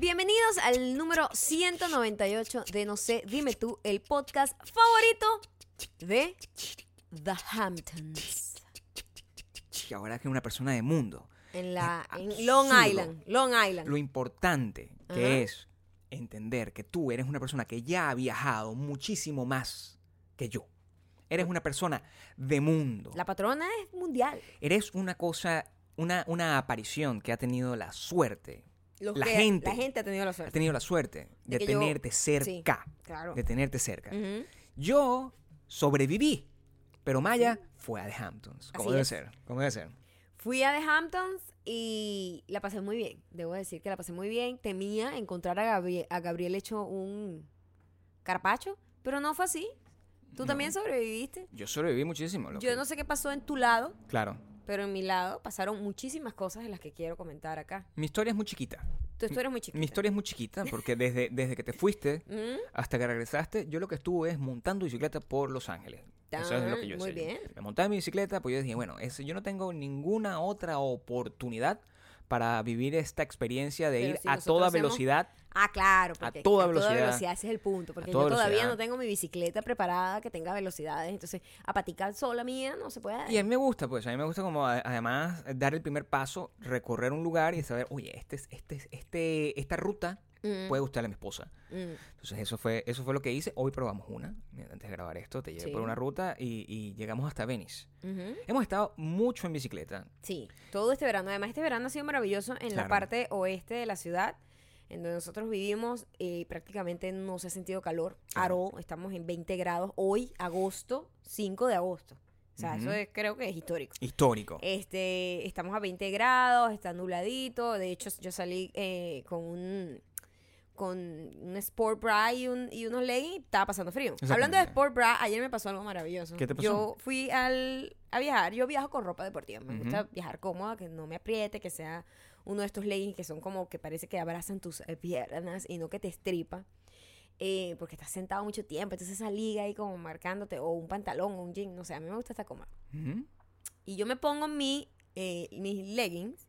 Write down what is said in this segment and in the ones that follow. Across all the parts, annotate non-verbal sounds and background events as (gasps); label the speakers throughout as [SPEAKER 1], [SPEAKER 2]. [SPEAKER 1] Bienvenidos al número 198 de No sé, dime tú, el podcast favorito de The Hamptons.
[SPEAKER 2] Y ahora que es una persona de mundo.
[SPEAKER 1] En la en
[SPEAKER 2] Absurdo.
[SPEAKER 1] Long Island, Long Island.
[SPEAKER 2] Lo importante que
[SPEAKER 1] Ajá.
[SPEAKER 2] es entender que tú eres una persona que ya ha viajado muchísimo más que yo. Eres una persona de mundo.
[SPEAKER 1] La patrona es mundial.
[SPEAKER 2] Eres una cosa, una, una aparición que ha tenido la suerte.
[SPEAKER 1] Los
[SPEAKER 2] La
[SPEAKER 1] que-
[SPEAKER 2] gente.
[SPEAKER 1] la gente ha tenido la
[SPEAKER 2] Ha
[SPEAKER 1] suerte.
[SPEAKER 2] tenido la suerte
[SPEAKER 1] De
[SPEAKER 2] de,
[SPEAKER 1] que yo-
[SPEAKER 2] tenerte cerca.
[SPEAKER 1] claro.
[SPEAKER 2] De tenerte cerca.
[SPEAKER 1] Ujú.
[SPEAKER 2] Yo sobreviví, pero Maya fue a The Hamptons. Como
[SPEAKER 1] Así
[SPEAKER 2] debe
[SPEAKER 1] es.
[SPEAKER 2] ser, como debe ser.
[SPEAKER 1] Fui a The Hamptons y la pasé muy bien. Debo decir que la pasé muy bien. Temía encontrar a, Gabri- a Gabriel hecho un carpacho, pero no fue así. Tú también sobreviviste.
[SPEAKER 2] Yo sobreviví muchísimo.
[SPEAKER 1] Yo no sé qué pasó en tu lado,
[SPEAKER 2] Claro.
[SPEAKER 1] pero en mi lado pasaron muchísimas cosas de las que quiero comentar acá.
[SPEAKER 2] Mi historia es muy chiquita.
[SPEAKER 1] Tú, tú eres muy chiquita.
[SPEAKER 2] Mi historia es muy chiquita porque desde, desde que te fuiste
[SPEAKER 1] Mm,
[SPEAKER 2] hasta que regresaste, yo lo que estuve es montando bicicleta por Los Ángeles. Eso es lo que yo
[SPEAKER 1] Tan, Ah, muy
[SPEAKER 2] hice. Yo
[SPEAKER 1] bien.
[SPEAKER 2] Me montaba en mi bicicleta, pues yo dije, bueno, es- yo no tengo ninguna otra oportunidad para vivir esta experiencia de
[SPEAKER 1] Pero
[SPEAKER 2] ir
[SPEAKER 1] si
[SPEAKER 2] a
[SPEAKER 1] nosotros
[SPEAKER 2] toda
[SPEAKER 1] hacemos-
[SPEAKER 2] velocidad.
[SPEAKER 1] Ah, claro. Porque
[SPEAKER 2] toda
[SPEAKER 1] A
[SPEAKER 2] velocidad.
[SPEAKER 1] toda velocidad, ese es el punto. Porque yo
[SPEAKER 2] toda
[SPEAKER 1] todavía
[SPEAKER 2] velocidad.
[SPEAKER 1] no tengo mi bicicleta preparada que tenga velocidades. Entonces, a paticar sola mía no se puede.
[SPEAKER 2] Y a mí me gusta, pues, a mí me gusta como a- además dar el primer paso, recorrer un lugar y saber, oye, este, es- este, es- este, esta ruta
[SPEAKER 1] Mm,
[SPEAKER 2] puede gustarle a mi esposa.
[SPEAKER 1] mm.
[SPEAKER 2] Entonces eso fue, eso fue lo que hice. Hoy probamos una, mira, antes de grabar esto, te llevé
[SPEAKER 1] Sí.
[SPEAKER 2] por una ruta y, y llegamos hasta Venice.
[SPEAKER 1] Ujú.
[SPEAKER 2] Hemos estado mucho en bicicleta.
[SPEAKER 1] Sí, todo este verano. Además, este verano ha sido maravilloso en la
[SPEAKER 2] Claro.
[SPEAKER 1] parte oeste de la ciudad, en donde nosotros vivimos y prácticamente no se ha sentido calor. Aro, estamos en 20 grados hoy, agosto, 5 de agosto. O sea, eso
[SPEAKER 2] Ujú.
[SPEAKER 1] es- creo que es histórico.
[SPEAKER 2] Histórico.
[SPEAKER 1] Este, estamos a 20 grados, está nubladito. De hecho, yo salí eh, con un con un sport bra y, un, y unos leggings y estaba pasando frío. Hablando de
[SPEAKER 2] Exactamente.
[SPEAKER 1] sport bra, ayer me pasó algo maravilloso.
[SPEAKER 2] ¿Qué te pasó?
[SPEAKER 1] Yo fui al, a viajar, yo viajo con ropa deportiva. Me
[SPEAKER 2] Ujú.
[SPEAKER 1] gusta viajar cómoda, que no me apriete, que sea uno de estos leggings que son como que parece que abrazan tus eh, piernas y no que te estripa. eh, porque estás sentado mucho tiempo, entonces esa liga ahí como marcándote, o un pantalón, o un jean, no sé, a mí me gusta estar cómoda.
[SPEAKER 2] Ujú.
[SPEAKER 1] Y yo me pongo mi, eh, mis leggings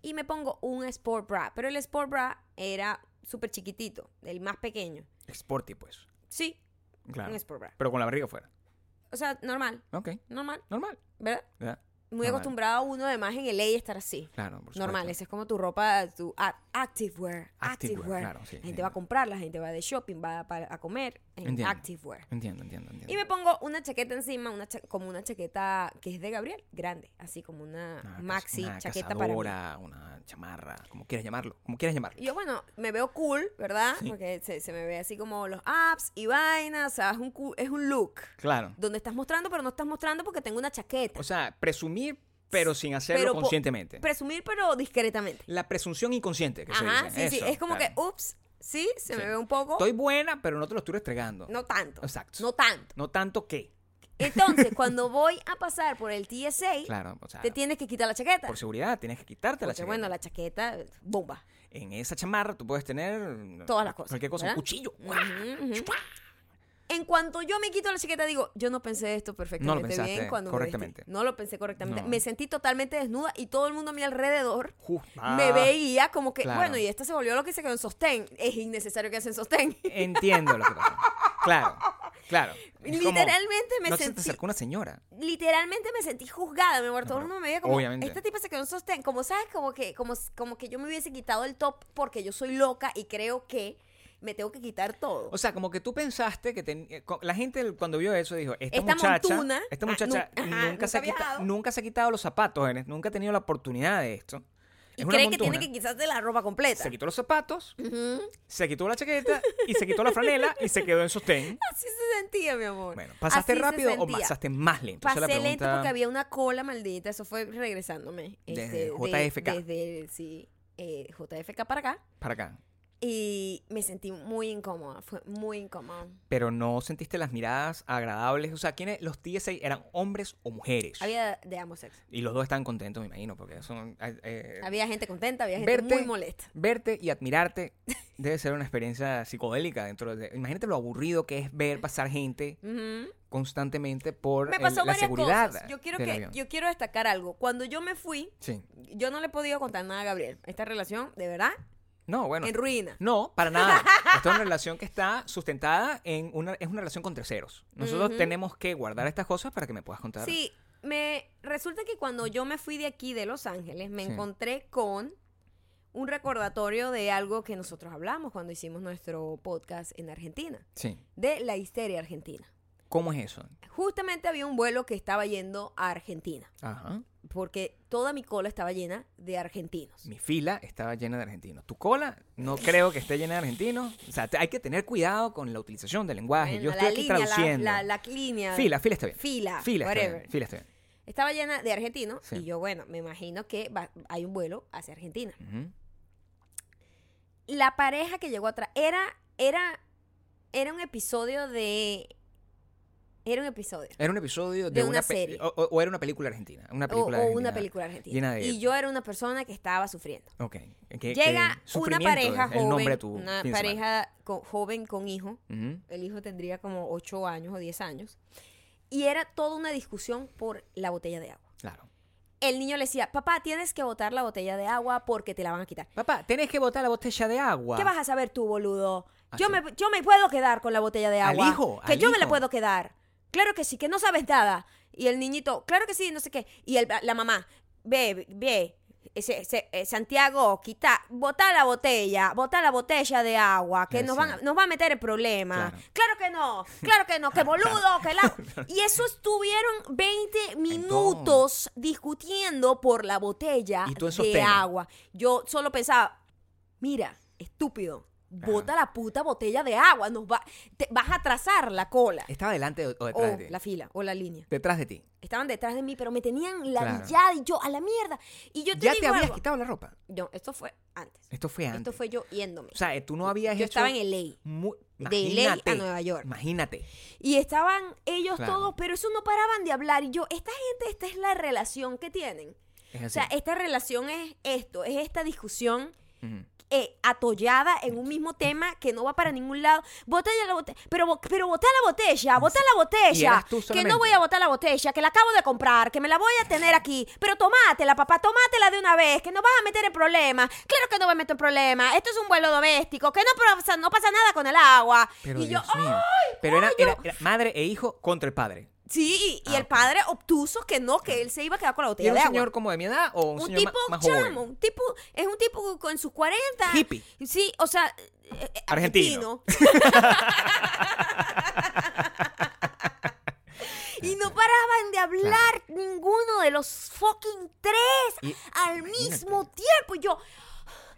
[SPEAKER 1] y me pongo un sport bra. Pero el sport bra era súper chiquitito, el más pequeño.
[SPEAKER 2] Sporty, pues.
[SPEAKER 1] Sí,
[SPEAKER 2] Claro.
[SPEAKER 1] un sport bra.
[SPEAKER 2] Pero con la barriga fuera.
[SPEAKER 1] O sea, normal,
[SPEAKER 2] Ok.
[SPEAKER 1] normal,
[SPEAKER 2] Normal.
[SPEAKER 1] ¿verdad?
[SPEAKER 2] ¿verdad?
[SPEAKER 1] Muy
[SPEAKER 2] Normal.
[SPEAKER 1] acostumbrado uno además en el ley estar así.
[SPEAKER 2] Claro, por supuesto.
[SPEAKER 1] Normal, esa es como tu ropa, tu a- activewear.
[SPEAKER 2] Activewear,
[SPEAKER 1] Activewear.
[SPEAKER 2] claro, sí,
[SPEAKER 1] la gente
[SPEAKER 2] sí.
[SPEAKER 1] va a comprar, la gente va de shopping, va a, pa- a comer en
[SPEAKER 2] Entiendo.
[SPEAKER 1] activewear.
[SPEAKER 2] Entiendo, entiendo, entiendo.
[SPEAKER 1] Y me pongo una chaqueta encima, una cha- como una chaqueta que es de Gabriel, grande, así como una,
[SPEAKER 2] Una cas-
[SPEAKER 1] maxi
[SPEAKER 2] una
[SPEAKER 1] chaqueta para mí.
[SPEAKER 2] cazadora, una chamarra, como quieras llamarlo, como quieras llamarlo.
[SPEAKER 1] Y Yo, bueno, me veo cool, ¿verdad?
[SPEAKER 2] Sí.
[SPEAKER 1] Porque se, se me ve así como los apps y vainas. O sea, es un, cu- es un look
[SPEAKER 2] Claro.
[SPEAKER 1] donde estás mostrando, pero no estás mostrando porque tengo una chaqueta.
[SPEAKER 2] O sea, presumir, pero sin hacerlo
[SPEAKER 1] Pero po-
[SPEAKER 2] conscientemente.
[SPEAKER 1] Presumir, pero discretamente.
[SPEAKER 2] la presunción inconsciente que
[SPEAKER 1] Ajá,
[SPEAKER 2] se dice.
[SPEAKER 1] sí,
[SPEAKER 2] Eso,
[SPEAKER 1] sí. Es como
[SPEAKER 2] claro.
[SPEAKER 1] que, ups, sí, se me
[SPEAKER 2] Sí.
[SPEAKER 1] ve un poco.
[SPEAKER 2] Estoy buena, pero no te lo estoy restregando.
[SPEAKER 1] No tanto.
[SPEAKER 2] Exacto.
[SPEAKER 1] No tanto.
[SPEAKER 2] No tanto que.
[SPEAKER 1] Entonces, cuando voy a pasar por el TSA,
[SPEAKER 2] (laughs) Claro, o sea,
[SPEAKER 1] te tienes que quitar la chaqueta.
[SPEAKER 2] por seguridad tienes que quitarte la
[SPEAKER 1] Porque,
[SPEAKER 2] chaqueta.
[SPEAKER 1] bueno, la chaqueta, bomba.
[SPEAKER 2] En esa chamarra tú puedes tener
[SPEAKER 1] Todas las cosas,
[SPEAKER 2] Cualquier cosa,
[SPEAKER 1] ¿verdad? Mm.
[SPEAKER 2] un cuchillo.
[SPEAKER 1] Ujú, ujú. En cuanto yo me quito la chaqueta, digo, yo no pensé esto perfectamente
[SPEAKER 2] pensaste
[SPEAKER 1] bien cuando me
[SPEAKER 2] correctamente.
[SPEAKER 1] vestí. No lo pensé correctamente.
[SPEAKER 2] No.
[SPEAKER 1] Me sentí totalmente desnuda y todo el mundo a mi alrededor
[SPEAKER 2] Ju-
[SPEAKER 1] me
[SPEAKER 2] ah,
[SPEAKER 1] veía como que,
[SPEAKER 2] claro.
[SPEAKER 1] bueno, y esta se volvió lo que se quedó en sostén. Es innecesario que hacen sostén. (laughs)
[SPEAKER 2] Entiendo lo que pasa. Claro, claro. Es como-
[SPEAKER 1] Literalmente me
[SPEAKER 2] no se te
[SPEAKER 1] sentí
[SPEAKER 2] acercó una señora.
[SPEAKER 1] literalmente me sentí juzgada, mi amor. Todo el
[SPEAKER 2] pero
[SPEAKER 1] mundo me veía como,
[SPEAKER 2] obviamente.
[SPEAKER 1] este tipo se quedó en sostén. Como, ¿sabes? Como que, como, como que yo me hubiese quitado el top porque yo soy loca y creo que me tengo que quitar todo.
[SPEAKER 2] O sea, como que tú pensaste que ten- eh, co- la gente el- cuando vio eso dijo, esta,
[SPEAKER 1] Esta
[SPEAKER 2] muchacha,
[SPEAKER 1] montuna,
[SPEAKER 2] esta
[SPEAKER 1] ah,
[SPEAKER 2] muchacha
[SPEAKER 1] nu- ajá,
[SPEAKER 2] nunca, se
[SPEAKER 1] nunca
[SPEAKER 2] ha
[SPEAKER 1] ha
[SPEAKER 2] quita-
[SPEAKER 1] viajado".
[SPEAKER 2] nunca se ha quitado los zapatos, eh, nunca ha tenido la oportunidad de esto.
[SPEAKER 1] y
[SPEAKER 2] Es una
[SPEAKER 1] cree que tiene
[SPEAKER 2] montuna.
[SPEAKER 1] que quitarse la ropa completa.
[SPEAKER 2] Se quitó los zapatos,
[SPEAKER 1] Ujú.
[SPEAKER 2] se quitó la chaqueta y se quitó la franela y se quedó
[SPEAKER 1] (laughs)
[SPEAKER 2] en sostén.
[SPEAKER 1] Así se sentía, mi amor.
[SPEAKER 2] Bueno, ¿pasaste
[SPEAKER 1] Así se
[SPEAKER 2] rápido o
[SPEAKER 1] sentía.
[SPEAKER 2] pasaste más lento? Esa es
[SPEAKER 1] Pasé
[SPEAKER 2] la
[SPEAKER 1] lento
[SPEAKER 2] pregunta.
[SPEAKER 1] porque había una cola maldita. Eso fue regresándome. este,
[SPEAKER 2] Desde
[SPEAKER 1] de-
[SPEAKER 2] JFK.
[SPEAKER 1] desde, sí, eh, JFK para acá.
[SPEAKER 2] Para acá.
[SPEAKER 1] Y me sentí muy incómoda. Fue muy incómoda.
[SPEAKER 2] Pero no sentiste las miradas agradables. O sea, ¿quiénes, los TSA eran hombres o mujeres?
[SPEAKER 1] Había de ambos sexos.
[SPEAKER 2] Y los dos estaban contentos, me imagino, porque son. eh, eh,
[SPEAKER 1] Había gente contenta, había gente
[SPEAKER 2] Verte-
[SPEAKER 1] muy molesta.
[SPEAKER 2] Verte y admirarte debe ser una experiencia psicodélica dentro de. Imagínate lo aburrido que es ver pasar gente
[SPEAKER 1] Ujú.
[SPEAKER 2] constantemente por
[SPEAKER 1] Me
[SPEAKER 2] el-
[SPEAKER 1] pasó
[SPEAKER 2] la
[SPEAKER 1] varias
[SPEAKER 2] seguridad.
[SPEAKER 1] cosas. Yo quiero,
[SPEAKER 2] del
[SPEAKER 1] que,
[SPEAKER 2] avión.
[SPEAKER 1] yo quiero destacar algo. Cuando yo me fui,
[SPEAKER 2] Sí.
[SPEAKER 1] yo no le he podido contar nada a Gabriel. Esta relación, de verdad,
[SPEAKER 2] No, bueno.
[SPEAKER 1] en ruina.
[SPEAKER 2] No, para nada. Esta es una relación que está sustentada en una, es una relación con terceros. Nosotros
[SPEAKER 1] Ujú.
[SPEAKER 2] tenemos que guardar estas cosas para que me puedas contar.
[SPEAKER 1] Sí, me resulta que cuando yo me fui de aquí de Los Ángeles, me
[SPEAKER 2] Sí.
[SPEAKER 1] encontré con un recordatorio de algo que nosotros hablamos cuando hicimos nuestro podcast en Argentina,
[SPEAKER 2] Sí.
[SPEAKER 1] de la histeria argentina.
[SPEAKER 2] ¿Cómo es eso?
[SPEAKER 1] Justamente había un vuelo que estaba yendo a Argentina,
[SPEAKER 2] Ajá.
[SPEAKER 1] porque toda mi cola estaba llena de argentinos.
[SPEAKER 2] Mi fila estaba llena de argentinos. Tu cola no creo que esté llena de argentinos. O sea, te- hay que tener cuidado con la utilización del lenguaje.
[SPEAKER 1] Bueno,
[SPEAKER 2] Yo estoy aquí
[SPEAKER 1] la,
[SPEAKER 2] traduciendo.
[SPEAKER 1] la, la línea.
[SPEAKER 2] Fila, fila está bien.
[SPEAKER 1] Fila,
[SPEAKER 2] Fila está
[SPEAKER 1] whatever.
[SPEAKER 2] bien. Fila está bien.
[SPEAKER 1] Estaba llena de argentinos
[SPEAKER 2] Sí.
[SPEAKER 1] y yo, bueno, me imagino que va- hay un vuelo hacia Argentina.
[SPEAKER 2] Ujú.
[SPEAKER 1] la pareja que llegó atrás era era era un episodio de era un episodio
[SPEAKER 2] Era un episodio de,
[SPEAKER 1] De una
[SPEAKER 2] pe-
[SPEAKER 1] serie.
[SPEAKER 2] O, o- o era una película argentina. Una
[SPEAKER 1] o,
[SPEAKER 2] película
[SPEAKER 1] o
[SPEAKER 2] argentina.
[SPEAKER 1] una película argentina
[SPEAKER 2] llena de-
[SPEAKER 1] y yo era una persona que estaba sufriendo
[SPEAKER 2] Ok. Que- que
[SPEAKER 1] llega una
[SPEAKER 2] sufrimiento
[SPEAKER 1] pareja
[SPEAKER 2] es El nombre de
[SPEAKER 1] joven
[SPEAKER 2] tu
[SPEAKER 1] una
[SPEAKER 2] fin de semana.
[SPEAKER 1] pareja con- joven con hijo
[SPEAKER 2] Ujú.
[SPEAKER 1] el hijo tendría como 8 años o 10 años y era toda una discusión por la botella de agua
[SPEAKER 2] Claro.
[SPEAKER 1] el niño le decía papá tienes que botar la botella de agua porque te la van a quitar
[SPEAKER 2] Papá, tenés que botar la botella de agua.
[SPEAKER 1] ¿Qué vas a saber tú, boludo? Yo
[SPEAKER 2] Así.
[SPEAKER 1] me, yo me puedo quedar con la botella de
[SPEAKER 2] Al
[SPEAKER 1] agua.
[SPEAKER 2] hijo,
[SPEAKER 1] Que
[SPEAKER 2] al
[SPEAKER 1] yo me la
[SPEAKER 2] hijo.
[SPEAKER 1] puedo quedar. Claro que sí, que no sabes nada. Y el niñito, claro que sí, no sé qué. Y el- la mamá, ve, ve, ese, ese- eh, Santiago, quita, bota la botella, bota la botella de agua, que
[SPEAKER 2] Eh,
[SPEAKER 1] nos,
[SPEAKER 2] sí.
[SPEAKER 1] van, a- nos va a meter en problemas.
[SPEAKER 2] Claro.
[SPEAKER 1] Claro. que no, claro que no, que boludo, que
[SPEAKER 2] (laughs)
[SPEAKER 1] la... Y eso estuvieron 20 minutos discutiendo por la botella
[SPEAKER 2] Y tú en
[SPEAKER 1] de
[SPEAKER 2] sostén.
[SPEAKER 1] agua. Yo solo pensaba, Mira, estúpido. Bota la puta botella de agua. Nos va, te, vas a atrasar la cola.
[SPEAKER 2] ¿Estaba delante o
[SPEAKER 1] O
[SPEAKER 2] o detrás de ti?
[SPEAKER 1] la fila, o la línea.
[SPEAKER 2] Detrás de ti.
[SPEAKER 1] Estaban detrás de mí, pero me tenían la
[SPEAKER 2] Claro.
[SPEAKER 1] villada y yo a la mierda. Y yo te
[SPEAKER 2] ¿Ya
[SPEAKER 1] digo
[SPEAKER 2] te habías
[SPEAKER 1] algo.
[SPEAKER 2] quitado la ropa?
[SPEAKER 1] No, esto fue antes.
[SPEAKER 2] Esto fue antes.
[SPEAKER 1] Esto fue yo yéndome.
[SPEAKER 2] O sea, eh, tú no habías
[SPEAKER 1] yo
[SPEAKER 2] hecho...
[SPEAKER 1] estaba en LA.
[SPEAKER 2] mu-
[SPEAKER 1] de LA a
[SPEAKER 2] Imagínate,
[SPEAKER 1] Nueva York.
[SPEAKER 2] Imagínate.
[SPEAKER 1] Y estaban ellos
[SPEAKER 2] Claro.
[SPEAKER 1] todos, pero eso no paraban de hablar. Y yo, esta gente, esta es la relación que tienen.
[SPEAKER 2] Es
[SPEAKER 1] O
[SPEAKER 2] así.
[SPEAKER 1] sea, eh, esta relación es esto, es esta discusión
[SPEAKER 2] Ujú.
[SPEAKER 1] eh, atollada en un mismo tema que no va para ningún lado. Botella la botella. Pero, bo- pero botá la botella, botá la
[SPEAKER 2] Y
[SPEAKER 1] botella.
[SPEAKER 2] eras tú
[SPEAKER 1] que
[SPEAKER 2] solamente.
[SPEAKER 1] no voy a botar la botella, que la acabo de comprar, que me la voy a tener aquí. Pero tomátela, papá, tomátela de una vez, que no vas a meter en problemas. Claro que no me meto en problemas. Esto es un vuelo doméstico, que no pasa, no pasa nada con el agua.
[SPEAKER 2] Pero
[SPEAKER 1] y yo, ¡oh!
[SPEAKER 2] Dios mío.
[SPEAKER 1] ¡ay,
[SPEAKER 2] Pero era,
[SPEAKER 1] coño!
[SPEAKER 2] era- era madre e hijo contra el padre.
[SPEAKER 1] Sí, y, y
[SPEAKER 2] Ah,
[SPEAKER 1] el
[SPEAKER 2] ok.
[SPEAKER 1] padre obtuso que no, que él se iba a quedar con la
[SPEAKER 2] ¿Y
[SPEAKER 1] botella
[SPEAKER 2] era un
[SPEAKER 1] de agua.
[SPEAKER 2] señor como de mi edad o un,
[SPEAKER 1] un
[SPEAKER 2] señor ma-
[SPEAKER 1] tipo
[SPEAKER 2] más joven?
[SPEAKER 1] chamo, un tipo, es un tipo con sus 40.
[SPEAKER 2] Hippie.
[SPEAKER 1] Sí, o sea, eh, eh,
[SPEAKER 2] Argentino. (laughs)
[SPEAKER 1] y no paraban de hablar ninguno de los fucking tres
[SPEAKER 2] Y-
[SPEAKER 1] al
[SPEAKER 2] imagínate.
[SPEAKER 1] mismo tiempo. Y yo,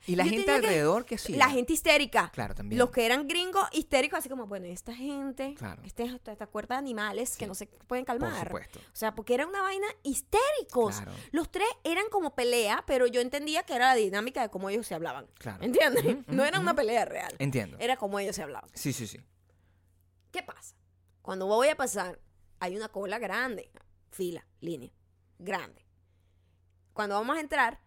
[SPEAKER 2] ¿Y la
[SPEAKER 1] yo
[SPEAKER 2] gente
[SPEAKER 1] tenía que-
[SPEAKER 2] alrededor que sí?
[SPEAKER 1] la gente histérica.
[SPEAKER 2] Claro, también.
[SPEAKER 1] Los que eran gringos histéricos, así como, bueno, esta gente,
[SPEAKER 2] Claro.
[SPEAKER 1] este- esta, esta cuerda de animales que no se pueden
[SPEAKER 2] Por
[SPEAKER 1] calmar.
[SPEAKER 2] supuesto.
[SPEAKER 1] O sea, porque era una vaina histéricos.
[SPEAKER 2] Claro.
[SPEAKER 1] Los tres eran como pelea, pero yo entendía que era la dinámica de cómo ellos se hablaban.
[SPEAKER 2] Claro.
[SPEAKER 1] ¿Entiendes? no era una pelea real.
[SPEAKER 2] Entiendo.
[SPEAKER 1] Era como ellos se hablaban.
[SPEAKER 2] Sí, sí, sí.
[SPEAKER 1] ¿Qué pasa? Cuando voy a pasar, hay una cola grande, fila, línea, grande. Cuando vamos a entrar,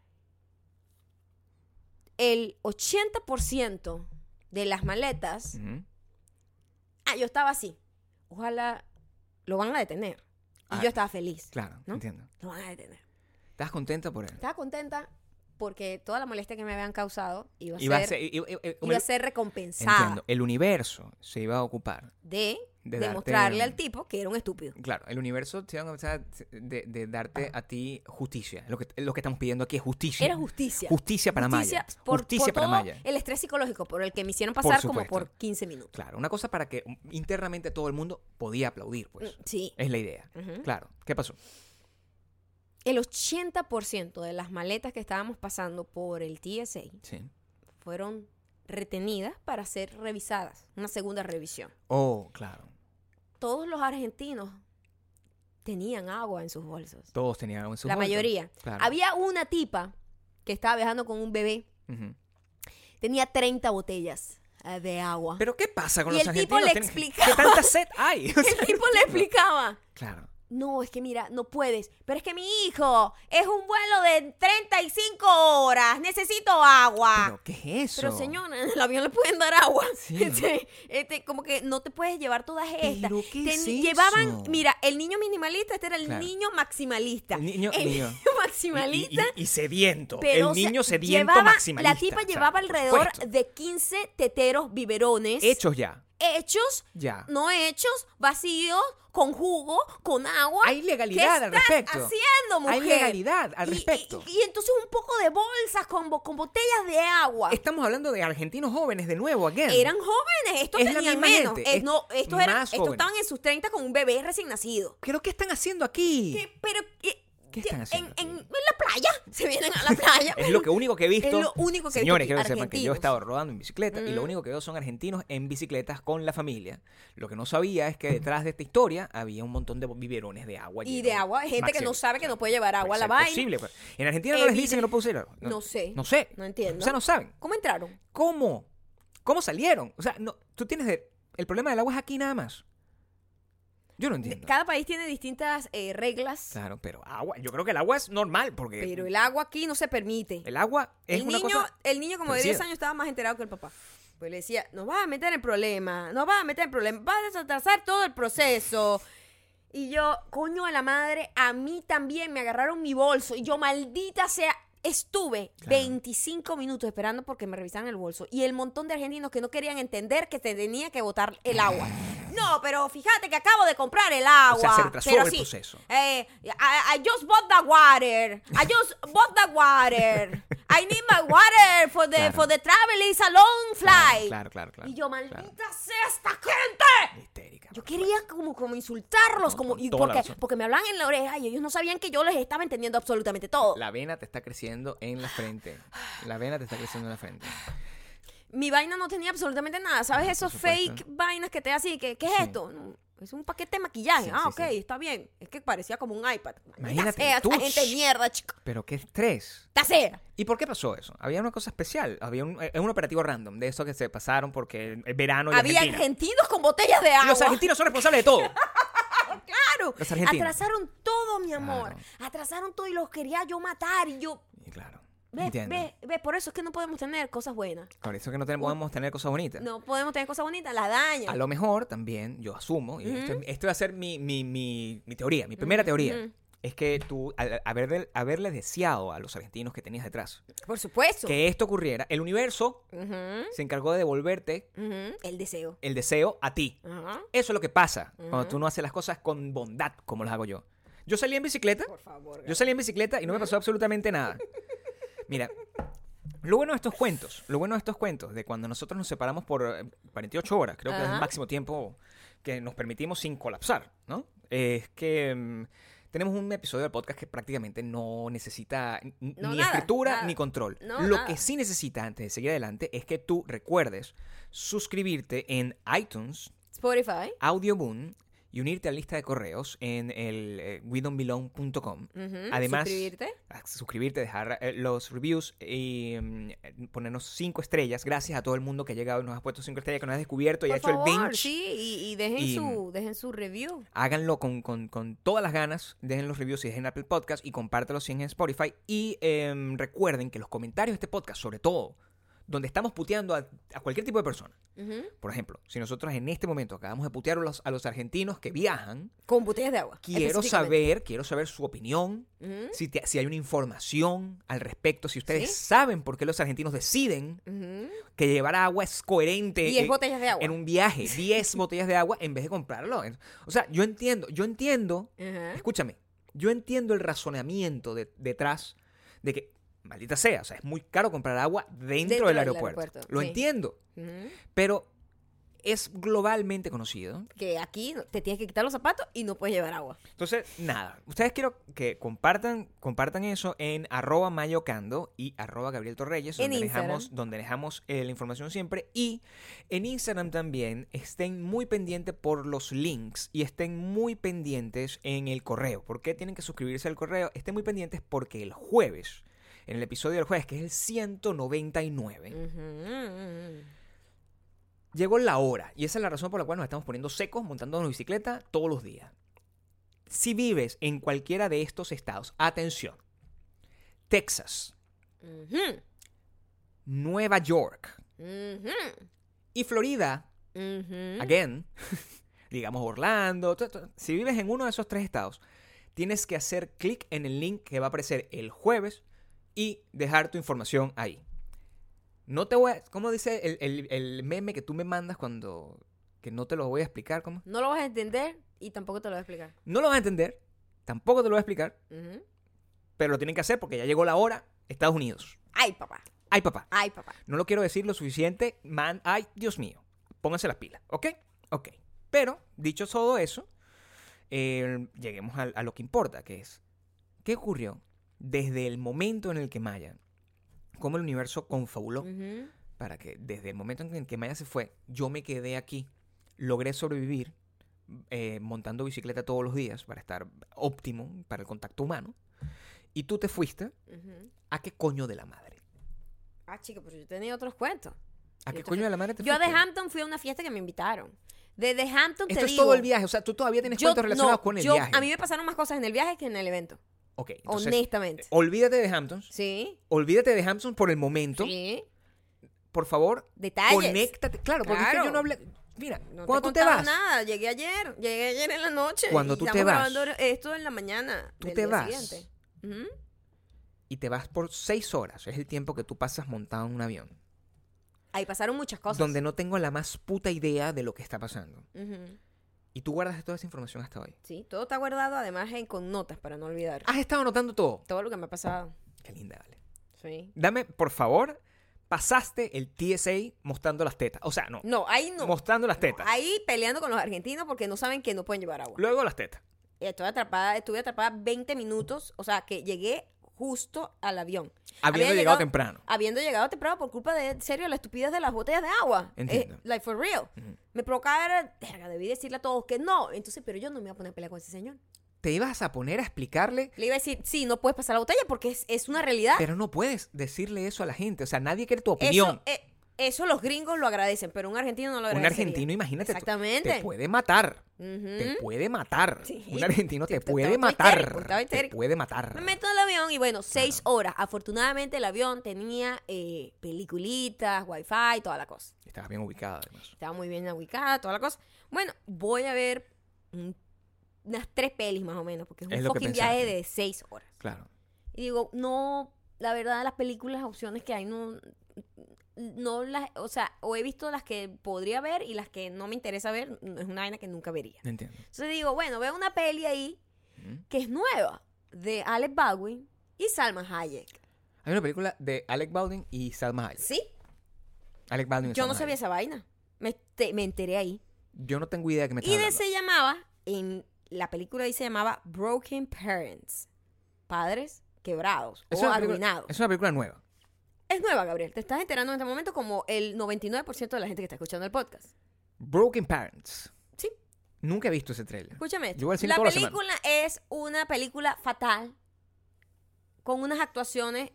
[SPEAKER 1] el 80% de las maletas,
[SPEAKER 2] Ujú.
[SPEAKER 1] ah, yo estaba así. Ojalá lo van a detener. Y
[SPEAKER 2] Ah.
[SPEAKER 1] yo estaba feliz.
[SPEAKER 2] Claro,
[SPEAKER 1] ¿No?
[SPEAKER 2] entiendo.
[SPEAKER 1] Lo van a detener.
[SPEAKER 2] ¿Estás contenta por él?
[SPEAKER 1] Estaba contenta porque toda la molestia que me habían causado iba a
[SPEAKER 2] Y va a
[SPEAKER 1] ser,
[SPEAKER 2] ser- y- y- y-
[SPEAKER 1] iba a ser recompensada
[SPEAKER 2] Entiendo. El universo se iba a ocupar.
[SPEAKER 1] de,
[SPEAKER 2] De darte-
[SPEAKER 1] demostrarle al tipo que era un estúpido.
[SPEAKER 2] Claro, el universo se iba a ocupar de, de darte a ti justicia. Lo que, lo que estamos pidiendo aquí es justicia.
[SPEAKER 1] Era justicia.
[SPEAKER 2] Justicia para
[SPEAKER 1] justicia
[SPEAKER 2] Maya.
[SPEAKER 1] por,
[SPEAKER 2] justicia
[SPEAKER 1] por
[SPEAKER 2] para
[SPEAKER 1] todo
[SPEAKER 2] Maya.
[SPEAKER 1] el estrés psicológico por el que me hicieron pasar como
[SPEAKER 2] supuesto.
[SPEAKER 1] por 15 minutos.
[SPEAKER 2] Claro, una cosa para que internamente todo el mundo podía aplaudir, pues.
[SPEAKER 1] Mm, Sí.
[SPEAKER 2] Es la idea.
[SPEAKER 1] Ujú.
[SPEAKER 2] Claro. ¿Qué pasó?
[SPEAKER 1] El 80% de las maletas que estábamos pasando por el TSA
[SPEAKER 2] Sí.
[SPEAKER 1] fueron retenidas para ser revisadas, una segunda revisión.
[SPEAKER 2] Oh, claro.
[SPEAKER 1] Todos los argentinos tenían agua en sus bolsos.
[SPEAKER 2] Todos tenían algo en su
[SPEAKER 1] la
[SPEAKER 2] bolsa.
[SPEAKER 1] mayoría.
[SPEAKER 2] Claro.
[SPEAKER 1] Había una tipa que estaba viajando con un bebé,
[SPEAKER 2] Ujú.
[SPEAKER 1] tenía 30 botellas eh, de agua.
[SPEAKER 2] Pero ¿qué pasa con
[SPEAKER 1] Y
[SPEAKER 2] los
[SPEAKER 1] el tipo
[SPEAKER 2] argentinos?
[SPEAKER 1] le
[SPEAKER 2] Tienen-
[SPEAKER 1] explicaba.
[SPEAKER 2] ¿Qué tanta sed hay? O sea,
[SPEAKER 1] (laughs) el tipo le explicaba.
[SPEAKER 2] claro.
[SPEAKER 1] No, es que mira, no puedes. Pero es que mi hijo es un vuelo de 30 35 horas, necesito agua.
[SPEAKER 2] ¿Pero qué es eso?
[SPEAKER 1] Ah, Pero, señora, (laughs) en el avión le pueden dar agua.
[SPEAKER 2] Sí.
[SPEAKER 1] (laughs) Este, este, como que no te puedes llevar todas estas.
[SPEAKER 2] ¿Pero qué
[SPEAKER 1] Te-
[SPEAKER 2] es
[SPEAKER 1] llevaban,
[SPEAKER 2] eso?
[SPEAKER 1] mira, el niño minimalista, este era el
[SPEAKER 2] Claro.
[SPEAKER 1] niño maximalista.
[SPEAKER 2] El niño-
[SPEAKER 1] El
[SPEAKER 2] niño.
[SPEAKER 1] niño (laughs)
[SPEAKER 2] Y- y-
[SPEAKER 1] maximalista.
[SPEAKER 2] Y, y sediento.
[SPEAKER 1] Pero
[SPEAKER 2] el
[SPEAKER 1] se-
[SPEAKER 2] niño sediento
[SPEAKER 1] llevaba-
[SPEAKER 2] maximalista.
[SPEAKER 1] La tipa
[SPEAKER 2] o sea,
[SPEAKER 1] llevaba
[SPEAKER 2] por
[SPEAKER 1] alrededor
[SPEAKER 2] supuesto.
[SPEAKER 1] de 15 teteros biberones.
[SPEAKER 2] Hechos ya.
[SPEAKER 1] Hechos,
[SPEAKER 2] Ya.
[SPEAKER 1] no hechos, vacíos, con jugo, con agua.
[SPEAKER 2] Hay legalidad
[SPEAKER 1] ¿Qué
[SPEAKER 2] al
[SPEAKER 1] estás
[SPEAKER 2] respecto.
[SPEAKER 1] haciendo, mujer?
[SPEAKER 2] Hay legalidad al
[SPEAKER 1] Y- y-
[SPEAKER 2] respecto.
[SPEAKER 1] Y, entonces un poco de bolsas con, bo- con botellas de agua.
[SPEAKER 2] Estamos hablando de argentinos jóvenes de nuevo, again.
[SPEAKER 1] Eran jóvenes, estos
[SPEAKER 2] Es la
[SPEAKER 1] tenían
[SPEAKER 2] misma
[SPEAKER 1] menos.
[SPEAKER 2] gente,
[SPEAKER 1] Eh,
[SPEAKER 2] es
[SPEAKER 1] no, estos, eran,
[SPEAKER 2] más
[SPEAKER 1] estos
[SPEAKER 2] jóvenes.
[SPEAKER 1] estaban en sus 30 con un bebé recién nacido.
[SPEAKER 2] ¿Pero qué están haciendo aquí?
[SPEAKER 1] ¿Qué, pero, ¿qué,
[SPEAKER 2] ¿Qué
[SPEAKER 1] qué-
[SPEAKER 2] están haciendo
[SPEAKER 1] En, en- en
[SPEAKER 2] aquí?
[SPEAKER 1] la playa, (laughs) se vienen a la playa.
[SPEAKER 2] Es lo que único que he visto.
[SPEAKER 1] Es lo único que he
[SPEAKER 2] Señores,
[SPEAKER 1] visto
[SPEAKER 2] quiero
[SPEAKER 1] aquí,
[SPEAKER 2] que sepan que yo he
[SPEAKER 1] argentinos.
[SPEAKER 2] estado rodando en bicicleta y lo
[SPEAKER 1] Mm.
[SPEAKER 2] único que veo son argentinos en bicicletas con la familia. Lo que no sabía es que detrás de esta historia había un montón de biberones de agua.
[SPEAKER 1] y
[SPEAKER 2] llenos
[SPEAKER 1] de agua, gente que no
[SPEAKER 2] máximo.
[SPEAKER 1] sabe que no puede llevar agua a la
[SPEAKER 2] Puede ser
[SPEAKER 1] vaina.
[SPEAKER 2] posible, pero- En Argentina no les
[SPEAKER 1] Evide-
[SPEAKER 2] dicen que no puedo usar agua.
[SPEAKER 1] No sé.
[SPEAKER 2] No sé.
[SPEAKER 1] No entiendo.
[SPEAKER 2] O sea, no saben.
[SPEAKER 1] ¿Cómo entraron?
[SPEAKER 2] ¿Cómo? ¿Cómo salieron? O sea, no, tú tienes... de- el problema del agua es aquí nada más. Yo no entiendo.
[SPEAKER 1] Cada país tiene distintas eh, reglas,
[SPEAKER 2] Claro, pero agua... Yo creo que el agua es normal porque...
[SPEAKER 1] pero el agua aquí no se permite.
[SPEAKER 2] el agua es
[SPEAKER 1] el
[SPEAKER 2] una
[SPEAKER 1] niño,
[SPEAKER 2] cosa...
[SPEAKER 1] el niño como de 10
[SPEAKER 2] parecida.
[SPEAKER 1] años estaba más enterado que el papá. Pues le decía, nos vas a meter en problemas, nos vas a meter en problemas, vas a atrasar todo el proceso. Y yo, coño a la madre, a mí también me agarraron mi bolso. Y yo, maldita sea, estuve
[SPEAKER 2] Claro.
[SPEAKER 1] 25 minutos esperando porque me revisaran el bolso. Y el montón de argentinos que no querían entender que se tenía que botar el agua. No, pero fíjate que acabo de comprar el agua.
[SPEAKER 2] se retrasó
[SPEAKER 1] pero
[SPEAKER 2] el
[SPEAKER 1] así,
[SPEAKER 2] proceso.
[SPEAKER 1] eh, I, I just bought the water. I just bought the water. I need my water for the
[SPEAKER 2] Claro.
[SPEAKER 1] for the travel. It's a long flight.
[SPEAKER 2] Claro, claro, claro.
[SPEAKER 1] y yo,
[SPEAKER 2] claro.
[SPEAKER 1] maldita sea esta gente.
[SPEAKER 2] Histérica.
[SPEAKER 1] Yo
[SPEAKER 2] por
[SPEAKER 1] quería como, como insultarlos,
[SPEAKER 2] No,
[SPEAKER 1] como
[SPEAKER 2] con
[SPEAKER 1] y
[SPEAKER 2] toda la
[SPEAKER 1] porque,
[SPEAKER 2] razón.
[SPEAKER 1] porque me hablaban en la oreja y ellos no sabían que yo les estaba entendiendo absolutamente todo.
[SPEAKER 2] La vena te está creciendo en la frente. La vena te está creciendo en la frente.
[SPEAKER 1] Mi vaina no tenía absolutamente nada. ¿Sabes esos
[SPEAKER 2] supuesto.
[SPEAKER 1] fake vainas que te así? que qué es
[SPEAKER 2] Sí.
[SPEAKER 1] esto? No, es un paquete de maquillaje.
[SPEAKER 2] Sí,
[SPEAKER 1] ah,
[SPEAKER 2] sí,
[SPEAKER 1] ok,
[SPEAKER 2] sí.
[SPEAKER 1] está bien. Es que parecía como un iPad. Maldita
[SPEAKER 2] Imagínate,
[SPEAKER 1] sea,
[SPEAKER 2] tú,
[SPEAKER 1] esta gente de
[SPEAKER 2] shh.
[SPEAKER 1] mierda, chico.
[SPEAKER 2] Pero qué estrés.
[SPEAKER 1] Esta sea.
[SPEAKER 2] ¿Y por qué pasó eso? Había una cosa especial. Había un, eh, un operativo random de esos que se pasaron porque el- el verano y
[SPEAKER 1] Había
[SPEAKER 2] Argentina.
[SPEAKER 1] argentinos con botellas de agua.
[SPEAKER 2] Los argentinos son responsables de
[SPEAKER 1] (laughs)
[SPEAKER 2] todo.
[SPEAKER 1] claro.
[SPEAKER 2] los argentinos.
[SPEAKER 1] Atrasaron todo, mi amor.
[SPEAKER 2] Claro.
[SPEAKER 1] Atrasaron todo y los quería yo matar. Y yo,
[SPEAKER 2] Y claro.
[SPEAKER 1] ve,
[SPEAKER 2] entiendo.
[SPEAKER 1] ve, ve, por eso es que no podemos tener cosas buenas.
[SPEAKER 2] Por eso que no tenemos- podemos tener cosas bonitas.
[SPEAKER 1] No podemos tener cosas bonitas, las dañan.
[SPEAKER 2] A lo mejor también, yo asumo, y esto, es- esto va a ser mi, mi- mi- mi teoría, mi primera teoría,
[SPEAKER 1] ujú.
[SPEAKER 2] es que tú, al- haber- haberle deseado a los argentinos que tenías detrás
[SPEAKER 1] Por supuesto.
[SPEAKER 2] que esto ocurriera, el universo
[SPEAKER 1] Ujú,
[SPEAKER 2] se encargó de devolverte
[SPEAKER 1] ujú, El deseo.
[SPEAKER 2] el deseo a ti.
[SPEAKER 1] Ajá.
[SPEAKER 2] Eso es lo que pasa cuando tú no haces las cosas con bondad, como las hago yo. Yo salí en bicicleta,
[SPEAKER 1] Por favor.
[SPEAKER 2] yo salí en bicicleta y no me pasó absolutamente nada. Mira, lo bueno de estos cuentos, lo bueno de estos cuentos, de cuando nosotros nos separamos por eh, 48 horas, creo que es
[SPEAKER 1] Ajá.
[SPEAKER 2] el máximo tiempo que nos permitimos sin colapsar, ¿no? Es que mm, tenemos un episodio del podcast que prácticamente no necesita n-
[SPEAKER 1] No,
[SPEAKER 2] ni
[SPEAKER 1] nada,
[SPEAKER 2] escritura
[SPEAKER 1] nada.
[SPEAKER 2] ni control.
[SPEAKER 1] No,
[SPEAKER 2] lo
[SPEAKER 1] nada.
[SPEAKER 2] que sí necesita antes de seguir adelante es que tú recuerdes suscribirte en iTunes,
[SPEAKER 1] Spotify.
[SPEAKER 2] Audioboom y unirte a la lista de correos en el eh, wedonbelong.com.
[SPEAKER 1] Ujú,
[SPEAKER 2] Además,
[SPEAKER 1] suscribirte.
[SPEAKER 2] a suscribirte, dejar eh, los reviews y mm, eh, ponernos cinco estrellas. Gracias a todo el mundo que ha llegado y nos ha puesto cinco estrellas, que nos ha descubierto y ha
[SPEAKER 1] Por
[SPEAKER 2] hecho el
[SPEAKER 1] favor,
[SPEAKER 2] binge.
[SPEAKER 1] sí, y, y dejen,
[SPEAKER 2] Y-
[SPEAKER 1] su, dejen su review.
[SPEAKER 2] Háganlo con, con- con todas las ganas, dejen los reviews si es en Apple Podcast y compártelo si es en Spotify. Y em, recuerden que los comentarios de este podcast, sobre todo, donde estamos puteando a, a cualquier tipo de persona.
[SPEAKER 1] Ujú.
[SPEAKER 2] Por ejemplo, si nosotros en este momento acabamos de putear a los, a los argentinos que viajan,
[SPEAKER 1] Con botellas de agua.
[SPEAKER 2] quiero
[SPEAKER 1] específicamente.
[SPEAKER 2] saber, quiero saber su opinión,
[SPEAKER 1] Ujú,
[SPEAKER 2] si, te- si hay una información al respecto, si ustedes
[SPEAKER 1] Sí.
[SPEAKER 2] saben por qué los argentinos deciden
[SPEAKER 1] ujú.
[SPEAKER 2] que llevar agua es coherente
[SPEAKER 1] Diez
[SPEAKER 2] eh,
[SPEAKER 1] botellas de agua.
[SPEAKER 2] en un viaje,
[SPEAKER 1] (laughs)
[SPEAKER 2] 10 botellas de agua en vez de comprarlo. O sea, yo entiendo, yo entiendo,
[SPEAKER 1] Ajá.
[SPEAKER 2] escúchame, yo entiendo el razonamiento de- detrás de que, maldita sea, o sea, es muy caro comprar agua dentro,
[SPEAKER 1] Dentro
[SPEAKER 2] del
[SPEAKER 1] del
[SPEAKER 2] aeropuerto.
[SPEAKER 1] aeropuerto,
[SPEAKER 2] Lo
[SPEAKER 1] sí.
[SPEAKER 2] entiendo,
[SPEAKER 1] Ujú.
[SPEAKER 2] pero es globalmente conocido
[SPEAKER 1] que aquí te tienes que quitar los zapatos y no puedes llevar agua.
[SPEAKER 2] Entonces, nada, ustedes quiero que compartan, compartan eso en arroba mayocando y arroba Gabriel Torreyes,
[SPEAKER 1] En
[SPEAKER 2] donde
[SPEAKER 1] Instagram.
[SPEAKER 2] dejamos, donde dejamos eh, la información siempre. Y en Instagram también estén muy pendientes por los links y estén muy pendientes en el correo. ¿Por qué tienen que suscribirse al correo? Estén muy pendientes porque el jueves, en el episodio del jueves, que es el 199,
[SPEAKER 1] Ujú.
[SPEAKER 2] Llegó la hora, y esa es la razón por la cual nos estamos poniendo secos montando en bicicleta todos los días. Si vives en cualquiera de estos estados, atención, Texas,
[SPEAKER 1] Ujú,
[SPEAKER 2] Nueva York
[SPEAKER 1] ujú,
[SPEAKER 2] y Florida,
[SPEAKER 1] ujú.
[SPEAKER 2] again, (laughs) digamos Orlando. tu- tu- Si vives en uno de esos tres estados, tienes que hacer clic en el link que va a aparecer el jueves y dejar tu información ahí. No te voy a... ¿Cómo dice el, el- el meme que tú me mandas cuando... que no te lo voy a explicar? ¿Cómo?
[SPEAKER 1] No lo vas a entender y tampoco te lo voy a explicar.
[SPEAKER 2] No lo vas a entender, tampoco te lo voy a explicar,
[SPEAKER 1] Ujú.
[SPEAKER 2] pero lo tienen que hacer porque ya llegó la hora, Estados Unidos.
[SPEAKER 1] Ay, papá.
[SPEAKER 2] Ay, papá.
[SPEAKER 1] Ay, papá.
[SPEAKER 2] No lo quiero decir lo suficiente, man. Ay, Dios mío. Pónganse las pilas, ¿ok? Ok. Pero, dicho todo eso, eh, lleguemos a, a lo que importa, que es, ¿qué ocurrió desde el momento en el que Maya, cómo el universo confabuló
[SPEAKER 1] Ujú.
[SPEAKER 2] para que desde el momento en que Maya se fue, yo me quedé aquí, logré sobrevivir eh, montando bicicleta todos los días para estar óptimo para el contacto humano, y tú te fuiste,
[SPEAKER 1] Ujú.
[SPEAKER 2] ¿a qué coño de la madre?
[SPEAKER 1] Ah, chica, pero yo tenía otros cuentos.
[SPEAKER 2] ¿A
[SPEAKER 1] Yo te
[SPEAKER 2] qué coño
[SPEAKER 1] fui-
[SPEAKER 2] de la madre te
[SPEAKER 1] Yo de
[SPEAKER 2] fuiste?
[SPEAKER 1] Hampton fui a una fiesta que me invitaron. Desde Hampton
[SPEAKER 2] este.
[SPEAKER 1] te
[SPEAKER 2] Esto es
[SPEAKER 1] digo,
[SPEAKER 2] todo el viaje, o sea, tú todavía tienes
[SPEAKER 1] yo-
[SPEAKER 2] cuentos relacionados
[SPEAKER 1] no,
[SPEAKER 2] con el
[SPEAKER 1] yo-
[SPEAKER 2] viaje.
[SPEAKER 1] A mí me pasaron más cosas en el viaje que en el evento.
[SPEAKER 2] Ok, entonces, eh,
[SPEAKER 1] honestamente.
[SPEAKER 2] olvídate de Hamptons,
[SPEAKER 1] Sí.
[SPEAKER 2] olvídate de Hamptons por el momento,
[SPEAKER 1] Sí.
[SPEAKER 2] por favor,
[SPEAKER 1] Detalles.
[SPEAKER 2] conéctate. Claro, porque es que
[SPEAKER 1] Claro.
[SPEAKER 2] yo no hablé... Mira,
[SPEAKER 1] No te
[SPEAKER 2] cuando
[SPEAKER 1] he
[SPEAKER 2] tú te
[SPEAKER 1] contado
[SPEAKER 2] vas,
[SPEAKER 1] nada, llegué ayer, llegué ayer en la noche.
[SPEAKER 2] Cuando
[SPEAKER 1] y
[SPEAKER 2] tú te
[SPEAKER 1] estamos
[SPEAKER 2] vas,
[SPEAKER 1] grabando esto en la mañana.
[SPEAKER 2] tú
[SPEAKER 1] del
[SPEAKER 2] te
[SPEAKER 1] día
[SPEAKER 2] vas.
[SPEAKER 1] siguiente. Ujú.
[SPEAKER 2] y te vas por seis horas, es el tiempo que tú pasas montado en un avión.
[SPEAKER 1] Ahí pasaron muchas cosas.
[SPEAKER 2] donde no tengo la más puta idea de lo que está pasando.
[SPEAKER 1] Ujú.
[SPEAKER 2] Y tú guardas toda esa información hasta hoy.
[SPEAKER 1] Sí, todo está guardado además en- con notas para no olvidar. Ah,
[SPEAKER 2] Has estado anotando todo.
[SPEAKER 1] Todo lo que me ha pasado.
[SPEAKER 2] Qué linda, vale.
[SPEAKER 1] Sí.
[SPEAKER 2] Dame, por favor, pasaste el TSA mostrando las tetas. O sea, no.
[SPEAKER 1] No, ahí no.
[SPEAKER 2] Mostrando las tetas.
[SPEAKER 1] Ahí peleando con los argentinos porque no saben que no pueden llevar agua.
[SPEAKER 2] Luego las tetas.
[SPEAKER 1] Estoy atrapada, estuve atrapada 20 minutos, o sea, que llegué justo al avión.
[SPEAKER 2] Habiendo
[SPEAKER 1] Había
[SPEAKER 2] llegado temprano.
[SPEAKER 1] Habiendo llegado temprano por culpa de, en serio, la estupidez de las botellas de agua. Eh,
[SPEAKER 2] Entiendo.
[SPEAKER 1] like, for real. Me provocaba, era, "Verga, debí decirle a todos que no. Entonces, pero yo no me voy a poner a pelear con ese señor.
[SPEAKER 2] Te ibas a poner a explicarle,
[SPEAKER 1] Le iba a decir, sí, no puedes pasar la botella porque es, es una realidad.
[SPEAKER 2] pero no puedes decirle eso a la gente. O sea, nadie quiere tu
[SPEAKER 1] Eso,
[SPEAKER 2] opinión.
[SPEAKER 1] eh, eso los gringos lo agradecen, pero un argentino no lo
[SPEAKER 2] Un
[SPEAKER 1] agradece.
[SPEAKER 2] argentino, imagínate. tú,
[SPEAKER 1] Exactamente.
[SPEAKER 2] Te puede matar.
[SPEAKER 1] Ujú.
[SPEAKER 2] Te puede matar.
[SPEAKER 1] Sí.
[SPEAKER 2] Un argentino te
[SPEAKER 1] Estaba
[SPEAKER 2] puede
[SPEAKER 1] todo
[SPEAKER 2] matar.
[SPEAKER 1] histérico, estaba
[SPEAKER 2] Te
[SPEAKER 1] histérico.
[SPEAKER 2] puede matar.
[SPEAKER 1] Me meto al avión y bueno, seis horas. Afortunadamente el avión tenía eh, peliculitas, wifi, toda la cosa.
[SPEAKER 2] Estabas bien ubicada, además.
[SPEAKER 1] Estaba muy bien ubicada, toda la cosa. Bueno, voy a ver un- unas tres pelis más o menos, porque es un
[SPEAKER 2] Es lo que
[SPEAKER 1] fucking
[SPEAKER 2] pensaste.
[SPEAKER 1] viaje de seis horas.
[SPEAKER 2] Claro.
[SPEAKER 1] Y digo, no, la verdad, las películas, las opciones que hay, no, no las, o sea, o he visto las que podría ver y las que no me interesa ver, es una vaina que nunca vería.
[SPEAKER 2] Entiendo. ¿Mm?
[SPEAKER 1] Entonces digo, bueno, veo una peli ahí
[SPEAKER 2] Ujú.
[SPEAKER 1] que es nueva, de Alec Baldwin y Salma Hayek.
[SPEAKER 2] Hay una película de Alec Baldwin y Salma Hayek.
[SPEAKER 1] Sí,
[SPEAKER 2] Alec Baldwin y
[SPEAKER 1] yo no
[SPEAKER 2] Salma
[SPEAKER 1] sabía
[SPEAKER 2] Hayek.
[SPEAKER 1] esa vaina. Me, te- me enteré ahí.
[SPEAKER 2] Yo no tengo idea de qué me estás
[SPEAKER 1] Y de
[SPEAKER 2] hablando.
[SPEAKER 1] se llamaba, en la película ahí se llamaba Broken Parents. Padres quebrados
[SPEAKER 2] Es
[SPEAKER 1] o
[SPEAKER 2] una película-
[SPEAKER 1] arruinados.
[SPEAKER 2] Es una película nueva.
[SPEAKER 1] Es nueva, Gabriel. Te estás enterando en este momento como el 99% de la gente que está escuchando el podcast.
[SPEAKER 2] Broken Parents.
[SPEAKER 1] Sí.
[SPEAKER 2] Nunca he visto ese trailer.
[SPEAKER 1] Escúchame esto.
[SPEAKER 2] Yo voy al cine
[SPEAKER 1] la
[SPEAKER 2] toda la semana.
[SPEAKER 1] película es una película fatal con unas actuaciones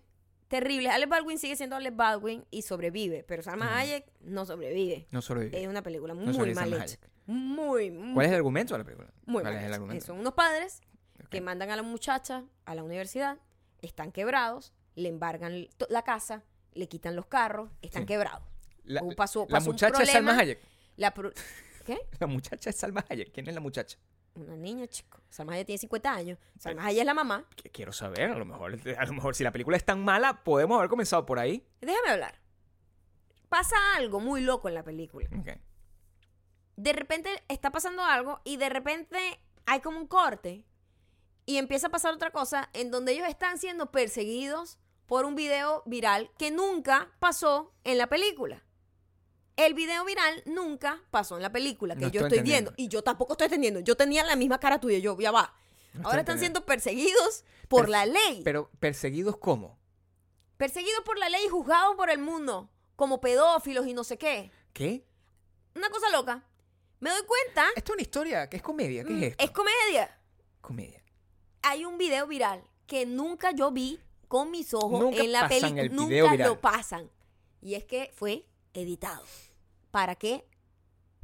[SPEAKER 1] terribles. Alec Baldwin sigue siendo Alec Baldwin y sobrevive, pero Salma
[SPEAKER 2] Ujú.
[SPEAKER 1] Hayek no sobrevive.
[SPEAKER 2] No sobreviví.
[SPEAKER 1] Es una película
[SPEAKER 2] no
[SPEAKER 1] muy
[SPEAKER 2] sobrevive
[SPEAKER 1] mal
[SPEAKER 2] Salma
[SPEAKER 1] hecha.
[SPEAKER 2] Hayek.
[SPEAKER 1] Muy, muy,
[SPEAKER 2] ¿Cuál es el argumento de la película?
[SPEAKER 1] muy mal
[SPEAKER 2] ¿Cuál es el
[SPEAKER 1] hecha.
[SPEAKER 2] argumento?
[SPEAKER 1] Son unos padres
[SPEAKER 2] Ok.
[SPEAKER 1] que mandan a la muchacha a la universidad, están quebrados, le embargan to- la casa, le quitan los carros, están
[SPEAKER 2] Sí.
[SPEAKER 1] quebrados.
[SPEAKER 2] La,
[SPEAKER 1] un paso-
[SPEAKER 2] la
[SPEAKER 1] paso un
[SPEAKER 2] muchacha es Salma
[SPEAKER 1] problema.
[SPEAKER 2] Hayek.
[SPEAKER 1] La pro- ¿Qué?
[SPEAKER 2] La muchacha es Salma Hayek. ¿Quién es la muchacha?
[SPEAKER 1] Una niña, chico. Salma Hayek tiene 50 años. Salma Hayek es la mamá.
[SPEAKER 2] Que Quiero saber. A lo mejor, a lo mejor si la película es tan mala, podemos haber comenzado por ahí.
[SPEAKER 1] Déjame hablar. Pasa algo muy loco en la película.
[SPEAKER 2] Ok.
[SPEAKER 1] De repente está pasando algo y de repente hay como un corte y empieza a pasar otra cosa en donde ellos están siendo perseguidos por un video viral que nunca pasó en la película. El video viral nunca pasó en la película, que
[SPEAKER 2] No
[SPEAKER 1] yo estoy,
[SPEAKER 2] estoy entendiendo.
[SPEAKER 1] viendo. Y yo tampoco estoy entendiendo. Yo tenía la misma cara tuya, yo, ya va.
[SPEAKER 2] No estoy
[SPEAKER 1] Ahora están
[SPEAKER 2] entendiendo.
[SPEAKER 1] siendo perseguidos por
[SPEAKER 2] Per-
[SPEAKER 1] la ley.
[SPEAKER 2] Pero perseguidos cómo?
[SPEAKER 1] perseguidos por la ley y juzgados por el mundo, como pedófilos y no sé qué.
[SPEAKER 2] ¿Qué?
[SPEAKER 1] Una cosa loca. Me doy cuenta,
[SPEAKER 2] Esto es una historia. ¿Qué es comedia? ¿Qué
[SPEAKER 1] mm,
[SPEAKER 2] es esto?
[SPEAKER 1] es comedia.
[SPEAKER 2] Comedia.
[SPEAKER 1] Hay un video viral que nunca yo vi con mis ojos
[SPEAKER 2] Nunca
[SPEAKER 1] en la
[SPEAKER 2] pasan
[SPEAKER 1] película.
[SPEAKER 2] el
[SPEAKER 1] Nunca
[SPEAKER 2] video viral.
[SPEAKER 1] lo pasan. Y es que fue editado para que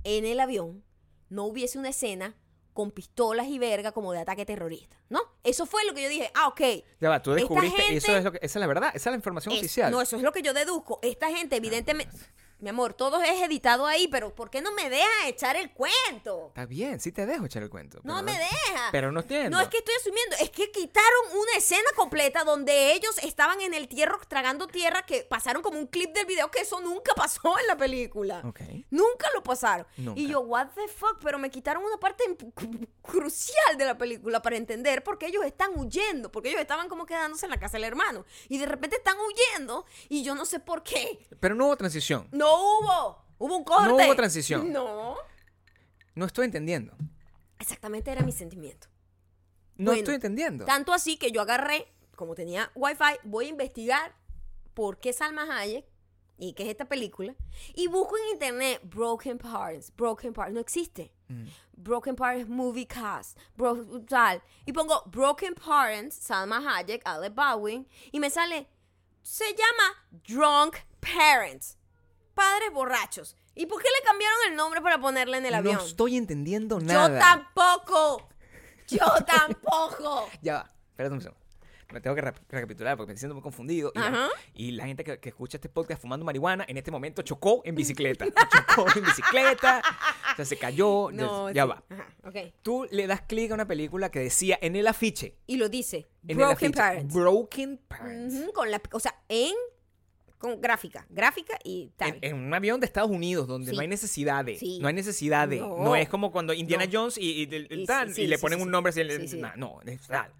[SPEAKER 1] en el avión no hubiese una escena con pistolas y verga como de ataque terrorista, ¿no? Eso fue lo que yo dije, ah, ok.
[SPEAKER 2] Ya va, tú
[SPEAKER 1] Esta
[SPEAKER 2] descubriste,
[SPEAKER 1] gente-
[SPEAKER 2] eso es lo que, esa es la verdad, esa es la información
[SPEAKER 1] Es-
[SPEAKER 2] oficial. Ah, pues.
[SPEAKER 1] no, eso es lo que yo deduzco. Esta gente, evidentemente, mi amor, todo es editado ahí, pero ¿por qué no me deja echar el cuento?
[SPEAKER 2] Está bien, sí te dejo echar el cuento.
[SPEAKER 1] No
[SPEAKER 2] pero
[SPEAKER 1] me deja.
[SPEAKER 2] Pero no entiendo.
[SPEAKER 1] No es que estoy asumiendo, es que quitaron una escena completa donde ellos estaban en el tierra tragando tierra que pasaron como un clip del video que eso nunca (laughs) pasó en la película.
[SPEAKER 2] Ok.
[SPEAKER 1] Nunca lo pasaron.
[SPEAKER 2] Nunca.
[SPEAKER 1] Y yo, what the fuck, pero me quitaron una parte imp- cru- crucial de la película para entender por qué ellos están huyendo, porque ellos estaban como quedándose en la casa del hermano y de repente están huyendo y yo no sé por qué.
[SPEAKER 2] Pero no hubo transición.
[SPEAKER 1] No hubo, hubo un corte.
[SPEAKER 2] No hubo transición.
[SPEAKER 1] No.
[SPEAKER 2] No estoy entendiendo.
[SPEAKER 1] Exactamente era mi sentimiento.
[SPEAKER 2] No
[SPEAKER 1] Bueno,
[SPEAKER 2] estoy entendiendo.
[SPEAKER 1] Tanto así que yo agarré, como tenía wifi, voy a investigar por qué Salma Hayek y qué es esta película. Y busco en internet Broken Parents. Broken Parents no existe.
[SPEAKER 2] Mm.
[SPEAKER 1] Broken Parents Movie Cast. Bro- tal. Y pongo Broken Parents, Salma Hayek, Ale Baldwin. Y me sale, se llama Drunk Parents. Padres borrachos. ¿Y por qué le cambiaron el nombre para ponerle en el avión?
[SPEAKER 2] No estoy entendiendo
[SPEAKER 1] Yo
[SPEAKER 2] nada.
[SPEAKER 1] tampoco. Yo tampoco.
[SPEAKER 2] Ya va, espérate un segundo. Me tengo que rep- recapitular porque me siento muy confundido. Y,
[SPEAKER 1] Ajá.
[SPEAKER 2] la, y la gente que, que escucha este podcast fumando marihuana en este momento chocó
[SPEAKER 1] (laughs)
[SPEAKER 2] en bicicleta. chocó en bicicleta. O sea, se cayó.
[SPEAKER 1] No,
[SPEAKER 2] ya- ya
[SPEAKER 1] sí.
[SPEAKER 2] va.
[SPEAKER 1] Ajá, ok.
[SPEAKER 2] Tú le das clic a una película que decía en el afiche.
[SPEAKER 1] Y lo dice.
[SPEAKER 2] En el
[SPEAKER 1] Broken
[SPEAKER 2] afiche,
[SPEAKER 1] Parents.
[SPEAKER 2] Broken Parents.
[SPEAKER 1] Ujú, con la, o sea, en. Con gráfica. Gráfica y tal.
[SPEAKER 2] En, en un avión de Estados Unidos donde
[SPEAKER 1] Sí.
[SPEAKER 2] no hay necesidad de.
[SPEAKER 1] Sí.
[SPEAKER 2] No hay necesidad de. No.
[SPEAKER 1] No.
[SPEAKER 2] es como cuando Indiana
[SPEAKER 1] No.
[SPEAKER 2] Jones y, y- y-
[SPEAKER 1] Y-
[SPEAKER 2] tal,
[SPEAKER 1] sí,
[SPEAKER 2] y le
[SPEAKER 1] sí,
[SPEAKER 2] ponen
[SPEAKER 1] sí,
[SPEAKER 2] un
[SPEAKER 1] sí.
[SPEAKER 2] nombre así.
[SPEAKER 1] Sí, sí.
[SPEAKER 2] nah, no, es tal.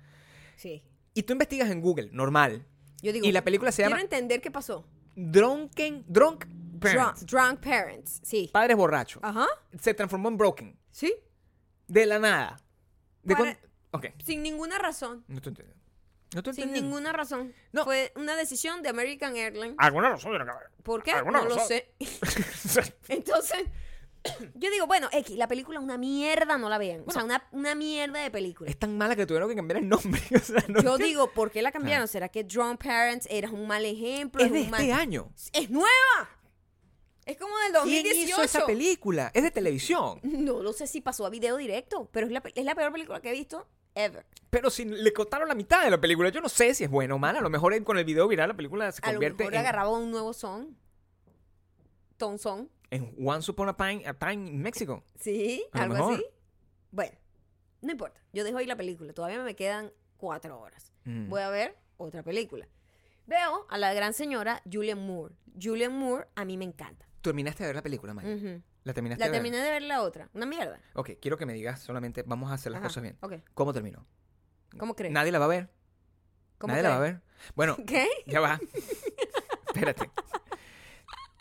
[SPEAKER 1] sí.
[SPEAKER 2] Y tú investigas en Google, normal.
[SPEAKER 1] Yo digo.
[SPEAKER 2] y la película se llama
[SPEAKER 1] Quiero entender qué pasó.
[SPEAKER 2] Drunken, Drunk Parents.
[SPEAKER 1] Drunk, Ah. drunk parents. Sí.
[SPEAKER 2] Padres borrachos.
[SPEAKER 1] Ajá.
[SPEAKER 2] Se transformó en Broken.
[SPEAKER 1] Sí.
[SPEAKER 2] De la nada. De
[SPEAKER 1] Para-
[SPEAKER 2] cuan- Ok.
[SPEAKER 1] Sin ninguna razón.
[SPEAKER 2] No te entiendo. No te
[SPEAKER 1] Sin
[SPEAKER 2] entiendo.
[SPEAKER 1] ninguna razón.
[SPEAKER 2] No.
[SPEAKER 1] Fue una decisión de American Airlines.
[SPEAKER 2] Alguna razón de la (laughs) cabeza.
[SPEAKER 1] ¿Por qué?
[SPEAKER 2] alguna
[SPEAKER 1] No lo
[SPEAKER 2] razón.
[SPEAKER 1] sé. (laughs) Entonces, (coughs) yo digo, bueno, X, la película una mierda, no la vean. o sea, una, una mierda de película.
[SPEAKER 2] es tan mala que tuvieron que cambiar el nombre. (laughs) o sea, no
[SPEAKER 1] Pues. Yo
[SPEAKER 2] entiendo.
[SPEAKER 1] digo, ¿por qué la cambiaron? ¿Será que Drunk Parents era un mal ejemplo?
[SPEAKER 2] Es de
[SPEAKER 1] un mal-
[SPEAKER 2] este año.
[SPEAKER 1] ¡Es nueva! Es como del
[SPEAKER 2] ¿Quién
[SPEAKER 1] 2018.
[SPEAKER 2] hizo esa película? Es de televisión.
[SPEAKER 1] No lo sé si pasó a video directo, pero es la, pe- es la peor película que he visto ever.
[SPEAKER 2] Pero si le cortaron la mitad de la película, yo no sé si es buena o mala. A lo mejor en- con el video viral la película se
[SPEAKER 1] A lo
[SPEAKER 2] convierte
[SPEAKER 1] mejor
[SPEAKER 2] en,
[SPEAKER 1] agarraba un nuevo son. Ton son.
[SPEAKER 2] en Once Upon a Time, a Time in Mexico.
[SPEAKER 1] Sí,
[SPEAKER 2] A lo
[SPEAKER 1] algo
[SPEAKER 2] mejor.
[SPEAKER 1] así. Bueno, no importa. Yo dejo ahí la película. Todavía me quedan cuatro horas.
[SPEAKER 2] Mm.
[SPEAKER 1] Voy a ver otra película. Veo a la gran señora Julian Moore. Julian Moore a mí me encanta.
[SPEAKER 2] Terminaste de ver la película, Maya.
[SPEAKER 1] Ujú.
[SPEAKER 2] La terminaste
[SPEAKER 1] Mm. La
[SPEAKER 2] de ver.
[SPEAKER 1] terminé de ver la otra. Una mierda.
[SPEAKER 2] Ok, quiero que me digas solamente, vamos a hacer las
[SPEAKER 1] Ajá,
[SPEAKER 2] cosas bien.
[SPEAKER 1] ok.
[SPEAKER 2] ¿Cómo terminó?
[SPEAKER 1] ¿Cómo crees?
[SPEAKER 2] Nadie la va a ver.
[SPEAKER 1] ¿Cómo
[SPEAKER 2] Nadie la va a
[SPEAKER 1] crees?
[SPEAKER 2] ver. Bueno,
[SPEAKER 1] (laughs) ¿Qué?
[SPEAKER 2] ya va. Espérate.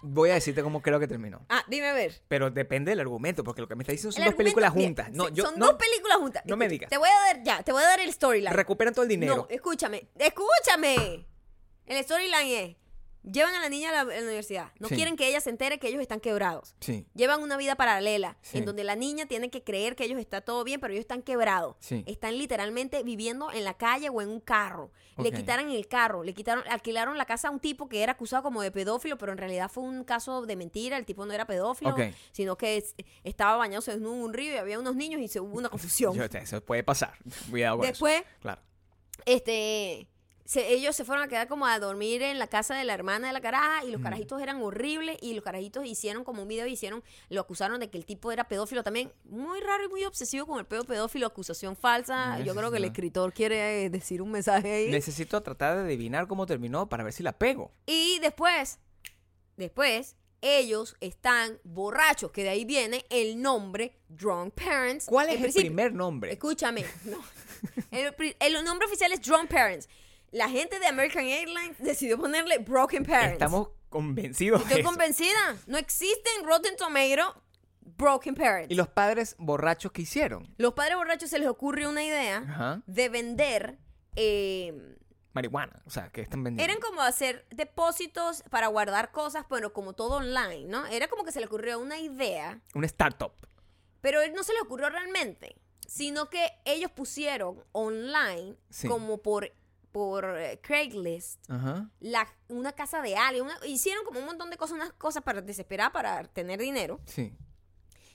[SPEAKER 2] Voy a decirte cómo creo que terminó.
[SPEAKER 1] Ah, dime a ver.
[SPEAKER 2] Pero depende del argumento, porque lo que me está diciendo son
[SPEAKER 1] El
[SPEAKER 2] dos películas
[SPEAKER 1] argumento-
[SPEAKER 2] juntas.
[SPEAKER 1] mira,
[SPEAKER 2] No,
[SPEAKER 1] se-
[SPEAKER 2] yo
[SPEAKER 1] son
[SPEAKER 2] no
[SPEAKER 1] dos películas juntas.
[SPEAKER 2] no me
[SPEAKER 1] Escucha,
[SPEAKER 2] digas.
[SPEAKER 1] Te voy a dar ya, te voy a dar el storyline.
[SPEAKER 2] recuperan todo el dinero.
[SPEAKER 1] No, eh, escúchame, escúchame. El storyline es, llevan a la niña a la, a la universidad, no
[SPEAKER 2] Sí.
[SPEAKER 1] quieren que ella se entere que ellos están quebrados.
[SPEAKER 2] Sí,
[SPEAKER 1] Llevan una vida paralela,
[SPEAKER 2] Sí.
[SPEAKER 1] en donde la niña tiene que creer que ellos está todo bien, pero ellos están quebrados.
[SPEAKER 2] Sí.
[SPEAKER 1] Están literalmente viviendo en la calle o en un carro.
[SPEAKER 2] Ok.
[SPEAKER 1] Le quitaron el carro, le quitaron, alquilaron la casa a un tipo que era acusado como de pedófilo, pero en realidad fue un caso de mentira. El tipo no era pedófilo,
[SPEAKER 2] Ok.
[SPEAKER 1] sino que es- estaba bañado desnudo en un río y había unos niños y se hubo una confusión.
[SPEAKER 2] (laughs) Yo- eso puede pasar. Cuidado con eso.
[SPEAKER 1] Después,
[SPEAKER 2] Claro.
[SPEAKER 1] este se- ellos se fueron a quedar como a dormir en la casa de la hermana de la caraja
[SPEAKER 2] Mm.
[SPEAKER 1] y los carajitos eran horribles y los carajitos hicieron como un video hicieron lo acusaron de que el tipo era pedófilo también muy raro y muy obsesivo con el pedo pedófilo acusación falsa
[SPEAKER 2] No,
[SPEAKER 1] yo
[SPEAKER 2] eso
[SPEAKER 1] creo
[SPEAKER 2] sí
[SPEAKER 1] que el
[SPEAKER 2] no.
[SPEAKER 1] escritor quiere eh, decir un mensaje ahí
[SPEAKER 2] Necesito tratar de adivinar cómo terminó para ver si la pego.
[SPEAKER 1] y después después ellos están borrachos que de ahí viene el nombre drunk parents
[SPEAKER 2] ¿Cuál
[SPEAKER 1] En
[SPEAKER 2] es el
[SPEAKER 1] principio-
[SPEAKER 2] primer nombre?
[SPEAKER 1] Escúchame. no. El, pri- el nombre oficial es Drunk Parents. La gente de American Airlines decidió ponerle Broken Parents.
[SPEAKER 2] Estamos convencidos. de
[SPEAKER 1] Estoy
[SPEAKER 2] eso.
[SPEAKER 1] convencida. No existe en Rotten Tomato Broken Parents.
[SPEAKER 2] ¿Y los padres borrachos qué hicieron?
[SPEAKER 1] Los padres borrachos se les ocurre una idea
[SPEAKER 2] Ajá.
[SPEAKER 1] de vender. eh,
[SPEAKER 2] Marihuana. O sea, que están vendiendo.
[SPEAKER 1] eran como hacer depósitos para guardar cosas, pero como todo online, ¿no? Era como que se le ocurrió una idea.
[SPEAKER 2] Una startup.
[SPEAKER 1] Pero él no se le ocurrió realmente, sino que ellos pusieron online,
[SPEAKER 2] Sí.
[SPEAKER 1] como por, por eh, Craigslist,
[SPEAKER 2] Ajá.
[SPEAKER 1] la, una casa de alguien. una- hicieron como un montón de cosas, unas cosas para desesperar, para tener dinero.
[SPEAKER 2] Sí.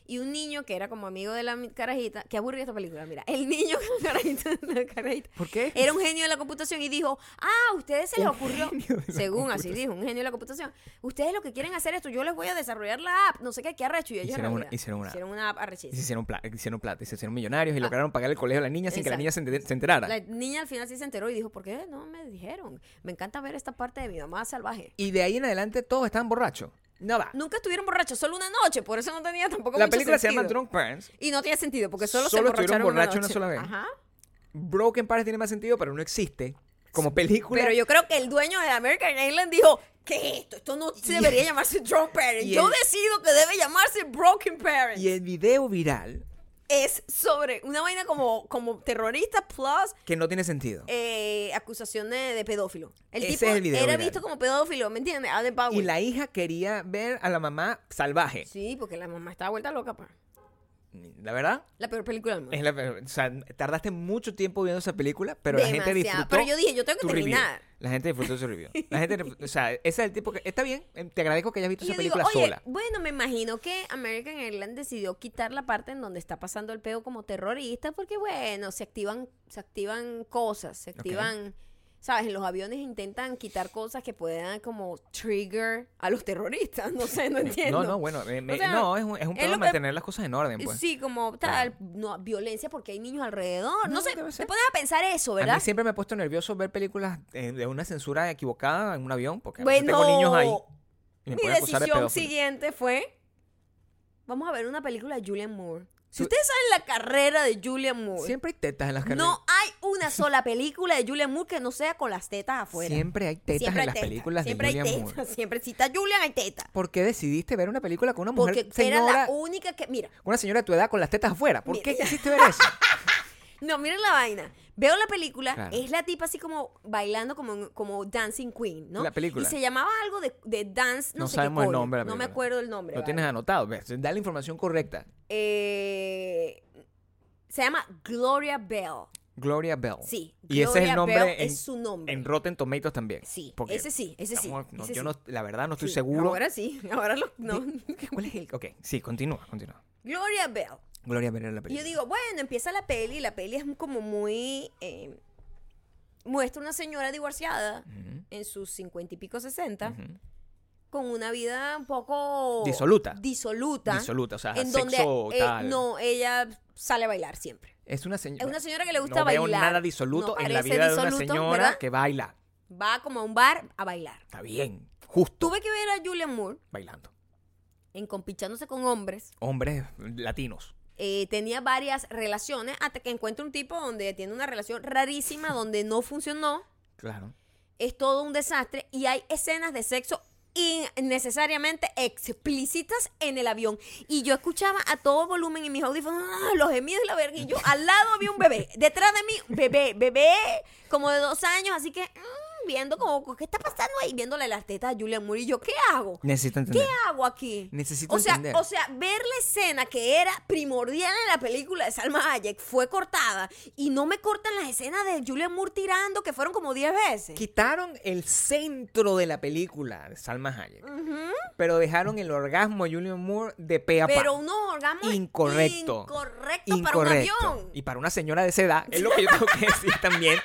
[SPEAKER 1] Y un niño que era como amigo de la mi- carajita. Qué aburrida esta película, mira. El niño con la carajita, (laughs) la carajita.
[SPEAKER 2] ¿Por qué?
[SPEAKER 1] Era un genio de la computación y dijo, ah, a ustedes se les
[SPEAKER 2] Un
[SPEAKER 1] ocurrió,
[SPEAKER 2] genio de la
[SPEAKER 1] según así dijo, un genio de la computación, ustedes lo que quieren hacer esto, yo les voy a desarrollar la app, no sé qué, qué arrecho. Y ellos en
[SPEAKER 2] Hicieron una-
[SPEAKER 1] realidad
[SPEAKER 2] hicieron una app.
[SPEAKER 1] app
[SPEAKER 2] Y
[SPEAKER 1] arrechísima.
[SPEAKER 2] se hicieron, pla- hicieron plata, y se hicieron millonarios y lograron pagar el colegio a la niña sin que la
[SPEAKER 1] Ah. Exacto.
[SPEAKER 2] niña se, enter- se enterara.
[SPEAKER 1] La niña al final sí se enteró y dijo, ¿por qué no me dijeron? Me encanta ver esta parte de mi mamá salvaje.
[SPEAKER 2] Y de ahí en adelante todos estaban borrachos. No va.
[SPEAKER 1] Nunca estuvieron borrachos, solo una noche, por eso no tenía tampoco
[SPEAKER 2] la
[SPEAKER 1] mucho
[SPEAKER 2] película se llama
[SPEAKER 1] sentido.
[SPEAKER 2] Drunk Parents.
[SPEAKER 1] Y no tenía sentido, porque solo, se
[SPEAKER 2] Solo estuvieron
[SPEAKER 1] emborracharon una,
[SPEAKER 2] borrachos una
[SPEAKER 1] noche.
[SPEAKER 2] sola vez.
[SPEAKER 1] Ajá.
[SPEAKER 2] Broken Parents tiene más sentido, pero no existe como película.
[SPEAKER 1] Pero yo creo que el dueño de American Island dijo, ¿qué es esto? Esto no se
[SPEAKER 2] (laughs)
[SPEAKER 1] debería llamarse Drunk Parent.
[SPEAKER 2] y
[SPEAKER 1] Yo
[SPEAKER 2] el-
[SPEAKER 1] decido que debe llamarse Broken Parent.
[SPEAKER 2] Y el video viral,
[SPEAKER 1] Es sobre una vaina como, como terrorista plus
[SPEAKER 2] que no tiene sentido.
[SPEAKER 1] eh, acusación de, de pedófilo. El
[SPEAKER 2] Ese
[SPEAKER 1] tipo
[SPEAKER 2] es el video
[SPEAKER 1] era
[SPEAKER 2] viral.
[SPEAKER 1] visto como pedófilo, ¿me entiendes? Adam
[SPEAKER 2] Y
[SPEAKER 1] Powell.
[SPEAKER 2] la hija quería ver a la mamá salvaje.
[SPEAKER 1] Sí, porque la mamá estaba vuelta loca, pa.
[SPEAKER 2] La verdad,
[SPEAKER 1] La peor película del mundo.
[SPEAKER 2] es la, o sea, tardaste mucho tiempo viendo esa película, pero la gente
[SPEAKER 1] Demasiado.
[SPEAKER 2] disfrutó.
[SPEAKER 1] Pero yo dije, yo tengo que
[SPEAKER 2] tu review.
[SPEAKER 1] terminar.
[SPEAKER 2] La gente disfrutó su review. La gente, o sea, ese es el tipo que está bien. eh, Te agradezco que hayas visto
[SPEAKER 1] Y
[SPEAKER 2] esa
[SPEAKER 1] yo digo,
[SPEAKER 2] película
[SPEAKER 1] oye,
[SPEAKER 2] sola.
[SPEAKER 1] bueno, me imagino que American Airlines decidió quitar la parte en donde está pasando el peo como terrorista, porque bueno, se activan, se activan cosas, se activan, sabes, en los aviones intentan quitar cosas que puedan como trigger a los terroristas, no sé, (laughs) no entiendo.
[SPEAKER 2] (laughs) No, no, bueno, eh, me-
[SPEAKER 1] O sea,
[SPEAKER 2] no, es un, es un
[SPEAKER 1] es
[SPEAKER 2] pedo
[SPEAKER 1] lo que-
[SPEAKER 2] mantener las cosas en orden, pues.
[SPEAKER 1] Sí, como tal, no, violencia porque hay niños alrededor. No,
[SPEAKER 2] No,
[SPEAKER 1] sé,
[SPEAKER 2] debe ser.
[SPEAKER 1] te pones a pensar eso,
[SPEAKER 2] A
[SPEAKER 1] ¿verdad?
[SPEAKER 2] mí siempre me ha puesto nervioso ver películas eh, de una censura equivocada en un avión, porque a veces
[SPEAKER 1] Bueno,
[SPEAKER 2] tengo niños ahí. y me
[SPEAKER 1] Mi
[SPEAKER 2] pueden acusar de
[SPEAKER 1] decisión
[SPEAKER 2] pedófilo.
[SPEAKER 1] siguiente fue, vamos a ver una película de Julian Moore. Si ustedes saben la carrera de Julian Moore,
[SPEAKER 2] Siempre hay tetas en las carreras.
[SPEAKER 1] No hay una sola película de Julian Moore que no sea con las tetas afuera.
[SPEAKER 2] Siempre hay tetas
[SPEAKER 1] Siempre
[SPEAKER 2] en
[SPEAKER 1] hay
[SPEAKER 2] las
[SPEAKER 1] tetas,
[SPEAKER 2] películas
[SPEAKER 1] siempre
[SPEAKER 2] de
[SPEAKER 1] hay
[SPEAKER 2] Julian
[SPEAKER 1] tetas,
[SPEAKER 2] Moore.
[SPEAKER 1] Siempre cita Julian hay teta.
[SPEAKER 2] ¿Por qué decidiste ver una película con una mujer,
[SPEAKER 1] Porque era
[SPEAKER 2] señora,
[SPEAKER 1] la única que. Mira,
[SPEAKER 2] una señora de tu edad con las tetas afuera? ¿Por
[SPEAKER 1] Mira.
[SPEAKER 2] qué quisiste ver eso?
[SPEAKER 1] no, miren la vaina. Veo la película,
[SPEAKER 2] Claro.
[SPEAKER 1] es la tipa así como bailando como, en- como Dancing Queen, ¿no?
[SPEAKER 2] La película.
[SPEAKER 1] Y se llamaba algo de, de Dance, (laughs) no,
[SPEAKER 2] No
[SPEAKER 1] sé qué
[SPEAKER 2] sabemos el
[SPEAKER 1] coño.
[SPEAKER 2] nombre de la
[SPEAKER 1] No me
[SPEAKER 2] película.
[SPEAKER 1] acuerdo el nombre.
[SPEAKER 2] Lo
[SPEAKER 1] vale.
[SPEAKER 2] tienes anotado, ves, da la información correcta.
[SPEAKER 1] Eh, se llama Gloria Bell.
[SPEAKER 2] Gloria Bell.
[SPEAKER 1] Sí.
[SPEAKER 2] Y ese es
[SPEAKER 1] Gloria
[SPEAKER 2] el nombre
[SPEAKER 1] Bell
[SPEAKER 2] en,
[SPEAKER 1] es su nombre.
[SPEAKER 2] en Rotten Tomatoes también.
[SPEAKER 1] Sí,
[SPEAKER 2] Porque
[SPEAKER 1] ese sí, ese sí.
[SPEAKER 2] estamos- no,
[SPEAKER 1] ese
[SPEAKER 2] yo
[SPEAKER 1] sí.
[SPEAKER 2] no, la verdad no estoy
[SPEAKER 1] Sí,
[SPEAKER 2] seguro.
[SPEAKER 1] Ahora sí, (laughs) ahora lo, no. (laughs)
[SPEAKER 2] ¿Cuál es el? Ok, sí, continúa, continúa.
[SPEAKER 1] Gloria Bell.
[SPEAKER 2] Gloria Bell era la
[SPEAKER 1] Y
[SPEAKER 2] película.
[SPEAKER 1] yo digo, bueno, empieza la peli, y la peli es como muy... eh, muestra una señora divorciada
[SPEAKER 2] Ujú,
[SPEAKER 1] en sus cincuenta y pico, sesenta,
[SPEAKER 2] ujú.
[SPEAKER 1] con una vida un poco...
[SPEAKER 2] Disoluta.
[SPEAKER 1] Disoluta.
[SPEAKER 2] Disoluta, o sea,
[SPEAKER 1] en donde
[SPEAKER 2] sexo
[SPEAKER 1] eh,
[SPEAKER 2] tal.
[SPEAKER 1] no, ella sale a bailar siempre.
[SPEAKER 2] Es una señora.
[SPEAKER 1] Es una señora que le gusta
[SPEAKER 2] no
[SPEAKER 1] bailar.
[SPEAKER 2] veo nada disoluto
[SPEAKER 1] No
[SPEAKER 2] en la
[SPEAKER 1] parece
[SPEAKER 2] vida de una
[SPEAKER 1] disoluto,
[SPEAKER 2] señora
[SPEAKER 1] ¿verdad?
[SPEAKER 2] que baila.
[SPEAKER 1] Va como a un bar a bailar.
[SPEAKER 2] Está bien, justo
[SPEAKER 1] Tuve que ver a Julian Moore
[SPEAKER 2] bailando.
[SPEAKER 1] encompichándose con hombres
[SPEAKER 2] Hombres latinos.
[SPEAKER 1] eh, tenía varias relaciones hasta que encuentra un tipo donde tiene una relación rarísima, donde no funcionó,
[SPEAKER 2] Claro.
[SPEAKER 1] es todo un desastre y hay escenas de sexo innecesariamente explícitas en el avión. Y yo escuchaba a todo volumen en mis audífonos ¡ah! los gemidos y la verga. Y yo al lado había un bebé, detrás de mí, bebé, bebé, como de dos años, así que mm, viendo como, ¿qué está pasando ahí? Viéndole las tetas a Julian Moore y yo, ¿qué hago?
[SPEAKER 2] Necesito
[SPEAKER 1] ¿Qué
[SPEAKER 2] entender.
[SPEAKER 1] hago aquí?
[SPEAKER 2] Necesito
[SPEAKER 1] o sea,
[SPEAKER 2] entender.
[SPEAKER 1] O sea, ver la escena que era primordial en la película de Salma Hayek fue cortada y no me cortan las escenas de Julian Moore tirando que fueron como 10 veces.
[SPEAKER 2] Quitaron el centro de la película de Salma Hayek, pero dejaron el orgasmo de Julian Moore de pe a pa.
[SPEAKER 1] Pero unos orgasmos
[SPEAKER 2] incorrecto.
[SPEAKER 1] incorrectos para un avión.
[SPEAKER 2] Y para una señora de esa edad, es lo que yo tengo que decir
[SPEAKER 1] (laughs)
[SPEAKER 2] también.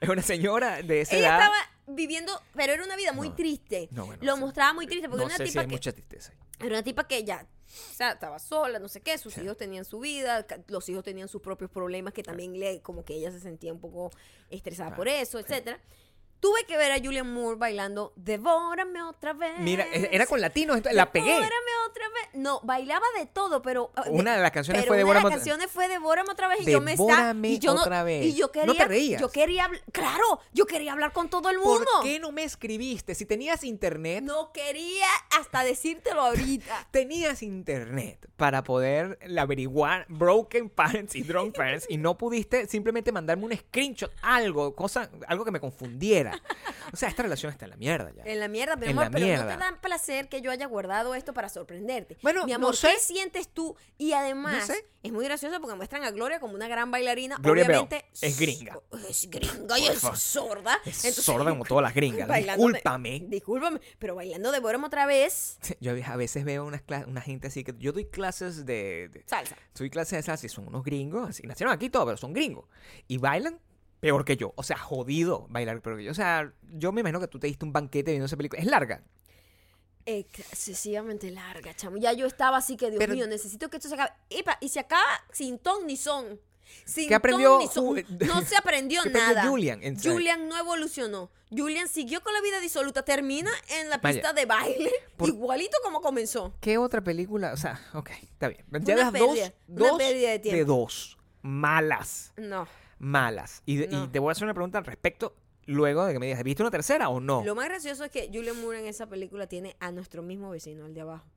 [SPEAKER 2] Es una señora de esa
[SPEAKER 1] Ella
[SPEAKER 2] edad.
[SPEAKER 1] estaba viviendo, pero era una vida muy
[SPEAKER 2] No,
[SPEAKER 1] triste.
[SPEAKER 2] no, bueno,
[SPEAKER 1] Lo
[SPEAKER 2] sí.
[SPEAKER 1] mostraba muy triste porque
[SPEAKER 2] no
[SPEAKER 1] era una
[SPEAKER 2] sé
[SPEAKER 1] tipa
[SPEAKER 2] si hay
[SPEAKER 1] que
[SPEAKER 2] mucha tristeza. ahí.
[SPEAKER 1] Era una tipa que ya o sea, estaba sola, no sé qué, sus hijos tenían su vida, ca- los hijos tenían sus propios problemas que también le, como que ella se sentía un poco estresada por eso, etcétera. Tuve que ver a Julian Moore bailando Devórame otra vez.
[SPEAKER 2] Mira, e-
[SPEAKER 1] Eh,
[SPEAKER 2] era con latinos, entonces la pegué.
[SPEAKER 1] Devórame otra vez. No, bailaba de todo, pero ah,
[SPEAKER 2] Una de las canciones
[SPEAKER 1] pero
[SPEAKER 2] fue
[SPEAKER 1] una de
[SPEAKER 2] Devórame
[SPEAKER 1] las
[SPEAKER 2] otra-
[SPEAKER 1] canciones fue Devórame otra vez y yo me estaba
[SPEAKER 2] Devórame
[SPEAKER 1] y yo no-
[SPEAKER 2] otra vez.
[SPEAKER 1] y yo
[SPEAKER 2] No te
[SPEAKER 1] quería
[SPEAKER 2] reías.
[SPEAKER 1] yo quería habl- claro, yo quería hablar con todo el
[SPEAKER 2] ¿Por
[SPEAKER 1] mundo.
[SPEAKER 2] qué no me escribiste? Si tenías internet,
[SPEAKER 1] No quería hasta decírtelo ahorita.
[SPEAKER 2] (laughs) tenías internet para poder averiguar broken
[SPEAKER 1] (laughs)
[SPEAKER 2] parents y drunk parents y no pudiste simplemente mandarme un screenshot, algo, cosa, algo que me manera. O sea, esta relación está en la mierda ya.
[SPEAKER 1] En la mierda, mi
[SPEAKER 2] En
[SPEAKER 1] amor,
[SPEAKER 2] la
[SPEAKER 1] pero no
[SPEAKER 2] mierda.
[SPEAKER 1] te da placer que yo haya guardado esto para sorprenderte.
[SPEAKER 2] Bueno,
[SPEAKER 1] mi
[SPEAKER 2] no
[SPEAKER 1] amor,
[SPEAKER 2] sé.
[SPEAKER 1] ¿qué sientes tú? Y además,
[SPEAKER 2] No sé.
[SPEAKER 1] es muy gracioso porque muestran a Gloria como una gran bailarina.
[SPEAKER 2] Gloria Bell
[SPEAKER 1] Obviamente,
[SPEAKER 2] es gringa.
[SPEAKER 1] Es gringa y es
[SPEAKER 2] favor.
[SPEAKER 1] sorda.
[SPEAKER 2] Es
[SPEAKER 1] Entonces,
[SPEAKER 2] sorda como todas las gringas.
[SPEAKER 1] bailando de-
[SPEAKER 2] Discúlpame.
[SPEAKER 1] Discúlpame, pero bailando de Borom otra vez,
[SPEAKER 2] Yo a veces veo unas cla- una gente así que yo doy clases de, de-
[SPEAKER 1] salsa.
[SPEAKER 2] doy clases esas y son unos gringos, así nacieron aquí y todo, pero son gringos y bailan peor que yo, o sea, jodido bailar peor que yo. O sea, yo me imagino que tú te diste un banquete viendo esa película. Es larga.
[SPEAKER 1] Excesivamente larga, chamo. Ya yo estaba así que, Dios
[SPEAKER 2] Pero-
[SPEAKER 1] mío, necesito que esto se acabe. Epa, y se acaba sin ton ni son. Sin
[SPEAKER 2] ¿Qué aprendió
[SPEAKER 1] ton ni son.
[SPEAKER 2] Ju-
[SPEAKER 1] No se aprendió
[SPEAKER 2] (laughs) ¿Qué aprendió
[SPEAKER 1] nada.
[SPEAKER 2] Julian en-
[SPEAKER 1] Julian no evolucionó. Julian siguió con la vida disoluta. Termina en la
[SPEAKER 2] Vaya.
[SPEAKER 1] pista de baile,
[SPEAKER 2] Por-
[SPEAKER 1] igualito como comenzó.
[SPEAKER 2] ¿Qué otra película? O sea, ok, está bien. Ya
[SPEAKER 1] Una
[SPEAKER 2] das
[SPEAKER 1] pérdida, una
[SPEAKER 2] dos, dos
[SPEAKER 1] pérdida de tiempo.
[SPEAKER 2] dos. Malas,
[SPEAKER 1] No.
[SPEAKER 2] malas. Y, de- y
[SPEAKER 1] No.
[SPEAKER 2] te voy a hacer una pregunta al respecto luego de que me digas, ¿viste una tercera o no?
[SPEAKER 1] Lo más gracioso es que Julian Moore en esa película tiene a nuestro mismo vecino, el de abajo.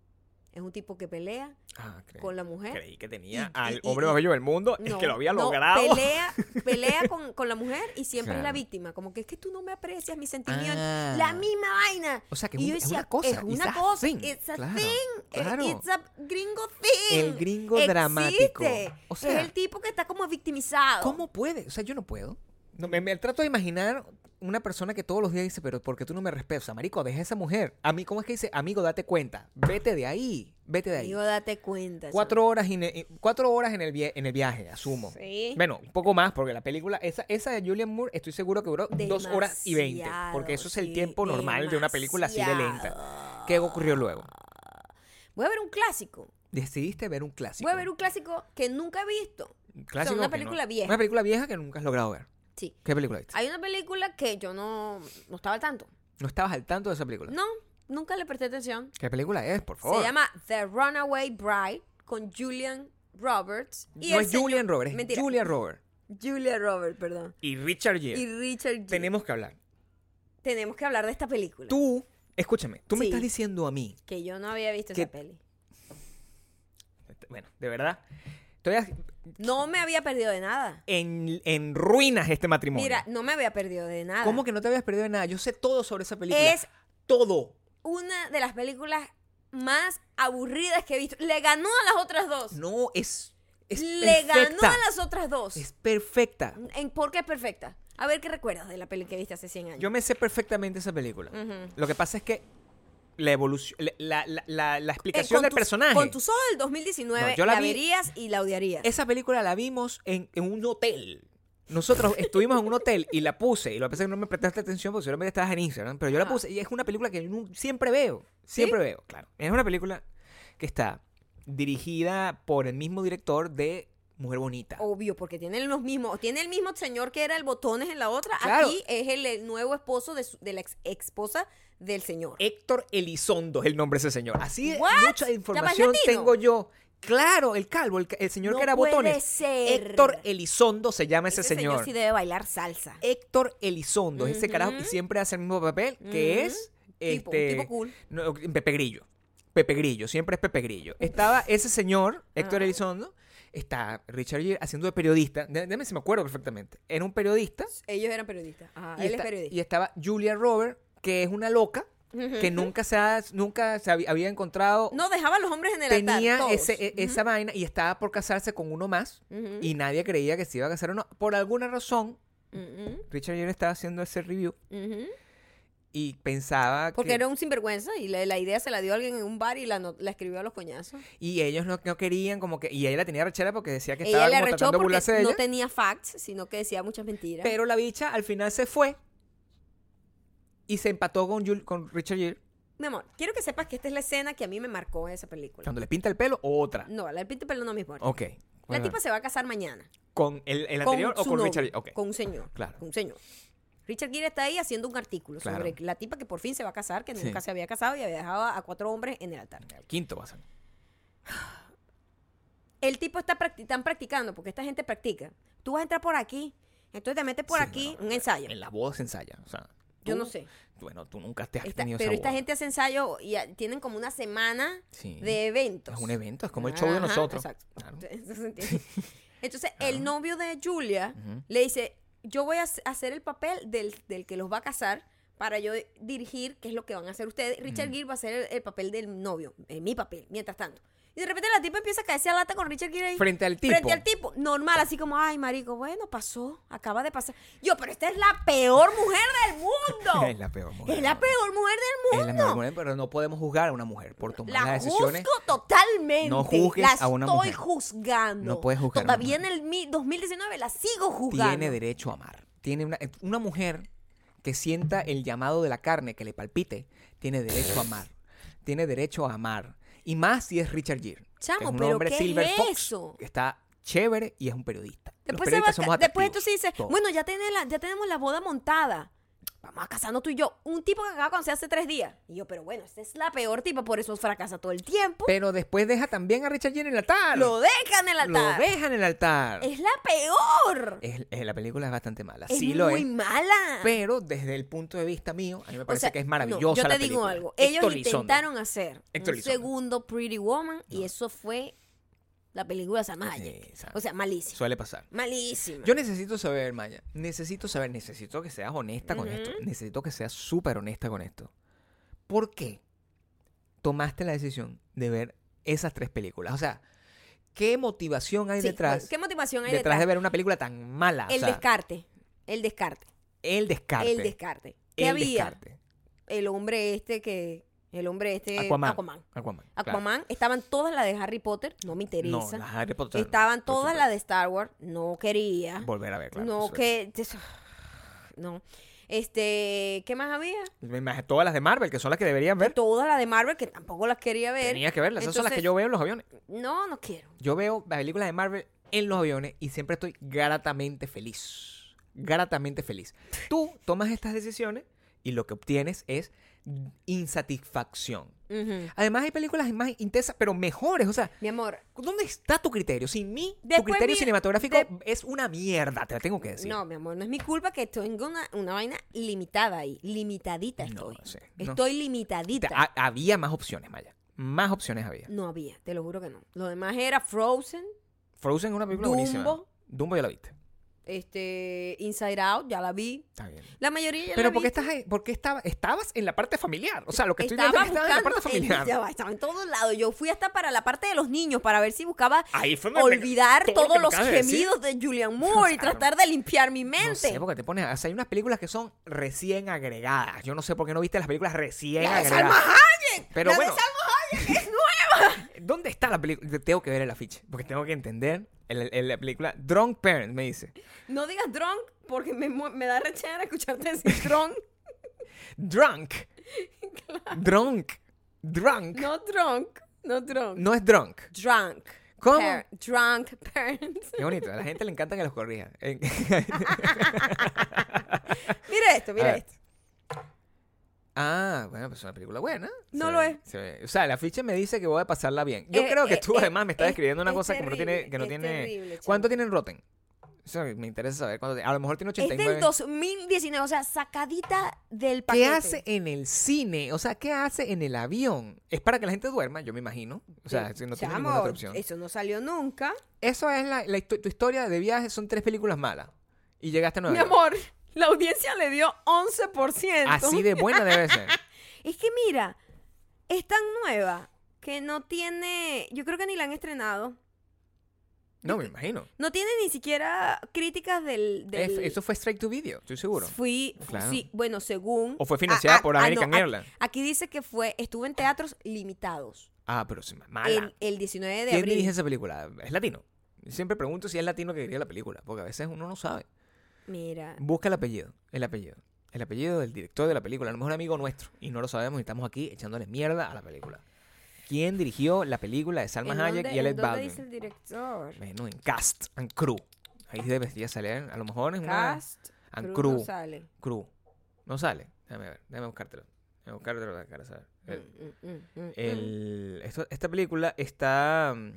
[SPEAKER 1] Es un tipo que pelea
[SPEAKER 2] Ah, creí-
[SPEAKER 1] con la mujer.
[SPEAKER 2] Creí que tenía
[SPEAKER 1] Y-
[SPEAKER 2] al
[SPEAKER 1] y-
[SPEAKER 2] hombre
[SPEAKER 1] y-
[SPEAKER 2] más bello del mundo, es que lo había logrado. (laughs)
[SPEAKER 1] Pelea, pelea con, con la mujer y siempre es la
[SPEAKER 2] Claro.
[SPEAKER 1] víctima. Como que es que tú no me aprecias mis sentimientos.
[SPEAKER 2] Ah.
[SPEAKER 1] La misma vaina.
[SPEAKER 2] O sea, que es
[SPEAKER 1] Y
[SPEAKER 2] un-
[SPEAKER 1] yo
[SPEAKER 2] es una cosa,
[SPEAKER 1] Es
[SPEAKER 2] it's
[SPEAKER 1] una
[SPEAKER 2] a
[SPEAKER 1] cosa.
[SPEAKER 2] thing,
[SPEAKER 1] It's a
[SPEAKER 2] claro,
[SPEAKER 1] thing. eh,
[SPEAKER 2] claro.
[SPEAKER 1] It's a gringo thing.
[SPEAKER 2] El gringo dramático. O
[SPEAKER 1] O
[SPEAKER 2] sea,
[SPEAKER 1] sea, es el tipo que está como victimizado.
[SPEAKER 2] ¿Cómo puede? O sea, yo no puedo. No, me, me trato de imaginar una persona que todos los días dice, pero ¿por qué tú no me respetas? O sea, marico, deja a esa mujer. A mí, ¿cómo es que dice? Amigo, date cuenta. Vete de ahí. Vete de ahí.
[SPEAKER 1] Digo, date cuenta.
[SPEAKER 2] Cuatro horas, y ne- y- cuatro horas en, el vie- en el viaje, asumo.
[SPEAKER 1] Sí.
[SPEAKER 2] Bueno, un poco más, porque la película, esa, esa de Julian Moore, estoy seguro que duró dos horas y veinte.
[SPEAKER 1] Demasiado,
[SPEAKER 2] Porque eso es el
[SPEAKER 1] sí,
[SPEAKER 2] tiempo normal de una película así de lenta.
[SPEAKER 1] demasiado.
[SPEAKER 2] ¿Qué ocurrió luego?
[SPEAKER 1] chamo. Voy a ver un clásico.
[SPEAKER 2] Decidiste ver un clásico.
[SPEAKER 1] Voy a ver un clásico que nunca he visto.
[SPEAKER 2] clásico.
[SPEAKER 1] o sea, una
[SPEAKER 2] que no-
[SPEAKER 1] película vieja.
[SPEAKER 2] Una película vieja que nunca has logrado ver.
[SPEAKER 1] Sí.
[SPEAKER 2] ¿Qué película viste?
[SPEAKER 1] Hay una película que yo no, no estaba al tanto.
[SPEAKER 2] ¿No estabas al tanto de esa película?
[SPEAKER 1] No, nunca le presté atención.
[SPEAKER 2] ¿Qué película es, por favor?
[SPEAKER 1] Se llama The Runaway Bride con Julian Roberts. y
[SPEAKER 2] no
[SPEAKER 1] el
[SPEAKER 2] es
[SPEAKER 1] señor-
[SPEAKER 2] Julian Roberts, es
[SPEAKER 1] Mentira,
[SPEAKER 2] Julia Roberts.
[SPEAKER 1] Julia Roberts, perdón.
[SPEAKER 2] Y Richard
[SPEAKER 1] Y
[SPEAKER 2] Gere.
[SPEAKER 1] Richard Gere.
[SPEAKER 2] Tenemos que hablar.
[SPEAKER 1] Tenemos que hablar de esta película.
[SPEAKER 2] Tú, escúchame, tú me
[SPEAKER 1] Sí.
[SPEAKER 2] estás diciendo a mí
[SPEAKER 1] Que yo no había visto
[SPEAKER 2] Que-
[SPEAKER 1] esa peli.
[SPEAKER 2] Bueno, de verdad. Todavía
[SPEAKER 1] No me había perdido de nada.
[SPEAKER 2] en, en ruinas este matrimonio.
[SPEAKER 1] Mira, no me había perdido de nada.
[SPEAKER 2] ¿Cómo que no te habías perdido de nada? Yo sé todo sobre esa película.
[SPEAKER 1] Es-
[SPEAKER 2] todo.
[SPEAKER 1] Una de las películas más aburridas que he visto. Le ganó a las otras dos.
[SPEAKER 2] No, es. es
[SPEAKER 1] Le
[SPEAKER 2] perfecta.
[SPEAKER 1] ganó a las otras dos.
[SPEAKER 2] Es perfecta.
[SPEAKER 1] ¿En ¿Por qué es perfecta? A ver qué recuerdas de la peli que viste hace 100 años.
[SPEAKER 2] Yo me sé perfectamente esa película.
[SPEAKER 1] Ujú.
[SPEAKER 2] Lo que pasa es que la evolución. La, la- la- la
[SPEAKER 1] Eh,
[SPEAKER 2] explicación
[SPEAKER 1] con
[SPEAKER 2] del
[SPEAKER 1] tus-
[SPEAKER 2] personaje.
[SPEAKER 1] Con tus ojos del 2019
[SPEAKER 2] No, yo la
[SPEAKER 1] la,
[SPEAKER 2] vi-
[SPEAKER 1] verías y la odiarías.
[SPEAKER 2] Esa película la vimos en, en un hotel. Nosotros estuvimos en un hotel y la puse. Y lo que pasa es que no me prestaste atención porque seguramente estabas en Instagram. Pero yo la
[SPEAKER 1] Ajá.
[SPEAKER 2] puse y es una película que nu- siempre veo. Siempre veo, claro. Es una película que está dirigida por el mismo director de Mujer Bonita.
[SPEAKER 1] Obvio, porque tiene los mismos, tiene el mismo señor que era el botones en la otra.
[SPEAKER 2] Claro.
[SPEAKER 1] Aquí es el, el nuevo esposo de, su- de la ex esposa del señor.
[SPEAKER 2] Héctor Elizondo es el nombre de ese señor. Así de
[SPEAKER 1] What?
[SPEAKER 2] mucha
[SPEAKER 1] ¿Ya
[SPEAKER 2] información
[SPEAKER 1] más latino?
[SPEAKER 2] tengo yo. Claro, el calvo, el, ca- el señor
[SPEAKER 1] No
[SPEAKER 2] que era
[SPEAKER 1] puede
[SPEAKER 2] botones.
[SPEAKER 1] ser.
[SPEAKER 2] Héctor Elizondo se llama ese,
[SPEAKER 1] señor.
[SPEAKER 2] señor.
[SPEAKER 1] sí debe bailar salsa.
[SPEAKER 2] Héctor Elizondo, es ese
[SPEAKER 1] Ujú.
[SPEAKER 2] carajo que siempre hace el mismo papel, que
[SPEAKER 1] Ujú.
[SPEAKER 2] es
[SPEAKER 1] Tipo, un
[SPEAKER 2] este,
[SPEAKER 1] tipo cool.
[SPEAKER 2] no, Pepe Grillo. Pepe Grillo, siempre es Pepe Grillo. Estaba ese señor,
[SPEAKER 1] Ah.
[SPEAKER 2] Héctor Elizondo, está Richard Gere haciendo de periodista. Dé- Déjame si me acuerdo perfectamente. Era un periodista.
[SPEAKER 1] Ellos eran periodistas. Ajá,
[SPEAKER 2] y,
[SPEAKER 1] Ah, él
[SPEAKER 2] esta-
[SPEAKER 1] es periodista.
[SPEAKER 2] y estaba Julia Roberts, que es una loca, que nunca se, ha- nunca se hab- había encontrado
[SPEAKER 1] no dejaba a los hombres en el
[SPEAKER 2] tenía
[SPEAKER 1] altar. todos.
[SPEAKER 2] ese- e- esa vaina y estaba por casarse con uno más
[SPEAKER 1] Ujú.
[SPEAKER 2] y nadie creía que se iba a casar o no. Por alguna razón,
[SPEAKER 1] Ujú,
[SPEAKER 2] Richard Gere estaba haciendo ese review
[SPEAKER 1] ujú.
[SPEAKER 2] y pensaba
[SPEAKER 1] Porque
[SPEAKER 2] que-
[SPEAKER 1] era un sinvergüenza y la, la idea se la dio alguien en un bar y la, no- la escribió a los coñazos.
[SPEAKER 2] y ellos no, no querían como que y ella la tenía rechera porque decía que
[SPEAKER 1] Ella
[SPEAKER 2] estaba
[SPEAKER 1] le
[SPEAKER 2] como
[SPEAKER 1] arrechó
[SPEAKER 2] tratando de
[SPEAKER 1] porque
[SPEAKER 2] burlarse de
[SPEAKER 1] no
[SPEAKER 2] ella.
[SPEAKER 1] tenía facts, sino que decía muchas mentiras.
[SPEAKER 2] Pero la bicha al final se fue y se empató con, Jul- con Richard Gere
[SPEAKER 1] Mi amor, quiero que sepas que esta es la escena que a mí me marcó esa película.
[SPEAKER 2] cuando le pinta el pelo otra.
[SPEAKER 1] No, la del pinto pelo no me importa.
[SPEAKER 2] Ok.
[SPEAKER 1] La
[SPEAKER 2] Bueno,
[SPEAKER 1] tipa se va a casar mañana.
[SPEAKER 2] con el, el anterior o
[SPEAKER 1] su
[SPEAKER 2] con
[SPEAKER 1] novio,
[SPEAKER 2] Richard Gere. Ok.
[SPEAKER 1] Con un señor.
[SPEAKER 2] Claro.
[SPEAKER 1] Con un señor. Richard Gere está ahí haciendo un artículo
[SPEAKER 2] Claro.
[SPEAKER 1] sobre la tipa que por fin se va a casar, que
[SPEAKER 2] Sí.
[SPEAKER 1] nunca se había casado y había dejado a cuatro hombres en el altar.
[SPEAKER 2] El quinto va a ser.
[SPEAKER 1] El tipo está practi- están practicando, porque esta gente practica. Tú vas a entrar por aquí, entonces te metes por
[SPEAKER 2] Sí,
[SPEAKER 1] aquí
[SPEAKER 2] no, no,
[SPEAKER 1] un ensayo.
[SPEAKER 2] En las bodas se ensaya. O sea,
[SPEAKER 1] Yo
[SPEAKER 2] tú-
[SPEAKER 1] no sé.
[SPEAKER 2] Bueno, tú nunca te has
[SPEAKER 1] Esta-
[SPEAKER 2] tenido
[SPEAKER 1] pero
[SPEAKER 2] esa
[SPEAKER 1] esta
[SPEAKER 2] boda.
[SPEAKER 1] gente hace ensayo y ah, tienen como una semana
[SPEAKER 2] Sí.
[SPEAKER 1] de eventos.
[SPEAKER 2] Es un evento, es como el show de
[SPEAKER 1] Ajá,
[SPEAKER 2] nosotros.
[SPEAKER 1] (laughs) exacto.
[SPEAKER 2] Claro. (laughs)
[SPEAKER 1] Entonces, ¿entiendes? Entonces, el novio de Julia le dice, yo voy a s- hacer el papel del, del que los va a casar para yo dirigir qué es lo que van a hacer ustedes. Richard
[SPEAKER 2] Mm.
[SPEAKER 1] Gere va a hacer el, el papel del novio, eh, mi papel, mientras tanto. Y de repente la tipa empieza a caerse a lata con Richard Gere ahí.
[SPEAKER 2] Frente al tipo.
[SPEAKER 1] Frente al tipo, normal, así como, ay, marico, bueno, pasó, acaba de pasar. Yo, pero esta es la peor mujer del mundo.
[SPEAKER 2] (laughs) Es la peor mujer.
[SPEAKER 1] Es la peor mujer del
[SPEAKER 2] Es
[SPEAKER 1] mundo.
[SPEAKER 2] la mejor mujer, pero no podemos juzgar a una mujer por tomar
[SPEAKER 1] La
[SPEAKER 2] las decisiones.
[SPEAKER 1] juzgo totalmente.
[SPEAKER 2] No juzgues
[SPEAKER 1] la
[SPEAKER 2] a una
[SPEAKER 1] estoy
[SPEAKER 2] mujer.
[SPEAKER 1] juzgando.
[SPEAKER 2] No puedes juzgar a una
[SPEAKER 1] Todavía en el mi- 2019 la sigo juzgando.
[SPEAKER 2] Tiene derecho a amar. Tiene una, eh, una mujer que sienta el llamado de la carne, que le palpite, tiene derecho a amar. Tiene derecho a amar. Y más si es Richard Gere. que
[SPEAKER 1] Chamo,
[SPEAKER 2] es un
[SPEAKER 1] pero
[SPEAKER 2] hombre
[SPEAKER 1] ¿qué es
[SPEAKER 2] Silver Fox,
[SPEAKER 1] eso?
[SPEAKER 2] que está chévere y es un periodista. Los
[SPEAKER 1] Después, se va,
[SPEAKER 2] periodistas somos
[SPEAKER 1] después tú
[SPEAKER 2] atractivos,
[SPEAKER 1] sí dices,
[SPEAKER 2] todos.
[SPEAKER 1] bueno, ya, tiene la- ya tenemos la boda montada. Vamos a casarnos tú y yo. Un tipo que acaba de conocer hace tres días. Y yo, pero bueno, esta es la peor tipa, por eso fracasa todo el tiempo.
[SPEAKER 2] Pero después deja también a Richard Gere en el altar.
[SPEAKER 1] Lo dejan en el
[SPEAKER 2] Lo
[SPEAKER 1] altar.
[SPEAKER 2] deja en el altar.
[SPEAKER 1] Es la peor.
[SPEAKER 2] Es- es- la película es bastante mala.
[SPEAKER 1] Es
[SPEAKER 2] sí lo
[SPEAKER 1] muy
[SPEAKER 2] es.
[SPEAKER 1] mala.
[SPEAKER 2] Pero desde el punto de vista mío, a mí me
[SPEAKER 1] O
[SPEAKER 2] parece
[SPEAKER 1] sea,
[SPEAKER 2] que es
[SPEAKER 1] no,
[SPEAKER 2] maravillosa
[SPEAKER 1] yo te
[SPEAKER 2] la
[SPEAKER 1] digo
[SPEAKER 2] película.
[SPEAKER 1] algo. Ellos
[SPEAKER 2] Héctor Elizondo.
[SPEAKER 1] intentaron hacer
[SPEAKER 2] Héctor
[SPEAKER 1] un
[SPEAKER 2] Elizondo.
[SPEAKER 1] segundo Pretty Woman y
[SPEAKER 2] No.
[SPEAKER 1] eso fue la película de Salma Hayek.
[SPEAKER 2] Exacto.
[SPEAKER 1] O sea, malísima.
[SPEAKER 2] Suele pasar.
[SPEAKER 1] Malísima.
[SPEAKER 2] Yo necesito saber, Maya. Necesito saber, necesito que seas honesta con esto.
[SPEAKER 1] Ujú.
[SPEAKER 2] Necesito que seas súper honesta con esto. ¿Por qué tomaste la decisión de ver esas tres películas? O sea, ¿qué motivación hay
[SPEAKER 1] Sí,
[SPEAKER 2] detrás,
[SPEAKER 1] ¿Qué motivación hay
[SPEAKER 2] detrás,
[SPEAKER 1] detrás?
[SPEAKER 2] de ver una película tan mala? O
[SPEAKER 1] El
[SPEAKER 2] sea,
[SPEAKER 1] descarte. El descarte.
[SPEAKER 2] el descarte.
[SPEAKER 1] El descarte. ¿Qué
[SPEAKER 2] el
[SPEAKER 1] había?
[SPEAKER 2] descarte.
[SPEAKER 1] El hombre este que. El hombre este.
[SPEAKER 2] Aquaman.
[SPEAKER 1] Aquaman.
[SPEAKER 2] Aquaman. claro.
[SPEAKER 1] Aquaman, Estaban todas las de Harry Potter. No me
[SPEAKER 2] No,
[SPEAKER 1] interesa.
[SPEAKER 2] las Harry Potter,
[SPEAKER 1] Estaban
[SPEAKER 2] por
[SPEAKER 1] todas
[SPEAKER 2] supuesto.
[SPEAKER 1] las de Star Wars. No quería.
[SPEAKER 2] Volver a ver, claro.
[SPEAKER 1] no,
[SPEAKER 2] por
[SPEAKER 1] que. (sighs) No. Este. ¿Qué más había?
[SPEAKER 2] supuesto. Me imagino Todas las de Marvel, que son las que deberían ver.
[SPEAKER 1] Todas las de Marvel que tampoco las quería ver.
[SPEAKER 2] Tenías que verlas. Esas son las que
[SPEAKER 1] Entonces-
[SPEAKER 2] yo veo en los aviones.
[SPEAKER 1] No, no quiero.
[SPEAKER 2] Yo veo las películas de Marvel en los aviones y siempre estoy gratamente feliz. Gratamente feliz. Tú tomas estas decisiones y lo que obtienes es insatisfacción.
[SPEAKER 1] Ujú.
[SPEAKER 2] Además hay películas más intensas, pero mejores. O sea,
[SPEAKER 1] Mi amor.
[SPEAKER 2] ¿dónde está tu criterio? Sin mí, tu
[SPEAKER 1] Después
[SPEAKER 2] criterio
[SPEAKER 1] vi-
[SPEAKER 2] cinematográfico
[SPEAKER 1] de-
[SPEAKER 2] es una mierda, te la tengo que decir.
[SPEAKER 1] No, mi amor, no es mi culpa que tengo una, una vaina limitada ahí. Limitadita
[SPEAKER 2] No,
[SPEAKER 1] estoy.
[SPEAKER 2] sí, no.
[SPEAKER 1] Estoy
[SPEAKER 2] Te- ah,
[SPEAKER 1] limitadita.
[SPEAKER 2] ha- había más opciones, Maya. Más opciones había.
[SPEAKER 1] No había, te lo juro que no. Lo demás era Frozen,
[SPEAKER 2] Frozen es una película buenísima.
[SPEAKER 1] Dumbo.
[SPEAKER 2] Dumbo ya la viste.
[SPEAKER 1] este, Inside Out, ya la vi.
[SPEAKER 2] Está bien.
[SPEAKER 1] La mayoría ya
[SPEAKER 2] Pero
[SPEAKER 1] la
[SPEAKER 2] ¿por
[SPEAKER 1] vi.
[SPEAKER 2] qué, estás ahí? ¿por qué estaba, estabas en la parte familiar? O sea, lo que estoy
[SPEAKER 1] estaba
[SPEAKER 2] viendo es
[SPEAKER 1] buscando
[SPEAKER 2] que estabas en la parte
[SPEAKER 1] en-
[SPEAKER 2] familiar.
[SPEAKER 1] ya va, estaba en todos lados. Yo fui hasta para la parte de los niños para ver si buscaba
[SPEAKER 2] Ahí fue donde me-
[SPEAKER 1] olvidar
[SPEAKER 2] todo lo que
[SPEAKER 1] todos
[SPEAKER 2] me
[SPEAKER 1] los
[SPEAKER 2] acabas de decir.
[SPEAKER 1] gemidos de Julian Moore y
[SPEAKER 2] (laughs) O sea,
[SPEAKER 1] tratar de limpiar mi
[SPEAKER 2] No sé
[SPEAKER 1] mente.
[SPEAKER 2] por qué te pones. O sea, hay unas películas que son recién agregadas. Yo no sé por qué no viste las películas recién
[SPEAKER 1] la de Salma
[SPEAKER 2] agregadas.
[SPEAKER 1] Hayek.
[SPEAKER 2] Pero
[SPEAKER 1] la
[SPEAKER 2] bueno.
[SPEAKER 1] de Salma Hayek es
[SPEAKER 2] (laughs) ¿Dónde está la película? Tengo que ver el afiche. Porque tengo que entender. el- el- la película Drunk Parent me dice.
[SPEAKER 1] No digas drunk porque me, mu- me da rechera escucharte decir (laughs) drunk.
[SPEAKER 2] Drunk. Drunk. Drunk.
[SPEAKER 1] No drunk, no drunk.
[SPEAKER 2] No es drunk.
[SPEAKER 1] Drunk.
[SPEAKER 2] ¿Cómo?
[SPEAKER 1] Par- drunk parents.
[SPEAKER 2] Qué bonito. A la gente le encanta que los corrijan. Eh,
[SPEAKER 1] (laughs) mira esto,
[SPEAKER 2] A
[SPEAKER 1] mira
[SPEAKER 2] ver.
[SPEAKER 1] esto.
[SPEAKER 2] Ah, bueno, pues es una película buela.
[SPEAKER 1] No lo es.
[SPEAKER 2] o sea, el afiche me dice que voy a pasarla bien. Yo
[SPEAKER 1] Eh,
[SPEAKER 2] creo que
[SPEAKER 1] eh,
[SPEAKER 2] tú
[SPEAKER 1] eh,
[SPEAKER 2] además me estás
[SPEAKER 1] es-
[SPEAKER 2] escribiendo una
[SPEAKER 1] es
[SPEAKER 2] cosa que no tiene...
[SPEAKER 1] terrible,
[SPEAKER 2] Que no
[SPEAKER 1] es
[SPEAKER 2] tiene...
[SPEAKER 1] terrible, chamo.
[SPEAKER 2] ¿Cuánto tiene en Rotten? Eso me interesa saber. cuánto tiene. A lo mejor tiene
[SPEAKER 1] Es
[SPEAKER 2] 89.
[SPEAKER 1] del 2019, o sea, sacadita del paquete.
[SPEAKER 2] ¿Qué hace en el cine? O sea, ¿qué hace en el avión? Es para que la gente duerma, yo me imagino. O sea, si no tiene
[SPEAKER 1] Chamo,
[SPEAKER 2] ninguna otra opción.
[SPEAKER 1] Eso no salió nunca.
[SPEAKER 2] Eso es la, la histo- tu historia de viaje. Son tres películas malas. Y llegaste a Nueva
[SPEAKER 1] Mi
[SPEAKER 2] York.
[SPEAKER 1] amor, la audiencia le dio 11%.
[SPEAKER 2] Así de buena debe ser.
[SPEAKER 1] Es que mira, es tan nueva que no tiene. Yo creo que ni la han estrenado.
[SPEAKER 2] No,
[SPEAKER 1] (laughs)
[SPEAKER 2] me imagino.
[SPEAKER 1] No tiene ni siquiera críticas del. del-
[SPEAKER 2] Es- eso fue straight to video, estoy seguro.
[SPEAKER 1] Fui, fu-
[SPEAKER 2] Claro.
[SPEAKER 1] sí, bueno, según.
[SPEAKER 2] O fue
[SPEAKER 1] Ah,
[SPEAKER 2] financiada
[SPEAKER 1] ah,
[SPEAKER 2] por
[SPEAKER 1] ah,
[SPEAKER 2] American
[SPEAKER 1] no, a-
[SPEAKER 2] Airlines.
[SPEAKER 1] Aquí dice que fue, estuvo en teatros limitados.
[SPEAKER 2] Ah, pero es mala.
[SPEAKER 1] El, el 19 de
[SPEAKER 2] ¿Quién
[SPEAKER 1] abril.
[SPEAKER 2] dirige esa película? ¿Es latino? Siempre pregunto si es latino que dirige la película, porque a veces uno no sabe.
[SPEAKER 1] Mira,
[SPEAKER 2] Busca el apellido, el apellido, el apellido del director de la película. A lo mejor es amigo nuestro y no lo sabemos y estamos aquí echándole mierda a la película. ¿Quién dirigió la película de Salma
[SPEAKER 1] ¿en
[SPEAKER 2] Hayek
[SPEAKER 1] dónde-
[SPEAKER 2] y
[SPEAKER 1] en
[SPEAKER 2] Alec
[SPEAKER 1] dónde
[SPEAKER 2] Baldwin?
[SPEAKER 1] dice el director?
[SPEAKER 2] Bueno, en Cast and Crew. Ahí debería salir, a lo mejor es una...
[SPEAKER 1] Cast.
[SPEAKER 2] and
[SPEAKER 1] Crew no
[SPEAKER 2] Crew.
[SPEAKER 1] sale.
[SPEAKER 2] Crew. No sale. Déjame ver, déjame buscártelo. Déjame buscártelo la cara, ¿sabes? El-
[SPEAKER 1] Mm, mm, mm, mm,
[SPEAKER 2] Eh, el- esto- esta película está. mm,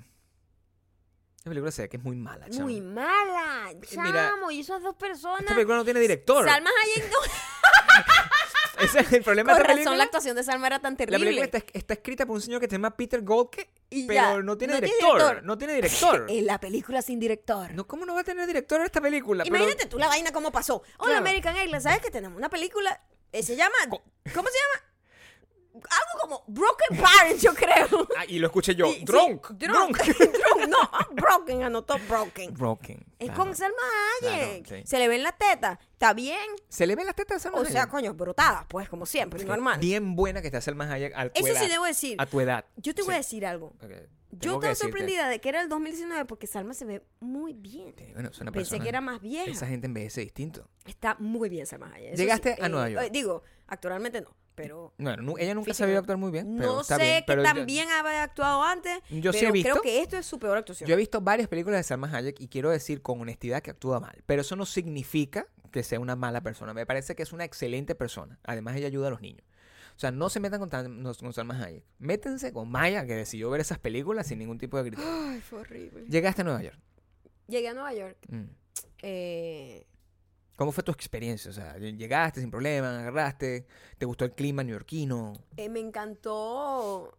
[SPEAKER 2] Esta película se ve que es muy mala,
[SPEAKER 1] mm.
[SPEAKER 2] chamo. Eh,
[SPEAKER 1] Muy mala,
[SPEAKER 2] mira, este
[SPEAKER 1] chamo. y esas dos personas.
[SPEAKER 2] Esta película no tiene director.
[SPEAKER 1] Salma Hayek no.
[SPEAKER 2] (laughs) Ese es el problema
[SPEAKER 1] Con
[SPEAKER 2] de esta
[SPEAKER 1] razón
[SPEAKER 2] película.
[SPEAKER 1] la actuación de Salma era tan
[SPEAKER 2] La
[SPEAKER 1] terrible.
[SPEAKER 2] película está, está escrita por un señor que se llama Peter Goldke,
[SPEAKER 1] Y
[SPEAKER 2] pero
[SPEAKER 1] ya,
[SPEAKER 2] no tiene
[SPEAKER 1] no tiene
[SPEAKER 2] director.
[SPEAKER 1] director. Eh,
[SPEAKER 2] No
[SPEAKER 1] (laughs)
[SPEAKER 2] tiene director.
[SPEAKER 1] En la película sin director.
[SPEAKER 2] este no, ¿Cómo no va a tener director esta película? Pero-
[SPEAKER 1] Imagínate tú la vaina cómo pasó. Hola
[SPEAKER 2] Claro.
[SPEAKER 1] American Airlines, ¿sabes que tenemos una película? Eh, se llama...
[SPEAKER 2] Co-
[SPEAKER 1] ¿Cómo se llama? Algo como Broken Parents, yo creo.
[SPEAKER 2] Ah, y lo escuché yo.
[SPEAKER 1] Y- sí,
[SPEAKER 2] drunk.
[SPEAKER 1] drunk. (laughs) drunk, No, Broken, anotó Broken.
[SPEAKER 2] (laughs) Broken.
[SPEAKER 1] Es
[SPEAKER 2] claro.
[SPEAKER 1] con Salma Hayek.
[SPEAKER 2] Claro, sí.
[SPEAKER 1] Se le ven las tetas. Está bien.
[SPEAKER 2] ¿Se le ven las tetas a Salma
[SPEAKER 1] O sea,
[SPEAKER 2] Hayek?
[SPEAKER 1] coño, brotada, pues, como siempre,
[SPEAKER 2] Sí,
[SPEAKER 1] normal.
[SPEAKER 2] Bien buena que está Salma Hayek al
[SPEAKER 1] Eso sí debo decir.
[SPEAKER 2] A tu edad.
[SPEAKER 1] Yo te voy
[SPEAKER 2] Sí.
[SPEAKER 1] a decir algo.
[SPEAKER 2] Ok,
[SPEAKER 1] Yo
[SPEAKER 2] tengo que
[SPEAKER 1] estaba
[SPEAKER 2] decirte.
[SPEAKER 1] sorprendida de que era el 2019 porque Salma se ve muy bien.
[SPEAKER 2] Sí, Bueno, es una
[SPEAKER 1] Pensé
[SPEAKER 2] persona.
[SPEAKER 1] que era más vieja.
[SPEAKER 2] Esa gente envejece distinto.
[SPEAKER 1] Está muy bien Salma Hayek. eso
[SPEAKER 2] Llegaste a Nueva
[SPEAKER 1] eh,
[SPEAKER 2] York.
[SPEAKER 1] eh, digo, actualmente no, pero
[SPEAKER 2] No, no, ella nunca
[SPEAKER 1] Física.
[SPEAKER 2] sabía actuar muy bien. Pero
[SPEAKER 1] no
[SPEAKER 2] está
[SPEAKER 1] sé
[SPEAKER 2] bien,
[SPEAKER 1] que
[SPEAKER 2] pero
[SPEAKER 1] tan bien había actuado antes.
[SPEAKER 2] Yo sí he
[SPEAKER 1] pero
[SPEAKER 2] visto.
[SPEAKER 1] Creo que esto es su peor actuación.
[SPEAKER 2] Yo he visto varias películas de Salma Hayek y quiero decir con honestidad que actúa mal, pero eso no significa que sea una mala persona. Me parece que es una excelente persona. Además, ella ayuda a los niños. O sea, no se metan con, tan- no- con Salma Hayek. Métense con Maya, que decidió ver esas películas sin ningún tipo
[SPEAKER 1] (gasps)
[SPEAKER 2] de criterio.
[SPEAKER 1] Ay, fue horrible.
[SPEAKER 2] Llegaste a Nueva York.
[SPEAKER 1] Llegué a Nueva York.
[SPEAKER 2] Mm.
[SPEAKER 1] eh,
[SPEAKER 2] ¿Cómo fue tu experiencia? O sea, llegaste sin problema, agarraste, te gustó el clima neoyorquino.
[SPEAKER 1] eh, me encantó.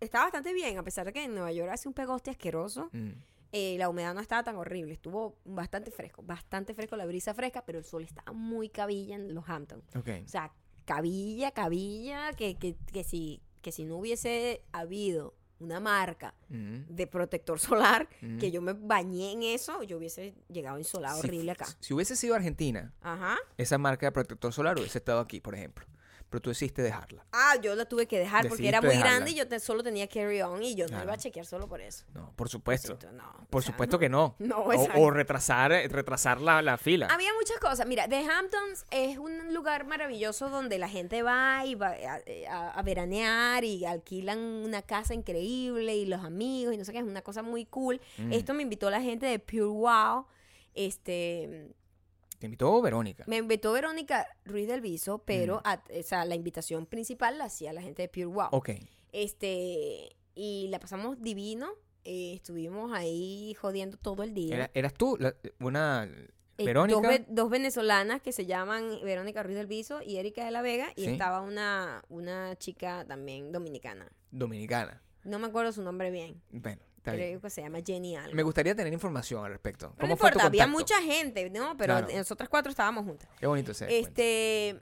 [SPEAKER 1] Estaba bastante bien, a pesar de que en Nueva York hace un pegoste asqueroso.
[SPEAKER 2] Mm.
[SPEAKER 1] eh, la humedad no estaba tan horrible, estuvo bastante fresco, bastante fresco, la brisa fresca, pero el sol estaba muy cabilla en los Hamptons.
[SPEAKER 2] Ok.
[SPEAKER 1] O sea, cabilla, cabilla, que, que, que si, que si no hubiese habido una marca
[SPEAKER 2] Mm.
[SPEAKER 1] de protector (laughs) solar,
[SPEAKER 2] Mm.
[SPEAKER 1] que yo me bañé en eso, yo hubiese llegado insolado
[SPEAKER 2] Si-
[SPEAKER 1] horrible acá.
[SPEAKER 2] Si hubiese sido Argentina,
[SPEAKER 1] Ajá.
[SPEAKER 2] esa marca de protector solar hubiese estado aquí, por ejemplo. Pero tú decidiste dejarla.
[SPEAKER 1] Ah, yo la tuve que dejar porque era muy
[SPEAKER 2] Decidiste dejarla.
[SPEAKER 1] grande y yo te- solo tenía carry on y yo no
[SPEAKER 2] Claro.
[SPEAKER 1] iba a chequear solo por eso.
[SPEAKER 2] No, por supuesto.
[SPEAKER 1] Entonces, no, (laughs)
[SPEAKER 2] Por
[SPEAKER 1] o sea,
[SPEAKER 2] supuesto que no.
[SPEAKER 1] No,
[SPEAKER 2] o,
[SPEAKER 1] exacto. Ah,
[SPEAKER 2] o retrasar, eh, retrasar la, la fila.
[SPEAKER 1] Había muchas cosas. Mira, The Hamptons es un lugar maravilloso donde la gente va y va eh, a, a- a veranear y alquilan una casa increíble y los amigos y no sé qué, es una cosa muy cool.
[SPEAKER 2] Mm.
[SPEAKER 1] Esto me invitó la gente de Pure Wow. Este,
[SPEAKER 2] Te invitó Verónica.
[SPEAKER 1] me invitó Verónica Ruiz del Viso, pero a- o sea, la invitación principal la hacía la gente de Pure Wow.
[SPEAKER 2] Mm. Ok.
[SPEAKER 1] Este, y la pasamos divino. eh, estuvimos ahí jodiendo todo el día.
[SPEAKER 2] Era- eras tú, la- una
[SPEAKER 1] eh,
[SPEAKER 2] Verónica.
[SPEAKER 1] Dos, ve- dos venezolanas que se llaman Verónica Ruiz del Viso y Erika de la Vega. Y
[SPEAKER 2] Sí.
[SPEAKER 1] estaba una, una chica también dominicana.
[SPEAKER 2] dominicana.
[SPEAKER 1] No me acuerdo su nombre bien.
[SPEAKER 2] Bueno, está
[SPEAKER 1] Creo
[SPEAKER 2] bien.
[SPEAKER 1] que se llama Jenny algo.
[SPEAKER 2] Me gustaría tener información al respecto.
[SPEAKER 1] Pero
[SPEAKER 2] ¿Cómo
[SPEAKER 1] no
[SPEAKER 2] fue tu
[SPEAKER 1] importa, había
[SPEAKER 2] contacto?
[SPEAKER 1] mucha gente, ¿no? Pero
[SPEAKER 2] Claro.
[SPEAKER 1] nosotras cuatro estábamos juntas.
[SPEAKER 2] Qué bonito ese. cuento.
[SPEAKER 1] Este.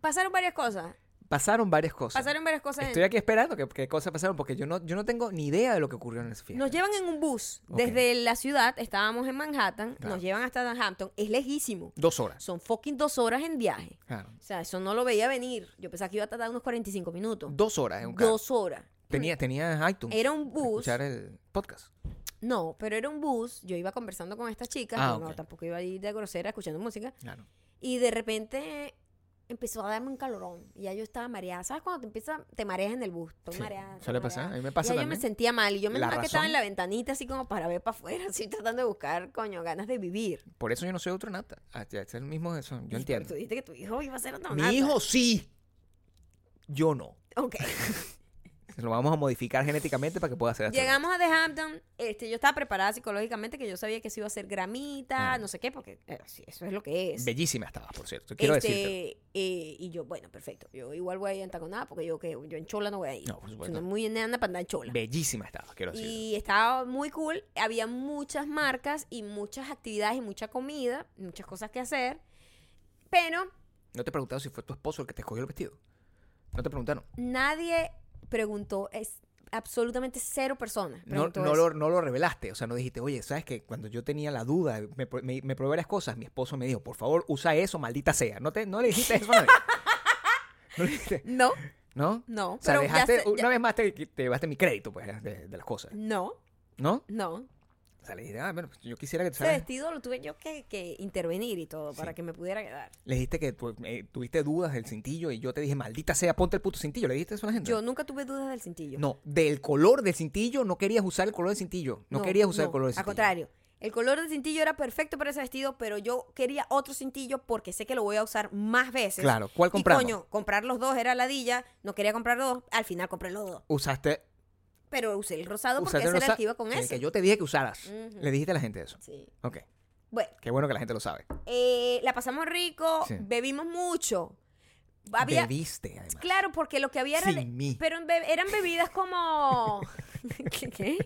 [SPEAKER 1] Pasaron varias cosas.
[SPEAKER 2] Pasaron varias cosas.
[SPEAKER 1] Pasaron varias cosas. en-
[SPEAKER 2] Estoy aquí esperando que, que cosas pasaron porque yo no, yo no tengo ni idea de lo que ocurrió en esa fiesta.
[SPEAKER 1] Nos llevan en un bus
[SPEAKER 2] Ok.
[SPEAKER 1] desde la ciudad, estábamos en Manhattan,
[SPEAKER 2] Claro.
[SPEAKER 1] nos llevan hasta Hampton, es lejísimo.
[SPEAKER 2] Dos horas.
[SPEAKER 1] Son fucking dos horas en viaje.
[SPEAKER 2] Claro.
[SPEAKER 1] O sea, eso no lo veía venir. Yo pensaba que iba a tardar unos 45 minutos.
[SPEAKER 2] Dos horas en un carro.
[SPEAKER 1] dos horas.
[SPEAKER 2] Tenía, tenía iTunes.
[SPEAKER 1] Era un
[SPEAKER 2] para
[SPEAKER 1] bus.
[SPEAKER 2] Escuchar el podcast.
[SPEAKER 1] No, pero era un bus. Yo iba conversando con estas chicas.
[SPEAKER 2] Ah,
[SPEAKER 1] yo no,
[SPEAKER 2] ok.
[SPEAKER 1] tampoco iba a ir de grosera escuchando música.
[SPEAKER 2] Claro.
[SPEAKER 1] Y de repente empezó a darme un calorón. Y ya yo estaba mareada. ¿Sabes cuando te empieza, te mareas en el bus? Estoy
[SPEAKER 2] Sí,
[SPEAKER 1] mareada. estoy
[SPEAKER 2] suele
[SPEAKER 1] mareada.
[SPEAKER 2] pasar. A mí me pasa
[SPEAKER 1] ya yo
[SPEAKER 2] también.
[SPEAKER 1] me sentía mal. Y yo me
[SPEAKER 2] La
[SPEAKER 1] que estaba
[SPEAKER 2] razón.
[SPEAKER 1] en la ventanita así como para ver para afuera. Así tratando de buscar, coño, ganas de vivir.
[SPEAKER 2] Por eso yo no soy otronauta. Ah, ya, Es el mismo eso. Yo
[SPEAKER 1] Y
[SPEAKER 2] entiendo.
[SPEAKER 1] Tú dijiste que tu hijo iba a ser otro
[SPEAKER 2] Mi hijo sí. Yo no.
[SPEAKER 1] (laughs) Ok.
[SPEAKER 2] Se lo vamos a modificar genéticamente para que pueda hacer astronauta.
[SPEAKER 1] Llegamos a The Hampton, este, yo estaba preparada psicológicamente, que yo sabía que eso iba a ser gramita,
[SPEAKER 2] Claro.
[SPEAKER 1] no sé qué, porque eh, sí, eso es lo que es.
[SPEAKER 2] Bellísima estabas, por cierto. Quiero
[SPEAKER 1] Este,
[SPEAKER 2] decirte.
[SPEAKER 1] eh, y yo, bueno, perfecto. Yo igual voy a ir entaconada porque yo que yo en chola no voy a ir.
[SPEAKER 2] No, por supuesto.
[SPEAKER 1] Soy muy enana para andar en chola.
[SPEAKER 2] Bellísima estabas, quiero decirte.
[SPEAKER 1] Y estaba muy cool. Había muchas marcas y muchas actividades y mucha comida, muchas cosas que hacer. Pero
[SPEAKER 2] No te he preguntado si fue tu esposo el que te escogió el vestido. No te preguntaron.
[SPEAKER 1] nadie preguntó, es absolutamente cero personas.
[SPEAKER 2] No,
[SPEAKER 1] preguntó
[SPEAKER 2] no
[SPEAKER 1] eso.
[SPEAKER 2] lo, no lo revelaste, o sea, no dijiste, oye, ¿sabes que Cuando yo tenía la duda, me, pro- me, me probé las cosas, mi esposo me dijo, por favor, usa eso, maldita sea. No, te, no le dijiste eso
[SPEAKER 1] (laughs)
[SPEAKER 2] a nadie. no le dijiste, (laughs)
[SPEAKER 1] No,
[SPEAKER 2] ¿no?
[SPEAKER 1] no,
[SPEAKER 2] O sea,
[SPEAKER 1] pero ya
[SPEAKER 2] dejaste,
[SPEAKER 1] sé- ya-
[SPEAKER 2] una vez más te, te llevaste mi crédito, pues, de, de las cosas,
[SPEAKER 1] no,
[SPEAKER 2] ¿no?
[SPEAKER 1] no.
[SPEAKER 2] O sea, le dijiste, ah, bueno, yo quisiera que,
[SPEAKER 1] Ese
[SPEAKER 2] ¿sabes?
[SPEAKER 1] vestido lo tuve yo que, que intervenir y todo para que me pudiera quedar.
[SPEAKER 2] Le dijiste que tu- eh, tuviste dudas del cintillo y yo te dije, maldita sea, ponte el puto cintillo. ¿Le dijiste eso a la gente?
[SPEAKER 1] Yo nunca tuve dudas del cintillo.
[SPEAKER 2] No, del color del cintillo, no querías usar el color del cintillo. No, querías usar el
[SPEAKER 1] no,
[SPEAKER 2] color del
[SPEAKER 1] Al
[SPEAKER 2] cintillo.
[SPEAKER 1] contrario, el color del cintillo era perfecto para ese vestido, pero yo quería otro cintillo porque sé que lo voy a usar más veces.
[SPEAKER 2] Claro, ¿cuál compramos?
[SPEAKER 1] Y coño, comprar los dos era ladilla, no quería comprar los dos, al final compré los dos.
[SPEAKER 2] Usaste
[SPEAKER 1] Pero usé el rosado porque
[SPEAKER 2] Usaste
[SPEAKER 1] ese
[SPEAKER 2] unos
[SPEAKER 1] era el
[SPEAKER 2] sa-
[SPEAKER 1] que iba con
[SPEAKER 2] el
[SPEAKER 1] ese.
[SPEAKER 2] que yo te dije que usaras.
[SPEAKER 1] Ujú.
[SPEAKER 2] Le dijiste a la gente eso.
[SPEAKER 1] Sí.
[SPEAKER 2] Ok.
[SPEAKER 1] Bueno,
[SPEAKER 2] Qué bueno que la gente lo sabe.
[SPEAKER 1] eh, la pasamos rico,
[SPEAKER 2] Sí.
[SPEAKER 1] bebimos mucho. Había,
[SPEAKER 2] Bebiste, además.
[SPEAKER 1] Claro, porque lo que había era.
[SPEAKER 2] Sin
[SPEAKER 1] de-
[SPEAKER 2] mí.
[SPEAKER 1] Pero en be- eran bebidas
[SPEAKER 2] (laughs)
[SPEAKER 1] como. ¿Qué, qué?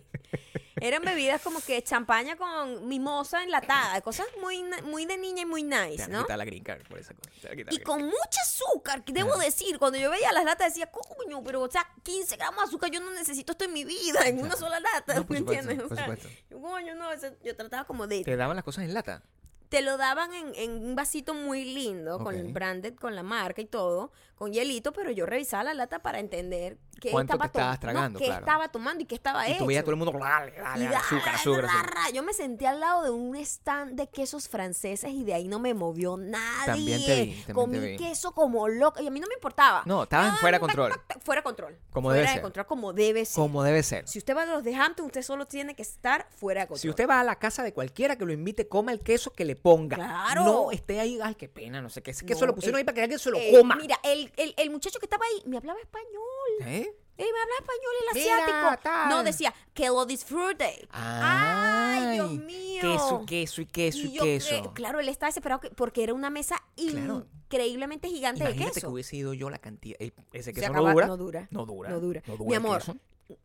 [SPEAKER 1] Eran bebidas como que champaña con mimosa enlatada, cosas muy, na- muy de niña y muy
[SPEAKER 2] Te
[SPEAKER 1] nice,
[SPEAKER 2] van a
[SPEAKER 1] ¿no?
[SPEAKER 2] quitar la green card por esa cosa. Te van a quitar
[SPEAKER 1] Y
[SPEAKER 2] la
[SPEAKER 1] con mucho azúcar, que debo decir, cuando yo veía las latas decía, coño, pero o sea, 15 gramos de azúcar yo no necesito esto en mi vida, en una
[SPEAKER 2] Claro.
[SPEAKER 1] sola lata,
[SPEAKER 2] No,
[SPEAKER 1] (laughs)
[SPEAKER 2] por
[SPEAKER 1] ¿me
[SPEAKER 2] supuesto,
[SPEAKER 1] entiendes? O
[SPEAKER 2] por
[SPEAKER 1] sea,
[SPEAKER 2] supuesto.
[SPEAKER 1] yo, coño, no, eso- yo trataba como de
[SPEAKER 2] green card. Te daban las cosas en lata.
[SPEAKER 1] te lo daban en, en un vasito muy lindo,
[SPEAKER 2] Ok.
[SPEAKER 1] con branded, con la marca y todo, con hielito, pero yo revisaba la lata para entender qué
[SPEAKER 2] ¿Cuánto
[SPEAKER 1] estaba
[SPEAKER 2] te estabas
[SPEAKER 1] tom-
[SPEAKER 2] tragando,
[SPEAKER 1] qué
[SPEAKER 2] claro.
[SPEAKER 1] estaba tomando y qué estaba
[SPEAKER 2] Y
[SPEAKER 1] hecho.
[SPEAKER 2] tú veías a todo el mundo. Dale, dale,
[SPEAKER 1] Y
[SPEAKER 2] dale,
[SPEAKER 1] da-
[SPEAKER 2] azúcar,
[SPEAKER 1] ra-
[SPEAKER 2] azúcar,
[SPEAKER 1] ra-
[SPEAKER 2] azúcar.
[SPEAKER 1] ra. Yo me senté al lado de un stand de quesos franceses y de ahí no me movió nadie.
[SPEAKER 2] También te vi, también
[SPEAKER 1] Comí
[SPEAKER 2] te vi.
[SPEAKER 1] queso como loca y a mí no me importaba.
[SPEAKER 2] No, estaban
[SPEAKER 1] Ah,
[SPEAKER 2] fuera de
[SPEAKER 1] tac,
[SPEAKER 2] control.
[SPEAKER 1] tac, tac, fuera de control.
[SPEAKER 2] Como
[SPEAKER 1] fuera
[SPEAKER 2] debe
[SPEAKER 1] de
[SPEAKER 2] ser.
[SPEAKER 1] control, como debe ser.
[SPEAKER 2] Como debe ser.
[SPEAKER 1] Si usted va a los de Hampton, usted solo tiene que estar fuera de control.
[SPEAKER 2] Si usted va a la casa de cualquiera que lo invite, coma el queso que le ponga.
[SPEAKER 1] Claro.
[SPEAKER 2] No esté ahí, ay, qué pena, no sé qué. Ese queso
[SPEAKER 1] No,
[SPEAKER 2] lo pusieron
[SPEAKER 1] el-
[SPEAKER 2] ahí para que alguien se lo
[SPEAKER 1] Eh,
[SPEAKER 2] coma.
[SPEAKER 1] Mira, el, el- el muchacho que estaba ahí me hablaba español.
[SPEAKER 2] ¿Eh?
[SPEAKER 1] Eh, me hablaba español el
[SPEAKER 2] Mira,
[SPEAKER 1] asiático.
[SPEAKER 2] tal.
[SPEAKER 1] No, decía, que lo disfrute. Ay, Dios mío.
[SPEAKER 2] Queso, queso y queso y,
[SPEAKER 1] Y yo
[SPEAKER 2] queso.
[SPEAKER 1] cre- claro, él estaba desesperado que- porque era una mesa
[SPEAKER 2] Claro.
[SPEAKER 1] increíblemente gigante de
[SPEAKER 2] Imagínate que
[SPEAKER 1] queso.
[SPEAKER 2] hubiese ido yo la cantidad. el- ese
[SPEAKER 1] Se
[SPEAKER 2] queso no
[SPEAKER 1] acaba-
[SPEAKER 2] dura.
[SPEAKER 1] no dura.
[SPEAKER 2] No dura.
[SPEAKER 1] No dura.
[SPEAKER 2] No
[SPEAKER 1] Mi
[SPEAKER 2] el
[SPEAKER 1] amor,
[SPEAKER 2] queso.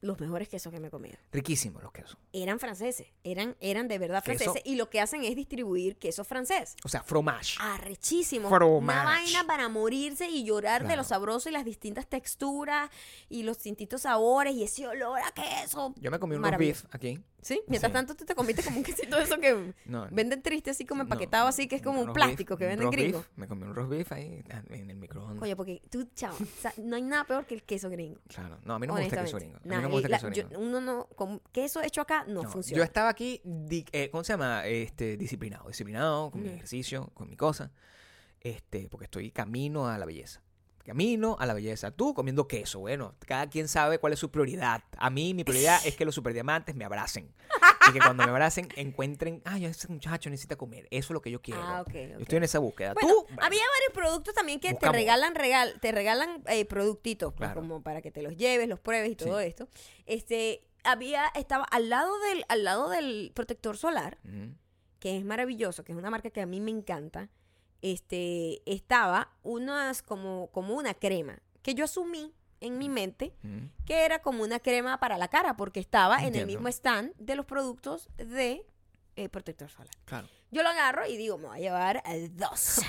[SPEAKER 1] los mejores quesos que me he comido.
[SPEAKER 2] Riquísimos los quesos.
[SPEAKER 1] Eran franceses, eran, eran de verdad
[SPEAKER 2] Queso.
[SPEAKER 1] franceses y lo que hacen es distribuir queso francés.
[SPEAKER 2] O sea,
[SPEAKER 1] Ah,
[SPEAKER 2] fromage.
[SPEAKER 1] arrechísimo.
[SPEAKER 2] Fromage.
[SPEAKER 1] Una vaina para morirse y llorar de
[SPEAKER 2] Claro.
[SPEAKER 1] lo sabroso y las distintas texturas y los distintos sabores y ese olor a queso.
[SPEAKER 2] Yo me comí unos
[SPEAKER 1] Maravilloso.
[SPEAKER 2] beef aquí.
[SPEAKER 1] Sí, mientras
[SPEAKER 2] Sí.
[SPEAKER 1] tanto tú te comiste
[SPEAKER 2] (laughs)
[SPEAKER 1] como un quesito de eso que
[SPEAKER 2] No,
[SPEAKER 1] venden triste, así como
[SPEAKER 2] no,
[SPEAKER 1] empaquetado, así que es como un
[SPEAKER 2] roast
[SPEAKER 1] plástico
[SPEAKER 2] beef,
[SPEAKER 1] que
[SPEAKER 2] un
[SPEAKER 1] venden
[SPEAKER 2] roast
[SPEAKER 1] gringo.
[SPEAKER 2] beef. Me comí un roast beef ahí ah, en el microondas.
[SPEAKER 1] Coño, porque tú, chao, o sea, no hay nada peor que el queso gringo.
[SPEAKER 2] Claro. No, a mí no me gusta el queso gringo.
[SPEAKER 1] honestamente.
[SPEAKER 2] A mí no me
[SPEAKER 1] Nah,
[SPEAKER 2] gusta el
[SPEAKER 1] la-
[SPEAKER 2] queso
[SPEAKER 1] yo-
[SPEAKER 2] gringo.
[SPEAKER 1] uno no, con queso hecho acá no,
[SPEAKER 2] No,
[SPEAKER 1] funciona.
[SPEAKER 2] Yo estaba aquí, di- eh, ¿cómo se llama? Este, disciplinado, disciplinado, con mi
[SPEAKER 1] Mm.
[SPEAKER 2] ejercicio, con mi cosa, este, porque estoy camino a la belleza. Camino a la belleza. Tú comiendo queso, bueno, cada quien sabe cuál es su prioridad. A mí mi prioridad es que los superdiamantes me abracen. Y que cuando me abracen encuentren, ay, ese muchacho necesita comer. Eso es lo que yo quiero.
[SPEAKER 1] Ah, ok,
[SPEAKER 2] Yo
[SPEAKER 1] ok.
[SPEAKER 2] estoy en esa búsqueda.
[SPEAKER 1] Bueno,
[SPEAKER 2] Tú,
[SPEAKER 1] había varios productos también que
[SPEAKER 2] Buscamos.
[SPEAKER 1] te regalan, regal, te regalan eh, productitos, pues,
[SPEAKER 2] Claro.
[SPEAKER 1] como para que te los lleves, los pruebes y todo esto. Este, había, estaba al lado del, al lado del protector solar,
[SPEAKER 2] Ujú.
[SPEAKER 1] que es maravilloso, que es una marca que a mí me encanta. Este, estaba unas como, como una crema que yo asumí en
[SPEAKER 2] Mm.
[SPEAKER 1] mi mente
[SPEAKER 2] Ujú.
[SPEAKER 1] que era como una crema para la cara porque estaba en el
[SPEAKER 2] Entiendo.
[SPEAKER 1] mismo stand de los productos de eh, protector solar.
[SPEAKER 2] Claro.
[SPEAKER 1] Yo lo agarro y digo, me voy a llevar eh,
[SPEAKER 2] (laughs)
[SPEAKER 1] dos.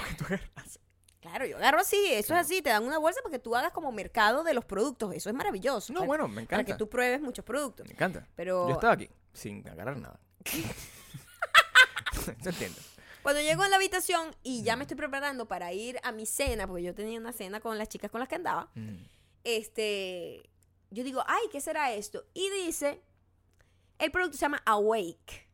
[SPEAKER 1] Claro, yo agarro así, eso es así, te dan una bolsa para que tú hagas como mercado de los productos, eso es maravilloso.
[SPEAKER 2] No,
[SPEAKER 1] para-
[SPEAKER 2] bueno, me
[SPEAKER 1] Para que
[SPEAKER 2] encanta.
[SPEAKER 1] tú pruebes muchos productos.
[SPEAKER 2] Me encanta.
[SPEAKER 1] Pero-
[SPEAKER 2] Yo estaba aquí, sin agarrar nada. (laughs) Yo entiendo.
[SPEAKER 1] Cuando llego a la habitación y ya me estoy preparando para ir a mi cena, porque yo tenía una cena con las chicas con las que andaba,
[SPEAKER 2] Ujú.
[SPEAKER 1] este, yo digo, ay, ¿qué será esto? Y dice, el producto se llama Awake,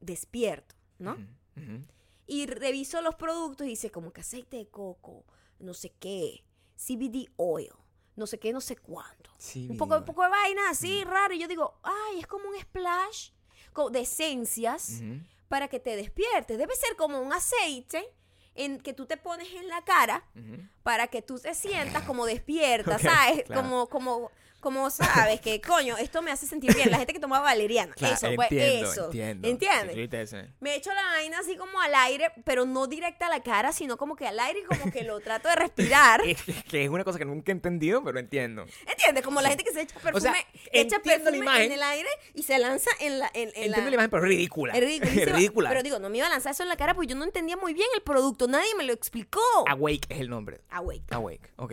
[SPEAKER 1] despierto, ¿no?
[SPEAKER 2] Ujú, ujú.
[SPEAKER 1] Y reviso los productos y dice como que aceite de coco, no sé qué, CBD oil, no sé qué, no sé cuánto.
[SPEAKER 2] Sí,
[SPEAKER 1] un poco,
[SPEAKER 2] vi.
[SPEAKER 1] poco de vaina así, raro. Y yo digo, ay, es como un splash co- de esencias
[SPEAKER 2] Ujú.
[SPEAKER 1] para que te despiertes. Debe ser como un aceite en que tú te pones en la cara
[SPEAKER 2] Ujú.
[SPEAKER 1] para que tú te sientas como despierta,
[SPEAKER 2] Ok,
[SPEAKER 1] ¿sabes?
[SPEAKER 2] claro.
[SPEAKER 1] Como, como, como sabes que, coño, esto me hace sentir bien. La gente que tomaba valeriana.
[SPEAKER 2] Claro,
[SPEAKER 1] eso, pues,
[SPEAKER 2] entiendo,
[SPEAKER 1] eso.
[SPEAKER 2] entiendo. eh.
[SPEAKER 1] ¿Entiendes?
[SPEAKER 2] Sí, sí, sí.
[SPEAKER 1] Me echo la vaina así como al aire, pero no directa a la cara, sino como que al aire y como que
[SPEAKER 2] (laughs)
[SPEAKER 1] lo trato de respirar.
[SPEAKER 2] Es que es una cosa que nunca he entendido, pero entiendo.
[SPEAKER 1] ¿Entiendes? Como la gente que se echa perfume,
[SPEAKER 2] O sea,
[SPEAKER 1] echa
[SPEAKER 2] entiendo la
[SPEAKER 1] perfume
[SPEAKER 2] imagen.
[SPEAKER 1] en el aire y se lanza en la... En, en
[SPEAKER 2] entiendo la...
[SPEAKER 1] la-
[SPEAKER 2] imagen, pero es ridícula.
[SPEAKER 1] Es
[SPEAKER 2] (laughs)
[SPEAKER 1] ridiculísima.
[SPEAKER 2] ridícula.
[SPEAKER 1] Pero digo, no me iba a lanzar eso en la cara porque yo no entendía muy bien el producto. Nadie me lo explicó.
[SPEAKER 2] Awake es el nombre.
[SPEAKER 1] Awake.
[SPEAKER 2] Awake, ok.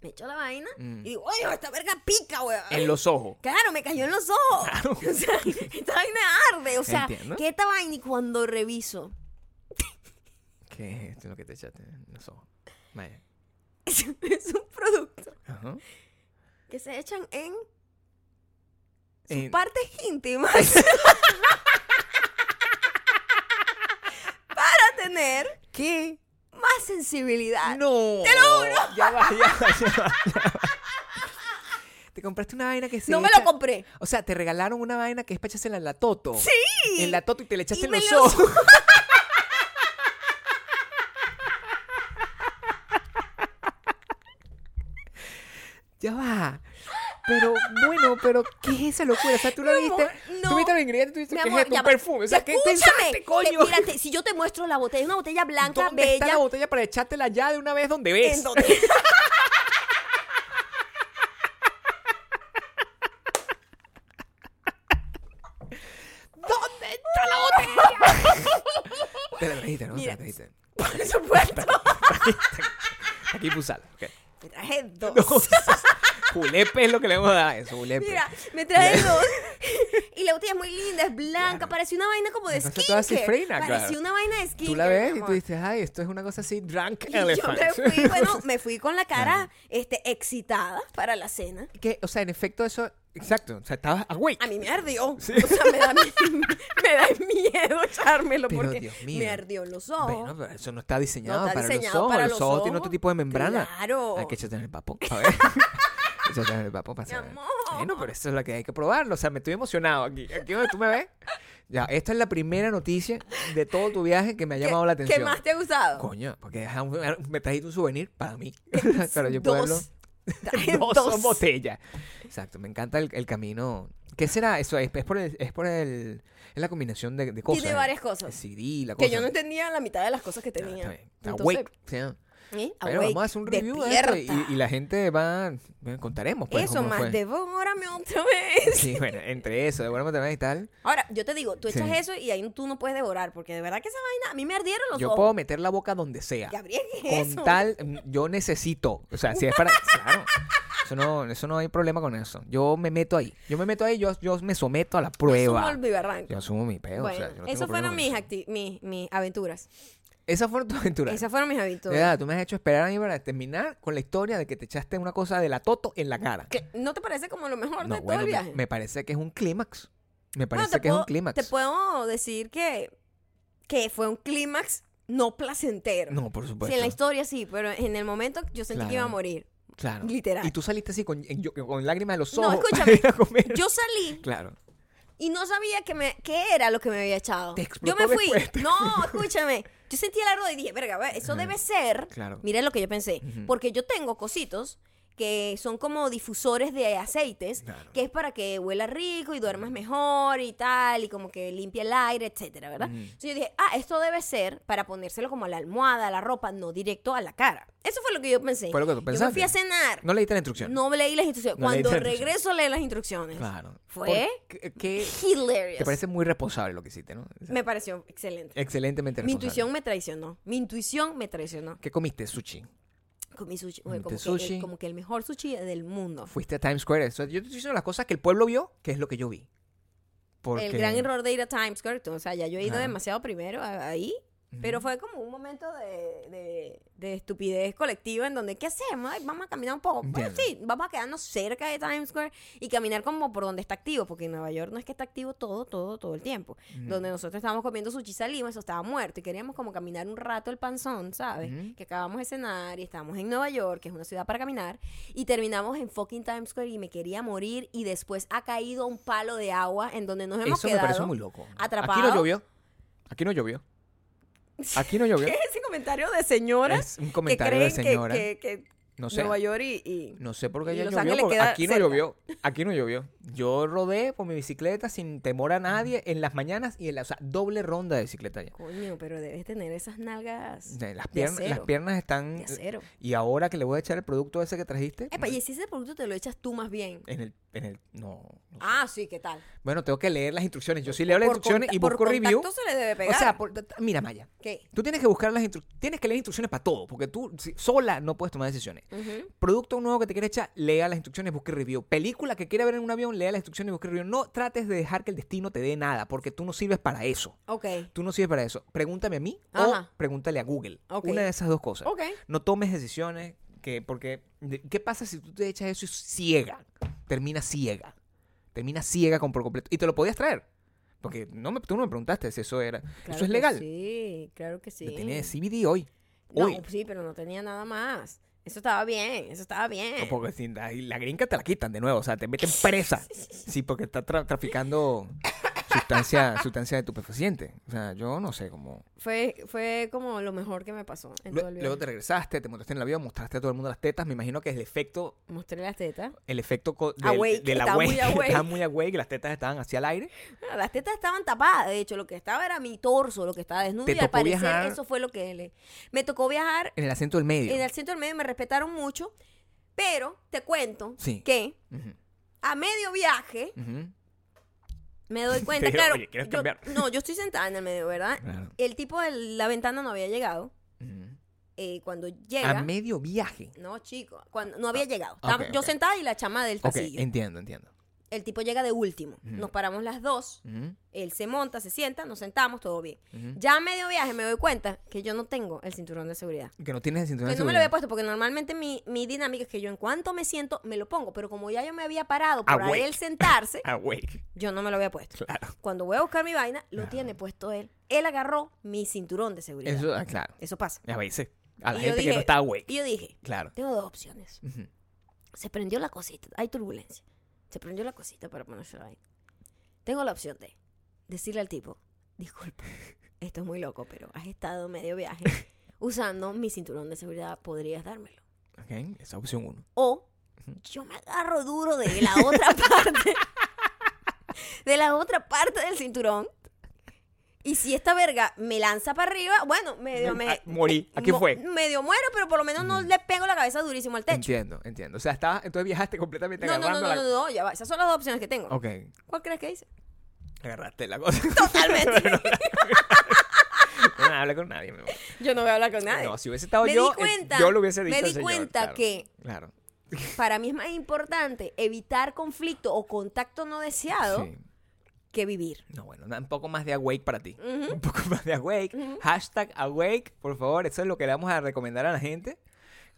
[SPEAKER 1] Me echo la vaina
[SPEAKER 2] Mm.
[SPEAKER 1] y digo, oye, esta verga pica, weón.
[SPEAKER 2] En los ojos.
[SPEAKER 1] Claro, me cayó en los ojos. (laughs)
[SPEAKER 2] Claro.
[SPEAKER 1] O sea, esta vaina arde. O sea,
[SPEAKER 2] Entiendo.
[SPEAKER 1] que esta vaina y cuando reviso, (laughs)
[SPEAKER 2] ¿Qué es esto lo que te echaste en los ojos? Vaya.
[SPEAKER 1] es un producto
[SPEAKER 2] Ajá.
[SPEAKER 1] que se echan en
[SPEAKER 2] Eh,
[SPEAKER 1] partes íntimas (laughs) para tener
[SPEAKER 2] ¿Qué?
[SPEAKER 1] más sensibilidad.
[SPEAKER 2] No. Te lo juro. Ya va, ya va, ya va, ya
[SPEAKER 1] (laughs)
[SPEAKER 2] va. Te compraste una vaina que se
[SPEAKER 1] no me
[SPEAKER 2] echa-
[SPEAKER 1] lo compré.
[SPEAKER 2] O sea, te regalaron una vaina que es para echársela en la toto.
[SPEAKER 1] Sí.
[SPEAKER 2] En la toto y te la echaste
[SPEAKER 1] Y
[SPEAKER 2] en
[SPEAKER 1] me
[SPEAKER 2] los
[SPEAKER 1] lo-
[SPEAKER 2] ojos. (laughs) ya va. pero bueno, pero ¿qué es esa locura? O sea, tú la
[SPEAKER 1] Mi
[SPEAKER 2] viste,
[SPEAKER 1] amor, no.
[SPEAKER 2] tú viste los ingredientes, tú dices,
[SPEAKER 1] Mi
[SPEAKER 2] ¿qué
[SPEAKER 1] amor,
[SPEAKER 2] es esto?
[SPEAKER 1] ya
[SPEAKER 2] Un
[SPEAKER 1] va.
[SPEAKER 2] perfume. O sea, ¿qué
[SPEAKER 1] Escúchame,
[SPEAKER 2] pensaste,
[SPEAKER 1] te-
[SPEAKER 2] coño?
[SPEAKER 1] mira, te- si yo te muestro la botella, es una botella blanca,
[SPEAKER 2] ¿Dónde está la
[SPEAKER 1] bella.
[SPEAKER 2] botella para echártela ya de una vez donde ves?
[SPEAKER 1] en donde-
[SPEAKER 2] ¿Dónde está la botella? Te la trajiste, ¿no? Te
[SPEAKER 1] Mira.
[SPEAKER 2] la trajiste.
[SPEAKER 1] Por supuesto.
[SPEAKER 2] Aquí pusala. (laughs) Okay.
[SPEAKER 1] Me traje dos.
[SPEAKER 2] Julepe es pues, lo que le vamos a dar a eso, pues. julepe.
[SPEAKER 1] Mira, me traje dos. Y la botella es muy linda, es blanca, parecía una vaina como de
[SPEAKER 2] Entonces
[SPEAKER 1] skin.
[SPEAKER 2] toda cifrina, claro.
[SPEAKER 1] parecía una vaina de skin.
[SPEAKER 2] Tú la ves y tú dices, ay, esto es una cosa así, drunk (laughs)
[SPEAKER 1] Y yo
[SPEAKER 2] elephant.
[SPEAKER 1] me fui, bueno, me fui con la cara este, excitada para la cena.
[SPEAKER 2] (laughs) que, o sea, en efecto eso, exacto, o sea, estabas awake.
[SPEAKER 1] A mí me
[SPEAKER 2] (laughs)
[SPEAKER 1] ardió. O sea, me da, (laughs) me da miedo echármelo
[SPEAKER 2] Pero,
[SPEAKER 1] porque
[SPEAKER 2] Dios mío.
[SPEAKER 1] me ardió en los ojos.
[SPEAKER 2] Bueno, pero eso no está diseñado,
[SPEAKER 1] Ah, está
[SPEAKER 2] para,
[SPEAKER 1] diseñado
[SPEAKER 2] los ojos.
[SPEAKER 1] para
[SPEAKER 2] los
[SPEAKER 1] los
[SPEAKER 2] ojos. tienen
[SPEAKER 1] ojos.
[SPEAKER 2] otro tipo de membrana.
[SPEAKER 1] Claro.
[SPEAKER 2] Hay que echarte en el papo, (laughs) a ver. Échate en el papo para saber.
[SPEAKER 1] amor.
[SPEAKER 2] Bueno, pero eso es lo que hay que probarlo. O sea, me estoy emocionado aquí. Aquí donde tú me ves. Ya, esta es la primera noticia de todo tu viaje que me ha
[SPEAKER 1] ¿Qué-
[SPEAKER 2] llamado la
[SPEAKER 1] ¿Qué,
[SPEAKER 2] atención.
[SPEAKER 1] más te ha gustado? (laughs)
[SPEAKER 2] Coño, porque ajá, un- me trajiste un souvenir para mí. (laughs) Pero yo puedo verlo.
[SPEAKER 1] Dos. Traje
[SPEAKER 2] (laughs) dos, son
[SPEAKER 1] dos.
[SPEAKER 2] botellas. Exacto, me encanta el, el camino. ¿Qué será eso? Es, es por el, es por el, es la combinación de, de cosas. Eh,
[SPEAKER 1] Tiene varias cosas.
[SPEAKER 2] El CD, la cosa.
[SPEAKER 1] Que yo no entendía la mitad de las cosas que
[SPEAKER 2] Ah,
[SPEAKER 1] tenía.
[SPEAKER 2] está bien. Está
[SPEAKER 1] Entonces,
[SPEAKER 2] awake, o sea,
[SPEAKER 1] ¿eh?
[SPEAKER 2] bueno, vamos a hacer un
[SPEAKER 1] Awake,
[SPEAKER 2] review de esto
[SPEAKER 1] despierta.
[SPEAKER 2] y, y la gente va, bueno, contaremos pues
[SPEAKER 1] Eso
[SPEAKER 2] cómo
[SPEAKER 1] más,
[SPEAKER 2] fue.
[SPEAKER 1] devórame otra vez.
[SPEAKER 2] Sí, bueno, entre eso, de buena matemática y tal,
[SPEAKER 1] Ahora, yo te digo, tú echas
[SPEAKER 2] Sí.
[SPEAKER 1] eso y ahí tú no puedes devorar, porque de verdad que esa vaina, a mí me ardieron los
[SPEAKER 2] yo
[SPEAKER 1] ojos.
[SPEAKER 2] puedo meter la boca donde sea.
[SPEAKER 1] Gabriel, (laughs) ¿qué es
[SPEAKER 2] Con
[SPEAKER 1] eso?
[SPEAKER 2] tal, mm, yo necesito, o sea, si
[SPEAKER 1] (laughs)
[SPEAKER 2] es para, claro, eso no, eso no hay problema con eso. Yo me meto ahí, yo me meto ahí, yo, yo me someto a la prueba.
[SPEAKER 1] Somos el vivarranco.
[SPEAKER 2] Yo asumo mi peo.
[SPEAKER 1] Bueno,
[SPEAKER 2] o sea, yo no tengo
[SPEAKER 1] esas
[SPEAKER 2] problema
[SPEAKER 1] fueron
[SPEAKER 2] con
[SPEAKER 1] mis,
[SPEAKER 2] eso.
[SPEAKER 1] acti- mis, mis aventuras.
[SPEAKER 2] Esas fueron tus aventuras.
[SPEAKER 1] Esas fueron mis
[SPEAKER 2] De
[SPEAKER 1] aventuras.
[SPEAKER 2] verdad, tú me has hecho esperar a mí para terminar con la historia de que te echaste una cosa de la toto en la cara.
[SPEAKER 1] ¿Qué? ¿No te parece como lo mejor de
[SPEAKER 2] No,
[SPEAKER 1] todo
[SPEAKER 2] bueno,
[SPEAKER 1] el
[SPEAKER 2] me-
[SPEAKER 1] viaje?
[SPEAKER 2] Me, parece que es un clímax. Me
[SPEAKER 1] Bueno,
[SPEAKER 2] parece
[SPEAKER 1] te
[SPEAKER 2] que es
[SPEAKER 1] puedo-
[SPEAKER 2] un clímax.
[SPEAKER 1] Te puedo decir que, que fue un clímax no placentero.
[SPEAKER 2] No, por
[SPEAKER 1] Sí,
[SPEAKER 2] supuesto.
[SPEAKER 1] en la historia sí, pero en el momento yo sentí que iba a
[SPEAKER 2] Claro. (laughs)
[SPEAKER 1] morir.
[SPEAKER 2] Claro.
[SPEAKER 1] literal.
[SPEAKER 2] Y tú saliste así con, en- yo- con lágrimas de los
[SPEAKER 1] No,
[SPEAKER 2] ojos. (laughs)
[SPEAKER 1] escúchame.
[SPEAKER 2] para ir a comer.
[SPEAKER 1] Yo salí
[SPEAKER 2] Claro.
[SPEAKER 1] y no sabía que, me, qué era lo que me había echado.
[SPEAKER 2] Te
[SPEAKER 1] yo
[SPEAKER 2] explotó
[SPEAKER 1] me fui.
[SPEAKER 2] después, te- (laughs)
[SPEAKER 1] No, escúchame. Yo sentí el arroz y dije, verga, ve, eso
[SPEAKER 2] Ajá.
[SPEAKER 1] debe ser.
[SPEAKER 2] Claro.
[SPEAKER 1] Mira lo que yo pensé.
[SPEAKER 2] Ujú.
[SPEAKER 1] Porque yo tengo cositos que son como difusores de aceites,
[SPEAKER 2] Claro.
[SPEAKER 1] que es para que huela rico y duermas mejor y tal, y como que limpia el aire, etcétera, ¿verdad?
[SPEAKER 2] Ujú.
[SPEAKER 1] Entonces yo dije, ah, esto debe ser para ponérselo como a la almohada, a la ropa, no directo a la cara. Eso fue lo que yo pensé.
[SPEAKER 2] Fue lo que tú
[SPEAKER 1] Yo me fui
[SPEAKER 2] pensaste.
[SPEAKER 1] a cenar.
[SPEAKER 2] No leíste la instrucción.
[SPEAKER 1] No leí las instrucciones.
[SPEAKER 2] No leí
[SPEAKER 1] Cuando
[SPEAKER 2] las instrucciones.
[SPEAKER 1] regreso leí las instrucciones.
[SPEAKER 2] Claro.
[SPEAKER 1] Fue
[SPEAKER 2] ¿Por qué- qué-
[SPEAKER 1] hilarious.
[SPEAKER 2] te parece muy responsable lo que hiciste, ¿no? O sea,
[SPEAKER 1] Me pareció excelente.
[SPEAKER 2] Excelentemente
[SPEAKER 1] Mi
[SPEAKER 2] responsable.
[SPEAKER 1] intuición me traicionó. Mi intuición me traicionó.
[SPEAKER 2] ¿Qué comiste? Sushi.
[SPEAKER 1] Comí sushi.
[SPEAKER 2] Comiste
[SPEAKER 1] como, Que,
[SPEAKER 2] sushi.
[SPEAKER 1] el, como que el mejor sushi del mundo.
[SPEAKER 2] Fuiste a Times Square. O sea, yo te estoy diciendo las cosas que el pueblo vio, que es lo que yo vi. Porque...
[SPEAKER 1] El gran error de ir a Times Square. O sea, ya yo he ido
[SPEAKER 2] Ajá.
[SPEAKER 1] demasiado primero a- ahí. Pero fue como un momento de, de- de estupidez colectiva en donde, ¿qué hacemos? Ay, vamos a caminar un poco. Bueno,
[SPEAKER 2] Entiendo.
[SPEAKER 1] sí, vamos a quedarnos cerca de Times Square y caminar como por donde está activo, porque en Nueva York no es que está activo todo, todo, todo el tiempo. Donde nosotros estábamos comiendo sushi salima, eso estaba muerto y queríamos como caminar un rato el panzón, ¿sabes?
[SPEAKER 2] Ujú.
[SPEAKER 1] Que acabamos de cenar y estábamos en Nueva York, que es una ciudad para caminar, y terminamos en fucking Times Square y me quería morir y después ha caído un palo de agua en donde nos hemos
[SPEAKER 2] Eso me
[SPEAKER 1] quedado.
[SPEAKER 2] pareció muy loco. Aquí no
[SPEAKER 1] atrapados.
[SPEAKER 2] llovió. Aquí no llovió. Aquí no
[SPEAKER 1] (laughs)
[SPEAKER 2] llovió.
[SPEAKER 1] ¿Qué es (laughs) ese comentario de señoras
[SPEAKER 2] Es un
[SPEAKER 1] que
[SPEAKER 2] comentario
[SPEAKER 1] creen
[SPEAKER 2] de
[SPEAKER 1] que-
[SPEAKER 2] señora.
[SPEAKER 1] que, que
[SPEAKER 2] no sé.
[SPEAKER 1] Nueva York y, y-
[SPEAKER 2] No sé por
[SPEAKER 1] y
[SPEAKER 2] qué ya
[SPEAKER 1] Los
[SPEAKER 2] llovió.
[SPEAKER 1] Ángeles
[SPEAKER 2] porque
[SPEAKER 1] queda
[SPEAKER 2] aquí no
[SPEAKER 1] cerca.
[SPEAKER 2] llovió. Aquí no llovió. Yo rodé por mi bicicleta sin temor a nadie en las mañanas y en la, o sea, doble ronda de bicicleta ya.
[SPEAKER 1] Coño, pero debes tener esas nalgas
[SPEAKER 2] Eh, Las,
[SPEAKER 1] de
[SPEAKER 2] piernas las
[SPEAKER 1] acero.
[SPEAKER 2] piernas están.
[SPEAKER 1] de acero.
[SPEAKER 2] Y ahora que le voy a echar el producto ese que trajiste.
[SPEAKER 1] Epa, y si ese producto te lo echas tú más bien.
[SPEAKER 2] En el, en el. No. no sé.
[SPEAKER 1] Ah, sí, ¿qué tal?
[SPEAKER 2] Bueno, tengo que leer las instrucciones. Yo sí leo las
[SPEAKER 1] Por
[SPEAKER 2] instrucciones
[SPEAKER 1] conta-
[SPEAKER 2] y busco
[SPEAKER 1] por
[SPEAKER 2] review.
[SPEAKER 1] contacto se le debe
[SPEAKER 2] O
[SPEAKER 1] pegar.
[SPEAKER 2] sea, por- mira, Maya.
[SPEAKER 1] ¿Qué?
[SPEAKER 2] Tú tienes que buscar las instrucciones, tienes que leer instrucciones para todo, porque tú si- sola no puedes tomar decisiones.
[SPEAKER 1] Ujú.
[SPEAKER 2] Producto nuevo que te quieres echar, lea las instrucciones, busque review. Película que quiera ver en un avión, lea las instrucciones, busque review. No trates de dejar que el destino te dé nada, porque tú no sirves para eso.
[SPEAKER 1] Ok.
[SPEAKER 2] Tú no sirves para eso. Pregúntame a mí
[SPEAKER 1] Ajá.
[SPEAKER 2] o pregúntale a Google.
[SPEAKER 1] Ok.
[SPEAKER 2] Una de esas dos cosas.
[SPEAKER 1] Ok.
[SPEAKER 2] No tomes decisiones, que, porque de- ¿qué pasa si tú te echas eso y ciega? Termina ciega. Termina ciega con por completo. Y te lo podías traer. Porque no me, tú no me preguntaste si eso era.
[SPEAKER 1] Claro
[SPEAKER 2] eso
[SPEAKER 1] que
[SPEAKER 2] es legal.
[SPEAKER 1] Sí, claro que sí.
[SPEAKER 2] Lo Tiene CBD hoy.
[SPEAKER 1] No,
[SPEAKER 2] Hoy.
[SPEAKER 1] sí, pero no tenía nada más. Eso estaba bien, eso estaba bien.
[SPEAKER 2] No, Porque si la, la gringa te la quitan de nuevo, o sea, te meten presa. Sí, porque está tra- traficando sustancia, sustancia de estupefaciente. O sea, yo no sé cómo.
[SPEAKER 1] Fue, fue como lo mejor que me pasó en todo
[SPEAKER 2] Lue-
[SPEAKER 1] el
[SPEAKER 2] Luego te
[SPEAKER 1] viaje.
[SPEAKER 2] regresaste, te montaste en el avión, mostraste a todo el mundo las tetas. Me imagino que es el efecto,
[SPEAKER 1] Mostré las tetas.
[SPEAKER 2] el efecto co- del-
[SPEAKER 1] Awake,
[SPEAKER 2] de la
[SPEAKER 1] estaba muy awake.
[SPEAKER 2] Estaba muy awake, (laughs) las tetas estaban hacia el aire.
[SPEAKER 1] Ah, Las tetas estaban tapadas, de hecho, lo que estaba era mi torso, lo que estaba desnudo.
[SPEAKER 2] Te
[SPEAKER 1] y al
[SPEAKER 2] tocó
[SPEAKER 1] parecer
[SPEAKER 2] viajar-
[SPEAKER 1] eso fue lo que le... Me tocó viajar
[SPEAKER 2] En el acento del medio.
[SPEAKER 1] en el centro del medio, me respetaron mucho, pero te cuento
[SPEAKER 2] Sí.
[SPEAKER 1] que
[SPEAKER 2] Ujú,
[SPEAKER 1] a medio viaje
[SPEAKER 2] ujú.
[SPEAKER 1] me doy
[SPEAKER 2] (laughs)
[SPEAKER 1] cuenta,
[SPEAKER 2] dijeron,
[SPEAKER 1] claro.
[SPEAKER 2] "Oye, ¿quieres
[SPEAKER 1] yo-
[SPEAKER 2] cambiar?"
[SPEAKER 1] no, yo estoy sentada en el medio, ¿verdad?
[SPEAKER 2] Claro.
[SPEAKER 1] El tipo de la ventana no había llegado.
[SPEAKER 2] Ujú.
[SPEAKER 1] eh, cuando llega...
[SPEAKER 2] A medio viaje.
[SPEAKER 1] No, chico, cuando no había llegado.
[SPEAKER 2] ah, ok,
[SPEAKER 1] Estaba- Yo
[SPEAKER 2] ok.
[SPEAKER 1] sentada y la chama del
[SPEAKER 2] Ok,
[SPEAKER 1] pasillo.
[SPEAKER 2] entiendo, entiendo.
[SPEAKER 1] El tipo llega de último.
[SPEAKER 2] Ujú.
[SPEAKER 1] Nos paramos las dos.
[SPEAKER 2] Ujú,
[SPEAKER 1] Él se monta, se sienta, nos sentamos, todo bien.
[SPEAKER 2] ujú.
[SPEAKER 1] Ya a medio viaje me doy cuenta que yo no tengo el cinturón de seguridad.
[SPEAKER 2] Que no tienes el cinturón
[SPEAKER 1] Que
[SPEAKER 2] de
[SPEAKER 1] no me lo había
[SPEAKER 2] seguridad.
[SPEAKER 1] puesto porque normalmente mi, mi dinámica es que yo en cuanto me siento me lo pongo, pero como ya yo me había parado para
[SPEAKER 2] Awake.
[SPEAKER 1] él
[SPEAKER 2] (laughs)
[SPEAKER 1] sentarse,
[SPEAKER 2] Awake,
[SPEAKER 1] yo no me lo había puesto.
[SPEAKER 2] Ah, claro.
[SPEAKER 1] Cuando voy a buscar mi vaina, lo tiene puesto él. Él agarró mi cinturón de seguridad. Eso,
[SPEAKER 2] Eso, ah, claro.
[SPEAKER 1] pasa.
[SPEAKER 2] A veces. A la
[SPEAKER 1] Y yo
[SPEAKER 2] gente que no
[SPEAKER 1] dije-
[SPEAKER 2] está awake.
[SPEAKER 1] Y yo dije,
[SPEAKER 2] Claro.
[SPEAKER 1] tengo dos opciones.
[SPEAKER 2] Ujú.
[SPEAKER 1] Se prendió la cosita, hay turbulencia. Se prendió la cosita para ponerse la vaina. Tengo la opción de decirle al tipo, disculpa, esto es muy loco, pero has estado medio viaje usando mi cinturón de seguridad, podrías dármelo.
[SPEAKER 2] Ok, esa es opción uno.
[SPEAKER 1] O yo me agarro duro de la
[SPEAKER 2] (laughs)
[SPEAKER 1] otra parte. de la otra parte del cinturón. Y si esta verga me lanza para arriba, bueno, medio Eh, me...
[SPEAKER 2] Ah, morí. Aquí
[SPEAKER 1] mo-
[SPEAKER 2] fue.
[SPEAKER 1] Medio muero, pero por lo menos no
[SPEAKER 2] Ujú.
[SPEAKER 1] le pego la cabeza durísimo al techo.
[SPEAKER 2] Entiendo, entiendo. O sea, estabas, entonces viajaste completamente
[SPEAKER 1] No, no, no,
[SPEAKER 2] agarrando
[SPEAKER 1] no,
[SPEAKER 2] la...
[SPEAKER 1] no, no, ya va. Esas son las dos opciones que tengo.
[SPEAKER 2] Ok,
[SPEAKER 1] ¿Cuál crees
[SPEAKER 2] (laughs)
[SPEAKER 1] que hice?
[SPEAKER 2] agarraste la cosa.
[SPEAKER 1] Totalmente.
[SPEAKER 2] (laughs) no habla con nadie, mi amor.
[SPEAKER 1] yo no voy a hablar con nadie.
[SPEAKER 2] No, si hubiese estado
[SPEAKER 1] Me
[SPEAKER 2] yo,
[SPEAKER 1] di cuenta,
[SPEAKER 2] eh, yo lo hubiese
[SPEAKER 1] me
[SPEAKER 2] dicho
[SPEAKER 1] di
[SPEAKER 2] al señor,
[SPEAKER 1] cuenta
[SPEAKER 2] claro,
[SPEAKER 1] que-
[SPEAKER 2] Claro.
[SPEAKER 1] Para mí es más importante evitar conflicto o contacto no deseado
[SPEAKER 2] Sí.
[SPEAKER 1] que vivir.
[SPEAKER 2] No, bueno, da un poco más de awake para ti.
[SPEAKER 1] Ujú.
[SPEAKER 2] Un poco (laughs) más de awake. Hashtag awake, por favor. Eso es lo que le vamos a recomendar a la gente.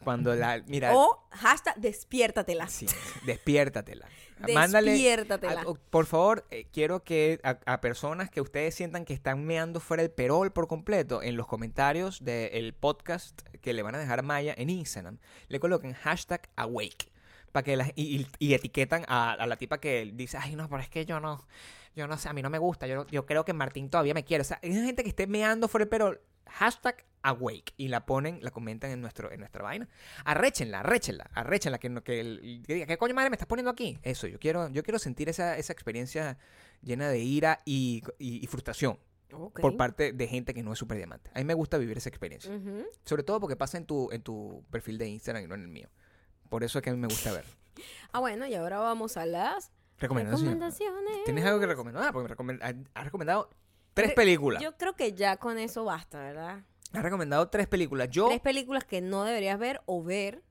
[SPEAKER 2] Cuando la... Mira...
[SPEAKER 1] O hashtag despiértatela.
[SPEAKER 2] Sí, despiértatela. Mándale.
[SPEAKER 1] Despiértatela.
[SPEAKER 2] a- o- por favor, eh, quiero que a, a personas que ustedes sientan que están meando fuera del perol por completo, en los comentarios del podcast que le van a dejar a Maya en Instagram, le coloquen hashtag awake. Para que las- y, y- y etiquetan a, a la tipa que dice, ay, no, pero es que yo no, yo no sé, a mí no me gusta, yo, yo creo que Martín todavía me quiere. O sea, hay gente que esté meando fuera del perol, hashtag awake, y la ponen, la comentan en, nuestro, en nuestra vaina. Arréchenla, arréchenla, arréchenla, que, no- que, el- que diga, ¿qué coño madre me estás poniendo aquí? Eso, yo quiero, yo quiero sentir esa, esa experiencia llena de ira y, y- y frustración
[SPEAKER 1] Ok. Mm.
[SPEAKER 2] por parte de gente que no es super diamante. A mí me gusta vivir esa experiencia.
[SPEAKER 1] Ujú.
[SPEAKER 2] Sobre todo porque pasa en tu, en tu perfil de Instagram y no en el mío. Por eso es que a mí me gusta ver.
[SPEAKER 1] Ah, bueno, y ahora vamos a las
[SPEAKER 2] Recomendaciones.
[SPEAKER 1] recomendaciones.
[SPEAKER 2] ¿Tienes algo que recomendar? Ah, Porque me recomen- ha- has recomendado tres
[SPEAKER 1] Re-
[SPEAKER 2] películas.
[SPEAKER 1] Yo creo que ya con eso basta, ¿verdad?
[SPEAKER 2] Has recomendado tres películas. Yo,
[SPEAKER 1] Tres
[SPEAKER 2] tres,
[SPEAKER 1] películas que no deberías ver o ver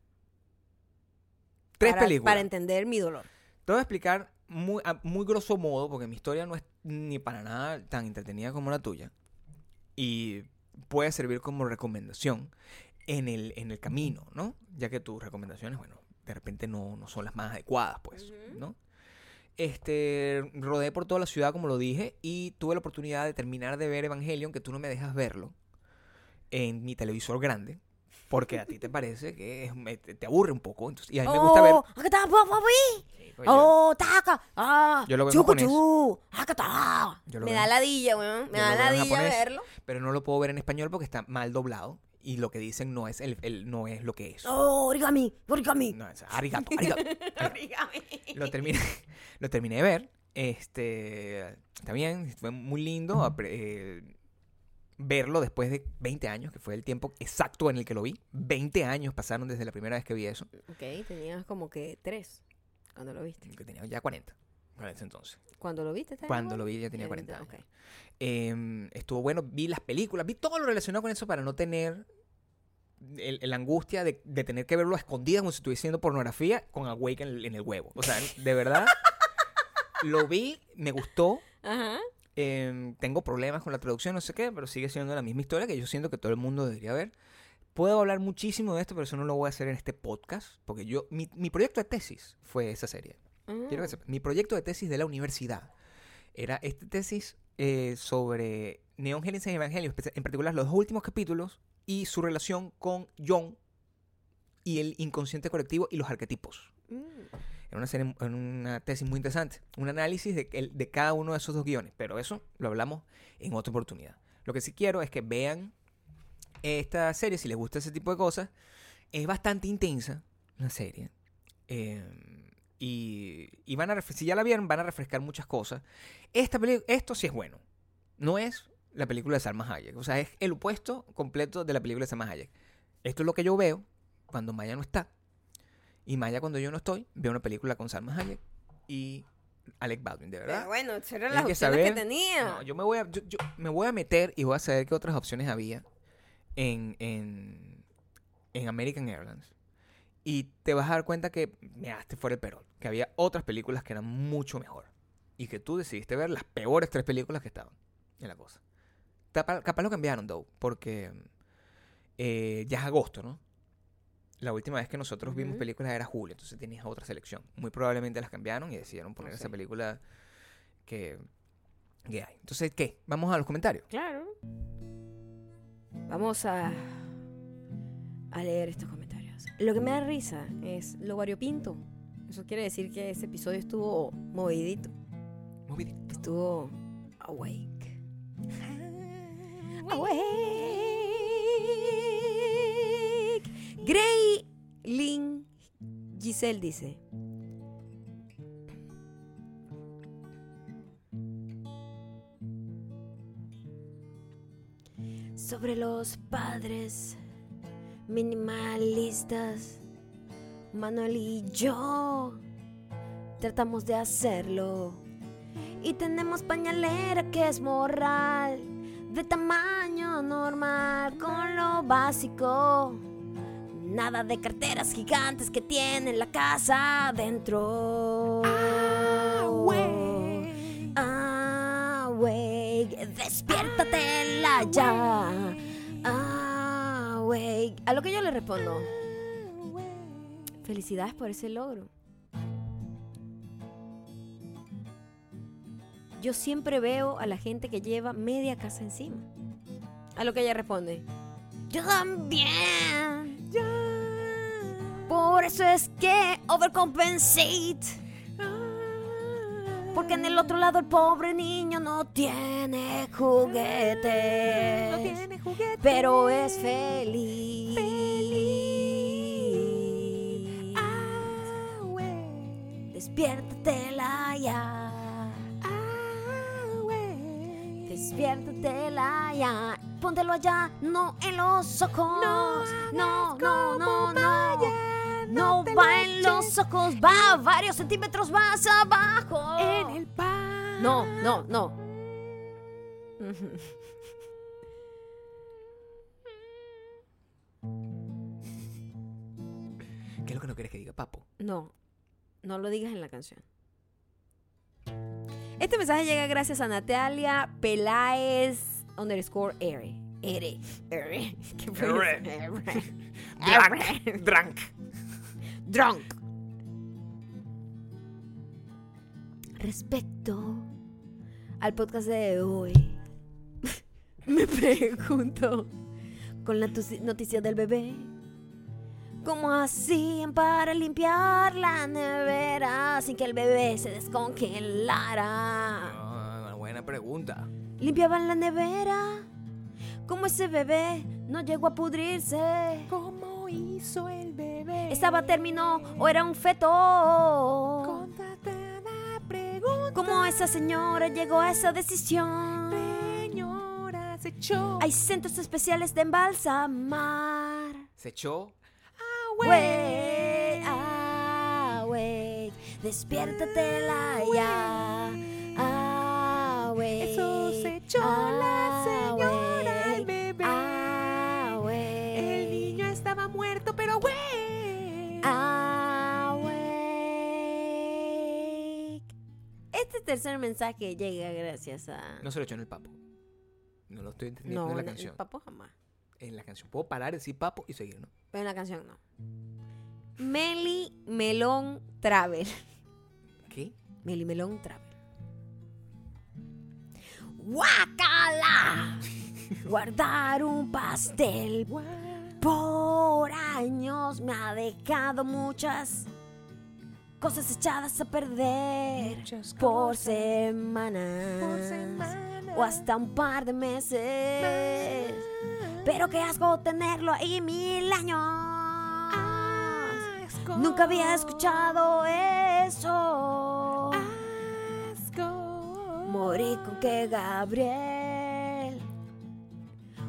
[SPEAKER 1] para,
[SPEAKER 2] películas.
[SPEAKER 1] para entender mi dolor.
[SPEAKER 2] Te voy a explicar muy, a- muy grosso modo, porque mi historia no es ni para nada tan entretenida como la tuya. Y puede servir como recomendación en el, en el camino, ¿no? Ya que tus recomendaciones, bueno, de repente no, no son las más adecuadas, pues,
[SPEAKER 1] Ujú.
[SPEAKER 2] ¿no? Este, rodeé por toda la ciudad, como lo dije, y tuve la oportunidad de terminar de ver Evangelion, que tú no me dejas verlo, en mi televisor grande, porque a
[SPEAKER 1] (laughs)
[SPEAKER 2] ti te parece que es- me- te te aburre un poco, entonces, y a mí me gusta ver...
[SPEAKER 1] Oh, acá está, papi.
[SPEAKER 2] Sí, coño,
[SPEAKER 1] Oh, taca. Ah,
[SPEAKER 2] Pues Yo lo veo en
[SPEAKER 1] chucu,
[SPEAKER 2] japonés.
[SPEAKER 1] chu, Ah, acá está.
[SPEAKER 2] Yo lo
[SPEAKER 1] Me
[SPEAKER 2] veo
[SPEAKER 1] da
[SPEAKER 2] en-
[SPEAKER 1] ladilla, weón. Me
[SPEAKER 2] yo
[SPEAKER 1] da
[SPEAKER 2] lo veo en
[SPEAKER 1] ladilla
[SPEAKER 2] japonés.
[SPEAKER 1] verlo.
[SPEAKER 2] pero no lo puedo ver en español porque está mal doblado y lo que dicen no es el, el- no es lo que es.
[SPEAKER 1] Oh, origami, origami.
[SPEAKER 2] No, es arigato, arigato. arigato.
[SPEAKER 1] (laughs) Origami.
[SPEAKER 2] lo terminé, (laughs) lo terminé de ver. Este, está bien, fue muy lindo apre- eh, verlo después de 20 años, que fue el tiempo exacto en el que lo vi. 20 años pasaron desde la primera vez que vi eso.
[SPEAKER 1] Ok, tenías como que tres cuando lo viste.
[SPEAKER 2] Que tenía ya 40. Para ese entonces.
[SPEAKER 1] Cuando lo viste,
[SPEAKER 2] Cuando lo vi ya tenía 40
[SPEAKER 1] 40.
[SPEAKER 2] años. Em, estuvo bueno, vi las películas, vi todo lo relacionado con eso para no tener el- la angustia de, de tener que verlo a escondidas como si estuviese viendo pornografía con Awake en el, en el huevo. O sea, de verdad, lo vi, me gustó.
[SPEAKER 1] Ajá.
[SPEAKER 2] em, tengo problemas con la traducción, no sé qué, pero sigue siendo la misma historia que yo siento que todo el mundo debería ver. Puedo hablar muchísimo de esto, pero eso no lo voy a hacer en este podcast, porque yo, mi, mi proyecto de tesis fue esa serie. Quiero que
[SPEAKER 1] Mm.
[SPEAKER 2] sepa, Mi proyecto de tesis de la universidad era esta tesis eh, sobre Neon Genesis Evangelion, espe- en particular los dos últimos capítulos y su relación con John y el inconsciente colectivo y los arquetipos.
[SPEAKER 1] Mm.
[SPEAKER 2] en una, serie- en una tesis muy interesante, un análisis de, el- de cada uno de esos dos guiones, pero eso lo hablamos en otra oportunidad. Lo que sí quiero es que vean esta serie, si les gusta ese tipo de cosas, es bastante intensa la serie. eh, y, y van a refres- si ya la vieron, van a refrescar muchas cosas. Esta peli- esto sí es bueno. No es la película de Salma Hayek. O sea, es el opuesto completo de la película de Salma Hayek. Esto es lo que yo veo cuando Maya no está. Y Maya cuando yo no estoy, veo una película con Salma Hayek y Alec Baldwin, de verdad.
[SPEAKER 1] Pero bueno, esas eran
[SPEAKER 2] Hay
[SPEAKER 1] las
[SPEAKER 2] que
[SPEAKER 1] opciones
[SPEAKER 2] saber-
[SPEAKER 1] que tenía.
[SPEAKER 2] No, yo me voy a, yo- yo me voy a meter y voy a saber qué otras opciones había en, en, en American Airlines. Y te vas a dar cuenta que me daste fuera el perol, que había otras películas que eran mucho mejor. Y que tú decidiste ver las peores tres películas que estaban en la cosa. Tapa- capaz lo cambiaron, though, porque eh, ya es agosto, ¿no? La última vez que nosotros vimos
[SPEAKER 1] Ujú.
[SPEAKER 2] películas era julio, entonces tenías otra selección. Muy probablemente las cambiaron y decidieron poner esa
[SPEAKER 1] sé.
[SPEAKER 2] película que, que hay. Entonces, ¿qué? Vamos a los comentarios.
[SPEAKER 1] Claro. Vamos a, a leer estos comentarios. Lo que me da risa es lo variopinto. Eso quiere decir que ese episodio estuvo movidito. Estuvo awake. Awake. Grey Lynn Giselle dice. Sobre los padres minimalistas, Manuel y yo tratamos de hacerlo. Y tenemos pañalera que es morral, de tamaño normal, con lo básico. Nada de carteras gigantes que tienen la casa adentro. Awake, despiértatela ya. Awake. A lo que yo le respondo. Felicidades por ese logro. Yo siempre veo a la gente que lleva media casa encima. A lo que ella responde. Yo también. Por eso es que overcompensate. Ah. Porque en el otro lado el pobre niño no tiene juguetes. Pero es feliz. Feliz. Ah, Despiértatela ya. Ah, Despiértatela ya. Póntelo allá, no en los ojos. No, no, no, no. No, va en los ojos, va varios centímetros más abajo. No, no, no.
[SPEAKER 2] ¿Qué es lo que no quieres que diga, papo?
[SPEAKER 1] No, no lo digas en la canción. Este mensaje llega gracias a Natalia Peláez underscore R. R. R. (laughs) ¿Qué fue eso?
[SPEAKER 2] R.
[SPEAKER 1] R.
[SPEAKER 2] Drunk, (laughs) drunk.
[SPEAKER 1] Drunk. Respecto al podcast de hoy, (laughs) me pregunto con la tusi- noticia del bebé. ¿Cómo hacían para limpiar la nevera sin que el bebé se descongelara?
[SPEAKER 2] Ah, buena pregunta.
[SPEAKER 1] ¿Limpiaban la nevera? ¿Cómo ese bebé no llegó a pudrirse?
[SPEAKER 3] ¿Cómo hizo el bebé?
[SPEAKER 1] ¿Estaba término o era un feto?
[SPEAKER 3] Contratada pregunta,
[SPEAKER 1] ¿Cómo esa señora llegó a esa decisión?
[SPEAKER 3] señora, se echó
[SPEAKER 1] Hay centros especiales de embalsamar.
[SPEAKER 2] Se echó.
[SPEAKER 1] Wake, ah, awake, despiértatela ya. Ah, Awake,
[SPEAKER 3] Eso se echó
[SPEAKER 1] Ah,
[SPEAKER 3] la señora al
[SPEAKER 1] awake,
[SPEAKER 3] bebé.
[SPEAKER 1] awake,
[SPEAKER 3] El niño estaba muerto, pero güey.
[SPEAKER 1] Ah, awake. Este tercer mensaje llega gracias a...
[SPEAKER 2] No se lo echó en el papo. No lo estoy entendiendo
[SPEAKER 1] No,
[SPEAKER 2] en la
[SPEAKER 1] no,
[SPEAKER 2] canción.
[SPEAKER 1] papo jamás.
[SPEAKER 2] En la canción. Puedo parar, decir papo y seguir, ¿no?
[SPEAKER 1] Pero en la canción no. Meli Melón Travel. (laughs)
[SPEAKER 2] ¿Qué?
[SPEAKER 1] Meli Melón Travel. ¡Guácala! Guardar un pastel por años me ha dejado muchas Cosas echadas a perder
[SPEAKER 3] Muchas
[SPEAKER 1] por
[SPEAKER 3] cosas
[SPEAKER 1] semanas.
[SPEAKER 3] por semana.
[SPEAKER 1] O hasta un par de meses. Pero qué asco tenerlo ahí mil años.
[SPEAKER 3] Asco.
[SPEAKER 1] Nunca había escuchado eso.
[SPEAKER 3] Ah. Asco.
[SPEAKER 1] Morí con que Gabriel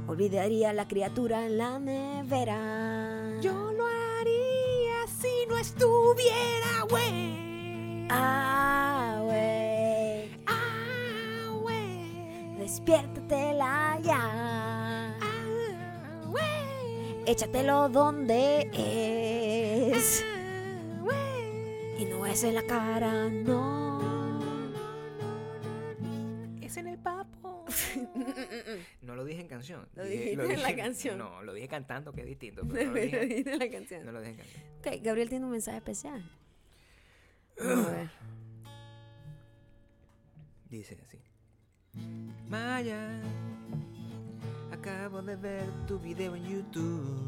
[SPEAKER 1] olvidaría a la criatura en la nevera.
[SPEAKER 3] Yo lo haría si no estuviera, güey.
[SPEAKER 1] Ah, güey.
[SPEAKER 3] Ah, güey.
[SPEAKER 1] Despiértatela ya.
[SPEAKER 3] Ah, güey.
[SPEAKER 1] Échatelo donde es.
[SPEAKER 3] Ah, güey.
[SPEAKER 1] Y no es en la cara, no.
[SPEAKER 3] Es en
[SPEAKER 2] (laughs)
[SPEAKER 3] el papo.
[SPEAKER 2] No lo dije en canción.
[SPEAKER 1] Lo
[SPEAKER 2] dije-
[SPEAKER 1] dijiste en la
[SPEAKER 2] dije-
[SPEAKER 1] canción.
[SPEAKER 2] No, lo dije cantando, que
[SPEAKER 1] (laughs)
[SPEAKER 2] es distinto. Pero no, lo dije,
[SPEAKER 1] la canción.
[SPEAKER 2] no lo dije en canción.
[SPEAKER 1] Ok, Gabriel tiene un mensaje especial.
[SPEAKER 2] (sighs)
[SPEAKER 1] Vamos a ver.
[SPEAKER 2] Dice así. Maya, acabo de ver tu video en YouTube.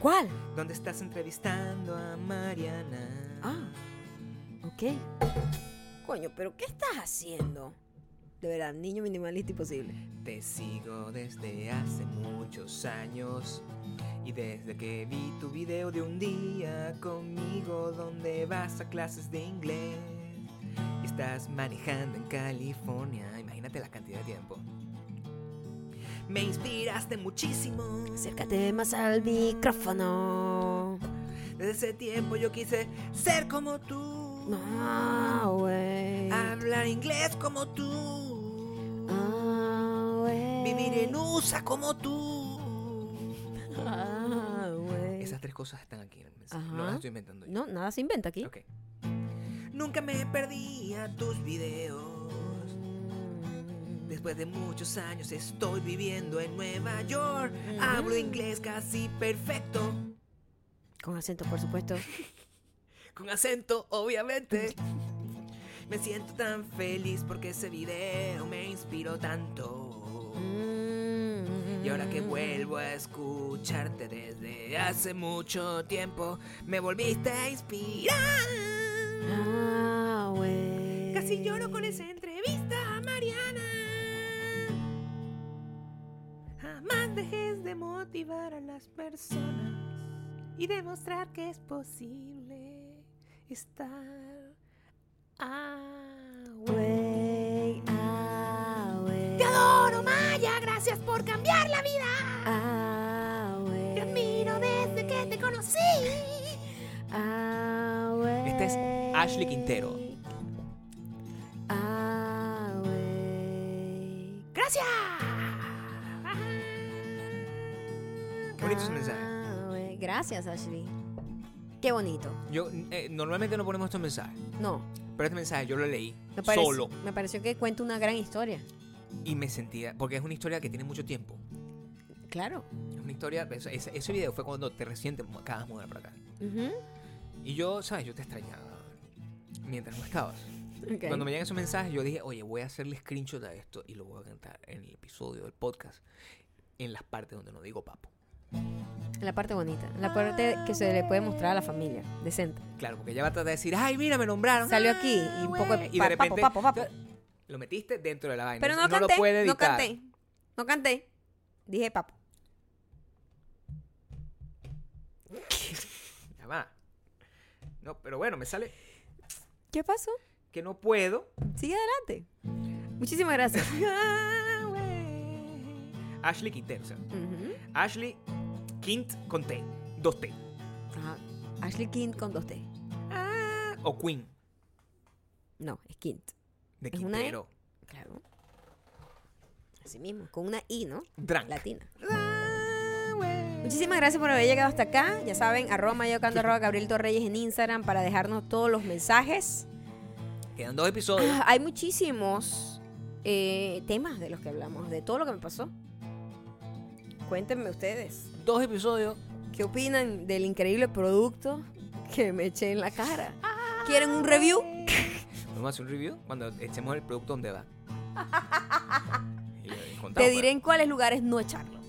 [SPEAKER 1] ¿Cuál?
[SPEAKER 2] Donde estás entrevistando a Mariana.
[SPEAKER 1] Ah, ok. Coño, pero ¿qué estás haciendo? De verdad, niño minimalista imposible.
[SPEAKER 2] Te sigo desde hace muchos años y desde que vi tu video de un día conmigo donde vas a clases de inglés y estás manejando en California. Imagínate la cantidad de tiempo. Me inspiraste muchísimo.
[SPEAKER 1] Acércate más al micrófono.
[SPEAKER 2] Desde ese tiempo yo quise ser como tú.
[SPEAKER 1] No, Ah, güey.
[SPEAKER 2] Hablar inglés como tú.
[SPEAKER 1] Ah, güey.
[SPEAKER 2] Vivir en USA como tú.
[SPEAKER 1] Ah, güey.
[SPEAKER 2] Esas tres cosas están aquí en el mensaje. No
[SPEAKER 1] Ajá.
[SPEAKER 2] las estoy inventando yo.
[SPEAKER 1] No, nada se inventa aquí.
[SPEAKER 2] Ok. Nunca me perdía tus videos. Después de muchos años estoy viviendo en Nueva York.
[SPEAKER 1] Mm.
[SPEAKER 2] Hablo inglés casi perfecto.
[SPEAKER 1] Con acento, por supuesto.
[SPEAKER 2] Con acento, obviamente. Me siento tan feliz porque ese video me inspiró tanto. (laughs) Y ahora que vuelvo a escucharte desde hace mucho tiempo, me volviste a inspirar.
[SPEAKER 1] Mm. Ah, güey.
[SPEAKER 2] Casi lloro con esa entrevista a Mariana.
[SPEAKER 3] Jamás dejes de motivar a las personas y demostrar que es posible estar Ah, a
[SPEAKER 1] Güey, ah, güey.
[SPEAKER 3] Te adoro, Maya. Gracias por cambiar la vida.
[SPEAKER 1] Ah, güey.
[SPEAKER 3] Te admiro desde que te conocí.
[SPEAKER 1] Ah, güey.
[SPEAKER 2] Esta Este es Ashley Quintero.
[SPEAKER 1] Ah, güey.
[SPEAKER 3] Gracias.
[SPEAKER 2] Bonito su mensaje.
[SPEAKER 1] Ah, güey. Gracias, Ashley. Qué bonito.
[SPEAKER 2] Yo eh, normalmente no ponemos estos mensajes,
[SPEAKER 1] No,
[SPEAKER 2] pero este mensaje yo lo leí
[SPEAKER 1] me parece.
[SPEAKER 2] solo
[SPEAKER 1] Me pareció que cuenta una gran historia.
[SPEAKER 2] y me sentía porque es una historia que tiene mucho tiempo.
[SPEAKER 1] Claro.
[SPEAKER 2] Es una historia, es- es- ese video fue cuando te recién te mu- acabas de mudar para acá. Y yo, sabes, yo te extrañaba mientras no estabas. Cuando me llegan esos mensajes, yo dije, oye, voy a hacerle screenshot a esto y lo voy a cantar en el episodio del podcast, en las partes donde no digo papo.
[SPEAKER 1] La parte bonita. La parte que se le puede mostrar a la familia. Decente.
[SPEAKER 2] Claro, porque ella va a tratar de decir, ay, mira, me nombraron.
[SPEAKER 1] Salió
[SPEAKER 2] ah,
[SPEAKER 1] aquí y un
[SPEAKER 2] güey".
[SPEAKER 1] poco de
[SPEAKER 2] Y
[SPEAKER 1] pa-
[SPEAKER 2] repente,
[SPEAKER 1] papo, papo, papo.
[SPEAKER 2] Lo metiste dentro de la vaina.
[SPEAKER 1] Pero no,
[SPEAKER 2] lo
[SPEAKER 1] canté.
[SPEAKER 2] puede
[SPEAKER 1] no
[SPEAKER 2] editar.
[SPEAKER 1] canté. No canté. Dije papo.
[SPEAKER 2] Ya va. No, pero bueno, me sale
[SPEAKER 1] ¿Qué pasó?
[SPEAKER 2] que no puedo.
[SPEAKER 1] Sigue adelante. Muchísimas
[SPEAKER 2] (laughs)
[SPEAKER 1] gracias.
[SPEAKER 3] Ah, güey.
[SPEAKER 2] Ashley Quintero. o sea,
[SPEAKER 1] Ujú.
[SPEAKER 2] Ashley Quint con T. Dos T.
[SPEAKER 1] Ajá. Ah, Ashley Kint con dos T.
[SPEAKER 2] Ah, O Queen.
[SPEAKER 1] No, es Kint.
[SPEAKER 2] De
[SPEAKER 1] Es una E.
[SPEAKER 2] Quintero.
[SPEAKER 1] Claro. Así mismo, con una I, ¿no?
[SPEAKER 2] Drunk.
[SPEAKER 1] Latina.
[SPEAKER 3] Ah, güey.
[SPEAKER 1] Muchísimas gracias por haber llegado hasta acá. Ya saben, arroba mayocando, arroba Gabriel Torreyes en Instagram para dejarnos todos los mensajes.
[SPEAKER 2] Quedan dos episodios.
[SPEAKER 1] Ah, Hay muchísimos eh, temas de los que hablamos, de todo lo que me pasó. Cuéntenme ustedes,
[SPEAKER 2] Dos episodios.
[SPEAKER 1] ¿qué opinan del increíble producto que me eché en la cara? ¿Quieren un review?
[SPEAKER 2] Vamos a hacer un review cuando echemos el producto
[SPEAKER 1] (laughs)
[SPEAKER 2] donde va. Y le contamos,
[SPEAKER 1] Te
[SPEAKER 2] pues,
[SPEAKER 1] diré en cuáles lugares no echarlo.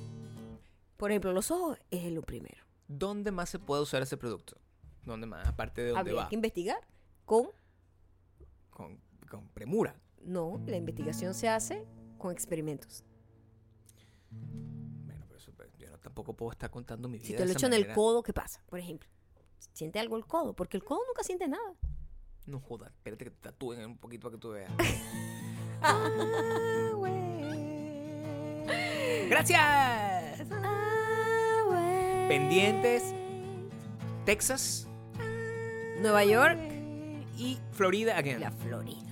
[SPEAKER 1] Por ejemplo, los ojos es lo primero.
[SPEAKER 2] ¿Dónde más se puede usar ese producto? ¿Dónde más? Aparte de dónde
[SPEAKER 1] Habría
[SPEAKER 2] va.
[SPEAKER 1] que investigar con...
[SPEAKER 2] Con, con premura.
[SPEAKER 1] No, la investigación se hace con experimentos.
[SPEAKER 2] Bueno, pero eso, pues, yo no, tampoco puedo estar contando mi vida.
[SPEAKER 1] Si
[SPEAKER 2] de
[SPEAKER 1] te lo
[SPEAKER 2] esa
[SPEAKER 1] echo en el
[SPEAKER 2] manera.
[SPEAKER 1] codo, ¿qué pasa? Por ejemplo, siente algo el codo, porque el codo nunca siente nada.
[SPEAKER 2] (laughs) No jodas, espérate que te tatúen un poquito para que tú veas.
[SPEAKER 1] Ah,
[SPEAKER 2] ¡Gracias! Pendientes. Texas
[SPEAKER 1] Nueva York,
[SPEAKER 2] y Florida again.
[SPEAKER 1] la Florida.